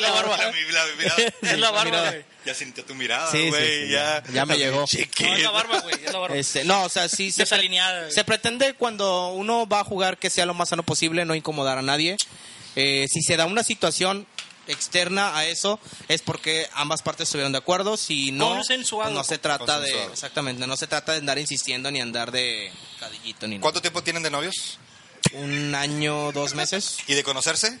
La barba.
Mi- la- mira,
Es la barba, güey.
Ya sintió tu mirada,
Sí, sí,
güey.
sí,
ya.
ya me llegó.
No, es la barba, güey. Es la barba.
Este, no, o sea, sí se,
Desalineada, güey.
se pretende cuando uno va a jugar que sea lo más sano posible, no incomodar a nadie. Eh, si se da una situación externa a eso, es porque ambas partes estuvieron de acuerdo. Si no,
Consensuado.
no se trata de
Consensuado.
exactamente, no se trata de andar insistiendo ni andar de cadillito ni nada.
¿Cuánto tiempo tienen de novios?
Un año, dos meses,
¿Y de conocerse?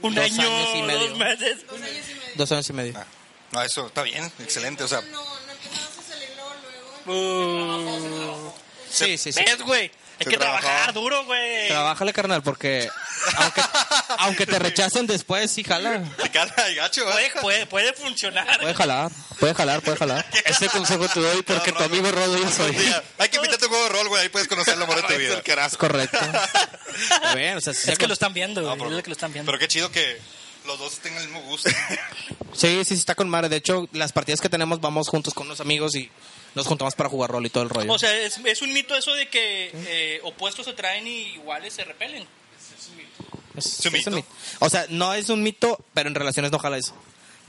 Un
Dos
año,
años y medio.
dos meses.
Dos años y medio.
dos años y medio.
Ah, no, eso está bien, excelente. O sea,
No, no empezamos a salir luego, luego.
Uh,
Sí, sí, sí.
¿Ves, güey? Hay
Se
que
trabajó.
trabajar duro, güey.
Trabájale, carnal, porque aunque, aunque te rechacen después, sí jala.
te cala el gacho,
Puede,
¿eh?
puede, puede funcionar.
Puede jalar, puede jalar, puede jalar.
Ese consejo te doy porque tu amigo Rodo yo soy.
Tía, Hay que invitar tu juego de rol, güey. Ahí puedes conocer el amor de tu vida.
Es correcto. A ver, o sea, si se
Es que
acon-
lo están viendo, güey.
pero-
es lo que lo están viendo.
Pero qué chido que los dos tengan el mismo gusto.
Sí, sí, sí, está con madre. De hecho, las partidas que tenemos vamos juntos con unos amigos y nos juntamos para jugar rol y todo el rollo.
O sea, es, es un mito eso de que eh, opuestos se traen y iguales se repelen.
es,
es un
es un
mito.
mito. O sea, no es un mito, pero en relaciones no jala eso.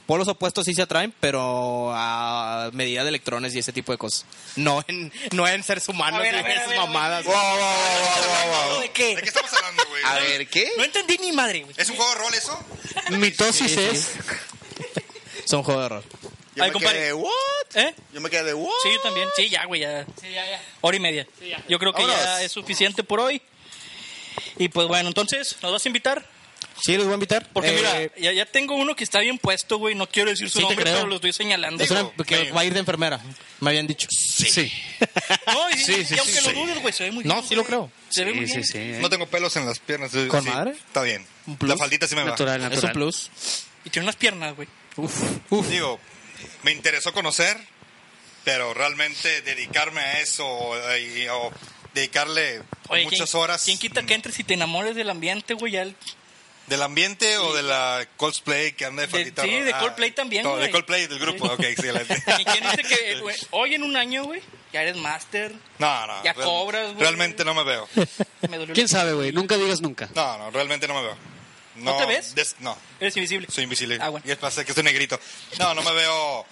Polos opuestos sí se atraen, pero a medida de electrones y ese tipo de cosas. No en, no en seres humanos
A ver,
y
a ver,
en
a
esas
ver, a ver.
mamadas.
Ah,
¿De
¿De qué
qué?
estamos hablando, güey?
A ver, ¿qué?
No entendí ni madre, güey.
¿Es un juego de rol eso?
Mitosis es.
Son juegos de rol.
Yo
Ay,
me
compadre.
quedé, ¿what?
¿Eh?
Yo me quedé de, ¿what?
Sí, yo también. Sí, ya, güey, ya. Hora y media. Yo creo que
Vámonos.
ya es suficiente por hoy. Y pues bueno, entonces, ¿nos vas a invitar?
Sí, los voy a invitar.
Porque
Eh,
mira, ya, ya tengo uno que está bien puesto, güey. No quiero decir su
Sí, te
nombre,
creo.
pero lo estoy señalando.
Es una que
me-
va a ir de enfermera, me habían dicho.
sí.
No, y,
Sí, sí,
y aunque
sí,
lo
sí.
dudes, güey, se ve muy
No,
bien.
sí lo
güey.
creo.
Se ve muy bien.
No tengo pelos en las piernas. eh,
¿Con
sí,
madre?
Está bien.
Un plus.
La faldita sí me va.
Natural,
Es un
natural.
plus.
Y tiene unas piernas, güey.
Uf, uf.
Digo, me interesó conocer, pero realmente dedicarme a eso o, y- o dedicarle
Oye,
muchas
¿quién-
horas
¿Quién quita que entres y te enamores del ambiente, güey? Ya el-
del ambiente o de la Coldplay que anda de
De-
faldita.
sí, de
Ah,
Coldplay también,
no,
güey.
de Coldplay del grupo, ok, excelente.
¿Y quién dice que güey, hoy en un año, güey, ya eres máster?
No, no.
Ya cobras, güey.
Realmente no me veo.
Me dolió
¿Quién
el-
sabe, güey? Nunca digas nunca.
No, no, realmente no me veo.
¿No te ves?
des- no,
Eres invisible.
soy invisible.
Ah, bueno.
Y es pasa que soy negrito. No, no me veo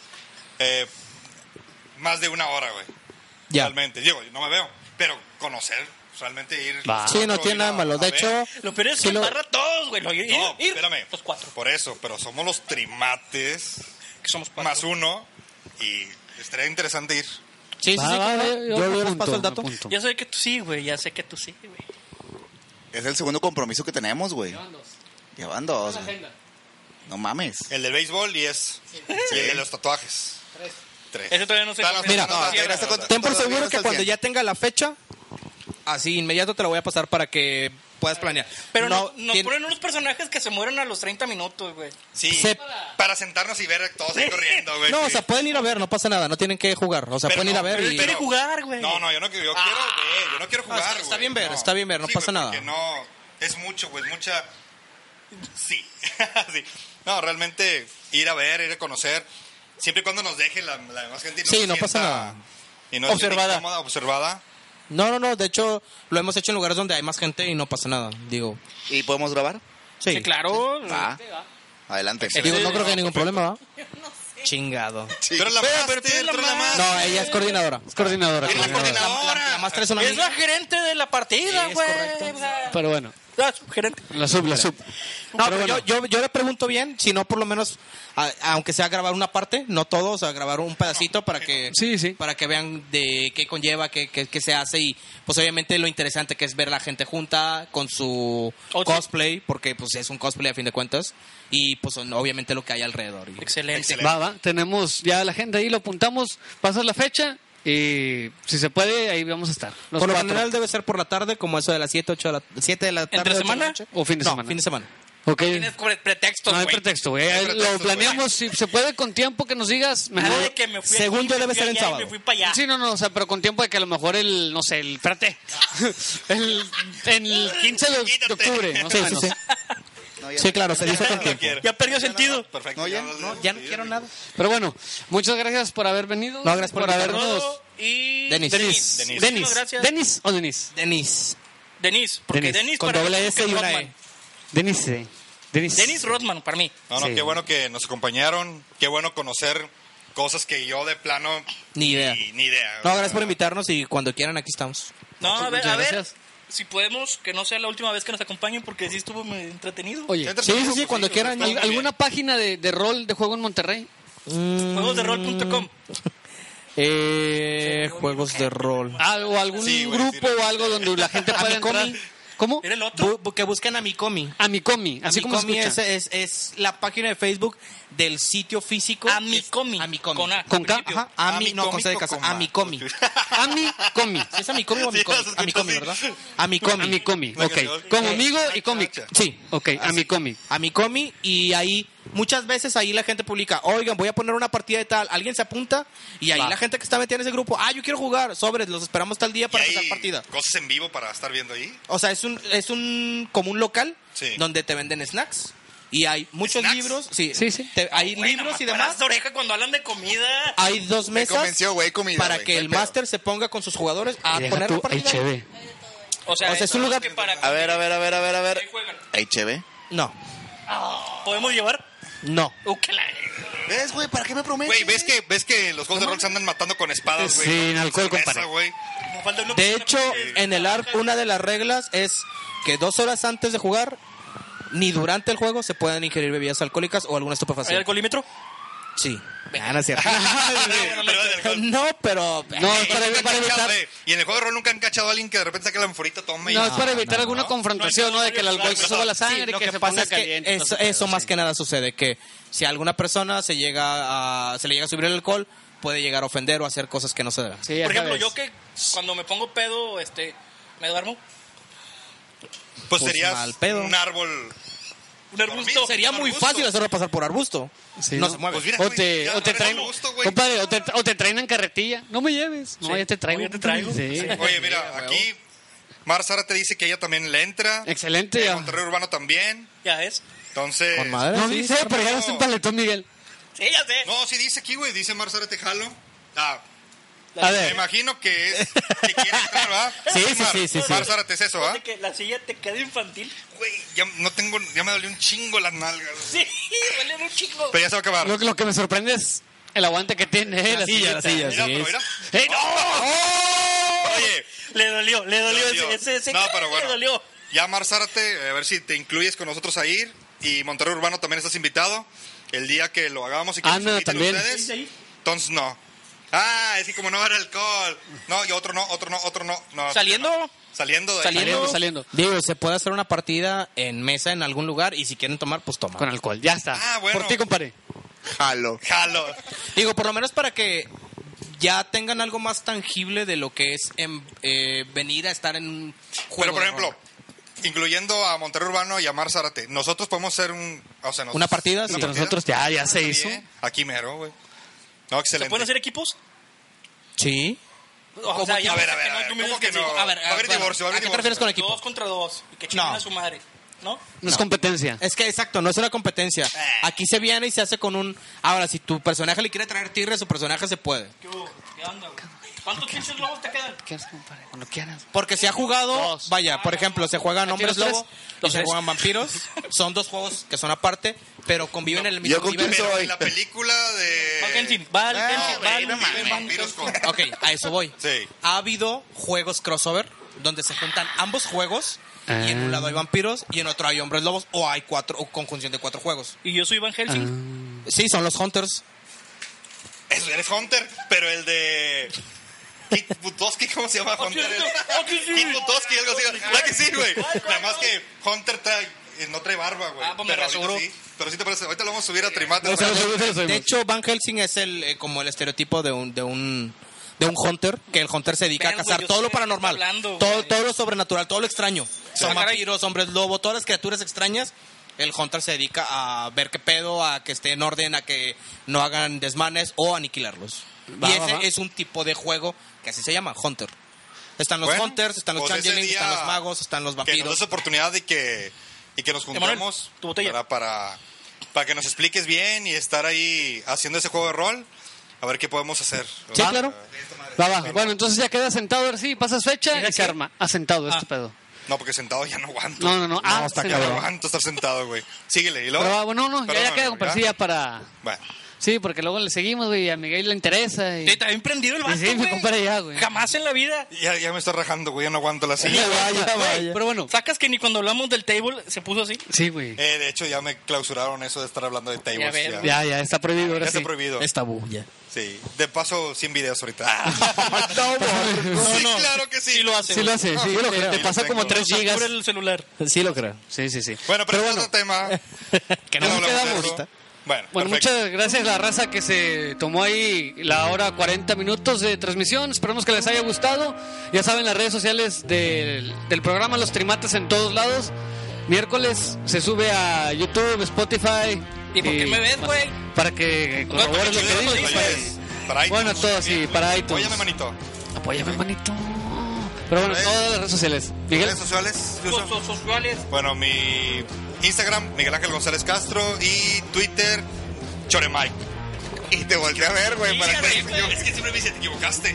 eh, más de una hora, güey.
Ya.
Realmente. Digo, no me veo. Pero conocer, realmente ir.
Va.
al
Sí,
centro,
no tiene
ir
nada
a-
malo. De
a ver.
hecho,
Lo peor es
Sí
que
lo-
embarra a todos, güey. Lo- ir-
No,
ir-
espérame.
Los cuatro,
Por eso, pero somos los trimates
que somos cuatro.
más uno y estaría interesante ir.
Sí, sí,
Va,
sí,
va,
claro,
va,
yo, les
apunto,
paso el dato.
apunto.
Ya sé que tú sí, güey. Ya sé que tú sí, güey.
Es el segundo compromiso que tenemos, güey. Llevan dos. güey. No mames.
El del béisbol y es. Y el de los tatuajes. Tres.
Ese todavía no sé.
Está la-
cómo-
Mira,
no,
no,
cierra,
era esta
güey.
con-
Ten por
Todavía
seguro
no
que
está al
cuando
100.
ya tenga la fecha, así inmediato te la voy a pasar para que puedas planear.
Pero no, nos
tien-
ponen unos personajes que se mueren a los 30 minutos, güey.
Sí,
Se-
para sentarnos y ver a todos ahí corriendo, güey.
no,
sí.
o sea, pueden ir a ver, no pasa nada, no tienen que jugar. O sea,
Pero
pueden ir
no,
a ver
pero
Pero
y...
él quiere jugar, güey.
No, no, yo no, yo quiero ver, yo no quiero jugar,
Ah. está-
güey.
está bien ver, está bien ver, no
Sí,
pasa
güey,
nada.
porque no, es mucho, güey, es mucha... Sí. sí. No, realmente ir a ver, ir a conocer, siempre y cuando nos deje la, la demás gente. y
Sí,
se
no pasa
sienta-
nada.
Y no se sienta
Observada.
incómoda, observada.
No, no, no, de hecho lo hemos hecho en lugares donde hay más gente y no pasa nada, digo.
¿Y podemos grabar?
Sí, eh,
Sí, claro.
Mm,
Va. Adelante.
Digo, no creo que haya ningún problema, ¿va? Chingado.
Pero la
Pero,
más,
pero tú eres la
Ah,
más.
No, ella es coordinadora.
Es coordinadora.
Es la
coordinadora.
coordinadora.
La, la más tres una
Es la
amiga.
gerente de la partida,
Sí, es
güey.
correcto.
O sea,
Pero bueno,
La subgerente.
la sub, la sub.
No, pero yo, yo, yo le pregunto bien, si no, por lo menos, a- aunque sea grabar una parte, no todo, o sea, grabar un pedacito para que
Sí, sí.
para que vean de qué conlleva, qué, qué- qué se hace y pues obviamente lo interesante que es ver la gente junta con su
Oh, sí.
cosplay, porque pues es un cosplay a fin de cuentas y pues son, obviamente lo que hay alrededor. y-
Excelente.
Va, va. Tenemos ya la gente ahí, lo apuntamos. Pasas la fecha y si se puede, ahí vamos a estar. Los
por lo
cuatro.
general debe ser por la tarde, como eso de las 7, 8 de la, 7 de la tarde.
¿Entre
ocho de la
semana?
noche.
¿O fin de
No,
semana?
fin de semana.
Ok.
Tienes pre- pretextos,
No
güey.
hay pretexto, güey. Ahí Lo
pretextos,
planeamos, si se puede, con tiempo que nos digas. me-
Nada de que me fui
Según
aquí,
yo
me
debe
fui
ser en
allá y
sábado.
Me fui para allá.
Sí, no, no, o sea, pero con tiempo de que a lo mejor el, no sé, el, espérate, el, en el 15 de, de octubre, más o
Sí, sí,
menos.
sí.
No, ya
Sí, claro, se dice con tiempo.
Ya perdió sentido.
Perfecto.
No, ya,
no,
Ya no quiero nada.
Pero bueno, muchas gracias por haber venido.
No, gracias por invitarnos.
habernos.
Rodo Y... Denis.
Denis.
Denis.
Muchísimas gracias.
Denis o Denis.
Denis.
Denis. Porque
Denis,
Denis
con
para mí
doble
es
S y una
Rodman.
E.
Denis. sí. Denis.
Denis Rodman, para mí.
No, no,
Sí.
qué bueno que nos acompañaron, qué bueno conocer cosas que yo de plano
Ni idea.
ni, ni idea.
No, gracias por invitarnos y cuando quieran aquí estamos.
No, a ver,
muchas
a ver.
gracias.
Si podemos, que no sea la última vez que nos acompañen, porque sí estuvo muy entretenido.
Oye,
Entre-
Sí, sí, sí, cuando quieran.
¿al- ¿alguna página de, de rol de juego en Monterrey?
Juegosderol.com.
Eh, juegos de rol.
Ah, ¿O algún
Sí, güey, sí,
grupo o algo donde la gente pueda
Amicomi.
entrar? ¿Cómo?
Era el otro.
Bu- bu- que busquen a Micomi.
Amicomi, así como se
Amicomi es,
escucha.
es, es la página de Facebook del sitio físico.
Amicomi.
Amicomi.
Con A.
¿Con K?
al principio.
Ajá, Ami, no, con C de
Amicomi,
casa.
con A.
Amicomi.
Amicomi.
¿Sí es Amicomi o
Sí,
Amicomi?
lo escucho
Amicomi,
así.
¿verdad? Amicomi.
Amicomi,
La que
ok.
se-
Como
Eh,
amigo y
hacha,
cómic.
hacha.
Sí.
Ok, Amicomi.
Amicomi y ahí muchas veces ahí la gente publica, oigan, voy a poner una partida de tal, alguien se apunta y ahí
Va.
la gente que está metida en ese grupo, ah, yo quiero jugar, sobres, los esperamos tal día
Y
para
hay
empezar partida.
Cosas en vivo para estar viendo ahí.
O sea, es un, es un como un local
Sí.
donde te venden snacks y hay muchos
¿Snacks?
libros, sí,
Sí, sí.
te- hay
Güey,
libros
nomás
y
paras
demás.
de oreja cuando hablan de comida.
Hay dos
Me
mesas
convenció, güey, comida.
para
güey,
que
no hay
el
pedo.
máster se ponga con sus jugadores a
Y deja
poner
tú
la
el
partida.
cheve.
O sea,
o sea, es un lugar-
que para
A ver, a ver, a ver, a ver, a
Ahí
ver.
juegan.
HB.
No,
¿Podemos llevar?
no.
Uh, que la-
¿Ves, güey? ¿Para qué me prometes?
Güey, ¿ves que, ¿ves que los juegos de rol se andan matando con espadas, güey?
Sin alcohol,
Cerveza,
compadre.
güey.
nos falta uno que
De
sea una
hecho,
pinche-
en el ARP una de las reglas es que dos horas antes de jugar, ni durante el juego, se pueden ingerir bebidas alcohólicas o algún
¿Hay
estupefaciente.
alcoholímetro?
Sí.
Ah, no es cierto.
Pero es de alcohol.
No, pero. eh,
No,
Y
es
nunca
para,
han
para
cachado,
evitar,
eh, Y en el juego de rol nunca han cachado a alguien que de repente saque la anforita, toma y...
no, es para evitar alguna confrontación,
No,
¿no? De que el alcohol se suba a la sangre
Sí,
y
lo
que,
que
se
pasa
ponga
es que
caliente.
eso, eso más que nada sucede que si a alguna persona se llega a, se le llega a subir el alcohol puede llegar a ofender o hacer cosas que no se deben.
Por ejemplo, yo que cuando me pongo pedo, este, me duermo.
Pues,
Pues
serías
mal pedo.
un árbol.
Un arbusto.
Dormir
Sería
Un
muy
arbusto.
fácil hacerlo pasar por arbusto.
Sí,
no,
¿no?
se mueve.
Pues mira,
O
güey,
te,
ya
o te
no
traen,
eres gusto, güey.
compadre, o te, o te traen en carretilla. No me lleves. No,
Sí.
ya te traigo.
No, ya te traigo.
Sí.
Sí.
Oye, mira, aquí Mar Sara te dice que ella también le entra.
Excelente.
En
ya.
Monterrey Urbano también.
Ya es.
Entonces...
Con madre.
No
sí.
dice, pero ya no se empaletó Miguel.
Sí, ya sé.
No, sí dice aquí, güey. Dice Mar Sara Tejalo. Ah,
A
me
ver,
imagino que es... Que quiere entrar, ¿verdad?
Sí, sí,
Mar,
sí, sí, sí.
Mar Sara, ¿te es eso, ¿ah?
Fíjate que la silla te queda infantil.
Güey, ya no tengo... Ya me dolió un chingo las nalgas. güey.
Sí, duele un chico.
Pero ya se va a acabar.
lo, lo que me sorprende es el aguante que tiene. eh, La, ¡Eh,
silla, la
sillita.
silla,
Mira,
sí
pero
es.
mira.
¡Ey, no!
Oye,
Le dolió, le dolió.
Dios, Dios.
Ese, ese, ese
no,
cara
pero
le
bueno.
dolió.
Ya Mar Zárate, a ver si te incluyes con nosotros a ir. Y Monterrey Urbano también estás invitado. El día que lo hagamos y que
Ah,
nos
no,
inviten
también.
¿Sí,
ustedes.
sí?
Entonces no. Ah, es que como no era alcohol. No, y otro no, otro no, otro no. no
¿Saliendo?
no. Saliendo de ahí.
Saliendo, saliendo.
Digo, se puede hacer una partida en mesa en algún lugar y si quieren tomar, pues toman.
Con alcohol, ya está.
Ah, bueno.
Por ti, compadre.
Jalo.
Jalo.
Digo, por lo menos para que ya tengan algo más tangible de lo que es em, eh, venir a estar en un
Pero
juego.
por
de
ejemplo,
rol.
incluyendo a Monterrey Urbano y a Mar Zárate, nosotros podemos hacer un. O sea, nos-
una partida, sí.
Entre nosotros ya, ya se hizo.
Bien, Aquí mero, güey. No,
¿Se
excelente.
pueden hacer equipos?
Sí.
O sea, ya
A ver,
ves
a ver,
que
a
no,
ver,
tú me
¿cómo
dices que
que no?
sí.
A
A
ver,
ver,
a ver,
bueno,
divorcio, a ver,
¿A qué te refieres
divorcio.
con equipo?
Dos contra dos. Y que chinguen
No.
a su madre. ¿No?
No es competencia.
Es que exacto, no es una competencia. Aquí se viene y se hace con un. Ahora, si tu personaje le quiere traer tigre, su personaje se puede.
¿Qué, hubo? ¿Qué onda, güey? ¿Cuántos pinches globos te quedan?
Eh,
¿Quieres, compadre? Cuando quieras.
Porque se ha jugado,
Dos.
vaya, por ejemplo, se juegan hombres
los tres?
lobo, y
Los
se
tres.
juegan vampiros. Son dos juegos que son aparte, pero conviven en el mismo
Yo con
nivel.
quién soy.
Pero en la película de.
Va al Kenshin, va al
No,
Kenshin, va
güey,
al
no mames.
Vampiros con-
Ok, a eso voy.
Sí.
Ha habido juegos crossover donde se juntan ambos juegos y en un lado hay vampiros y en otro hay hombres lobos o hay cuatro o conjunción de cuatro juegos.
Y yo soy Van
Ah.
Ah,
Helsing. Ah,
Sí, son los hunters.
Eso eres Hunter, pero el de. Kick Buttowski, ¿cómo se llama Hunter?
Ah, que sí.
Kick Buttowski, algo así. La que sí, güey. Nada más que Hunter trae, eh, no trae barba, güey.
Ah, pues me
pero ahorita
rasuro.
sí. Pero sí te parece. Ahorita lo vamos a subir a Trimate.
Se lo
güey.
subimos, se lo
De
subimos.
hecho, Van Helsing es el eh, como el estereotipo de un de un de un hunter que el hunter se dedica
Ven,
a
güey,
cazar
yo
todo
sé
lo
de qué
paranormal,
está hablando,
todo
güey.
todo lo sobrenatural, todo lo extraño. Son
Ah, caray.
vampiros, hombres lobo, todas las criaturas extrañas. El hunter se dedica a ver qué pedo, a que esté en orden, a que no hagan desmanes o aniquilarlos.
Va,
y
va,
ese
va.
es un tipo de juego que así se llama, hunter. Están los
Bueno,
hunters, están los
pues ese
changelings,
día
están los magos, están los
Que nos
vampiros.
des oportunidad de que. Y que nos
Emanuel,
juntemos.
tu botella.
Para, para, para que nos expliques bien y estar ahí haciendo ese juego de rol. A ver qué podemos hacer.
Sí, claro. Va, va. Bueno, entonces ya queda sentado ahora sí, pasas fecha y se arma. Asentado este pedo.
No, porque sentado ya no aguanto.
No, no, no. Ah,
está
sentado.
Ya no aguanto estar sentado, güey. Síguele. Y luego.
Pero va, bueno, no, no, ya, ya
Perdóname,
queda,
güey,
compadre. Sí,
¿ya?
ya para.
Bueno.
Sí, porque luego le seguimos, güey, y a Miguel le interesa. Y...
Te trae emprendido el vato,
Sí, me
güey.
compré ya, güey.
Jamás en la vida.
Ya, ya me está rajando, güey. Ya no aguanto la silla.
Ya vaya, vaya.
Pero bueno,
Sacas que ni cuando hablamos del table se puso así.
sí, güey.
Eh, de hecho, ya me clausuraron eso de estar hablando de tables.
Ya ves.
Ya,
Ya, ya, está prohibido
Ya
ahora
está
sí.
prohibido.
Es tabú, ya.
Sí. De paso, sin videos ahorita. Ah. sí,
no.
claro que sí.
Sí lo hace.
Sí lo hace, sí,
yo lo
te,
creo.
te pasa como
Tengo-
3 gigas.
Por el celular.
Sí lo creo.
Sí, sí, sí.
Bueno, pero, es otro tema.
Que
Ya
no
hablamos de
quedamos.
eso. Bueno,
Bueno,
perfecto.
muchas gracias a la raza que se tomó ahí la hora 40 minutos de transmisión. Esperamos que les haya gustado. Ya saben, las redes sociales del, del programa Los Trimates en todos lados. Miércoles se sube a YouTube, Spotify.
¿Y por qué me ves, güey?
Para que corrobores lo que pues.
Ayúdanos,
digo.
ayúdanos.
Para iTunes.
Bueno, todo sí, para iTunes.
Óyame, manito.
Apóyame, manito. Pero bueno,
Redes-
todas las redes sociales. Miguel,
Redes sociales. Yuso.
Cosas sociales.
Bueno, mi Instagram, Miguel Ángel González Castro. Y Twitter, Choremay.
Y te volteé a ver, güey, para que...
Es que siempre me dice, te equivocaste.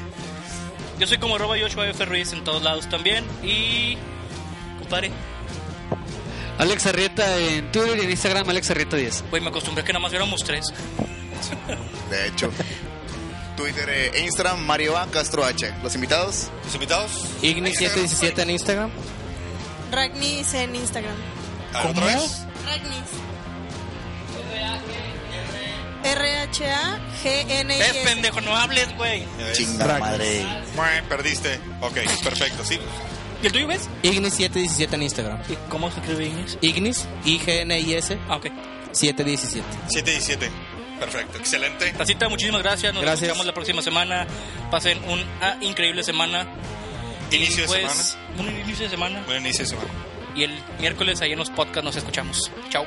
Yo soy como arroba Joshua F. Ruiz en todos lados también. Y. Compadre,
Alex Arrieta en Twitter y en Instagram, Alex Arrieta 10.
güey, me acostumbré que nada más éramos tres.
De hecho. Twitter e Instagram, Mario A. Castro H. Los invitados,
Los invitados.
Ignis717 en Instagram.
Mm. Ragnis en Instagram.
A ver, otra vez.
Ragnis. RH.
Ves,
T-H-A-G-N-I-S.
pendejo, no hables, güey.
Chinga madre.
Mue, Perdiste. Ok, perfecto, sí.
¿Y el tuyo, ves?
Ignis 717 en Instagram.
¿Y cómo se escribe Ignis?
Ignis, I-G-N-I-S
Ah, ok.
717.
7 y 7. Perfecto, excelente.
Tacita, muchísimas gracias. Nos
Gracias.
escuchamos la próxima semana. Pasen una increíble semana.
Inicio
Y,
de
pues,
semana.
Un inicio de semana.
Buen inicio de semana.
Y el miércoles ahí en los podcasts nos escuchamos. Chao.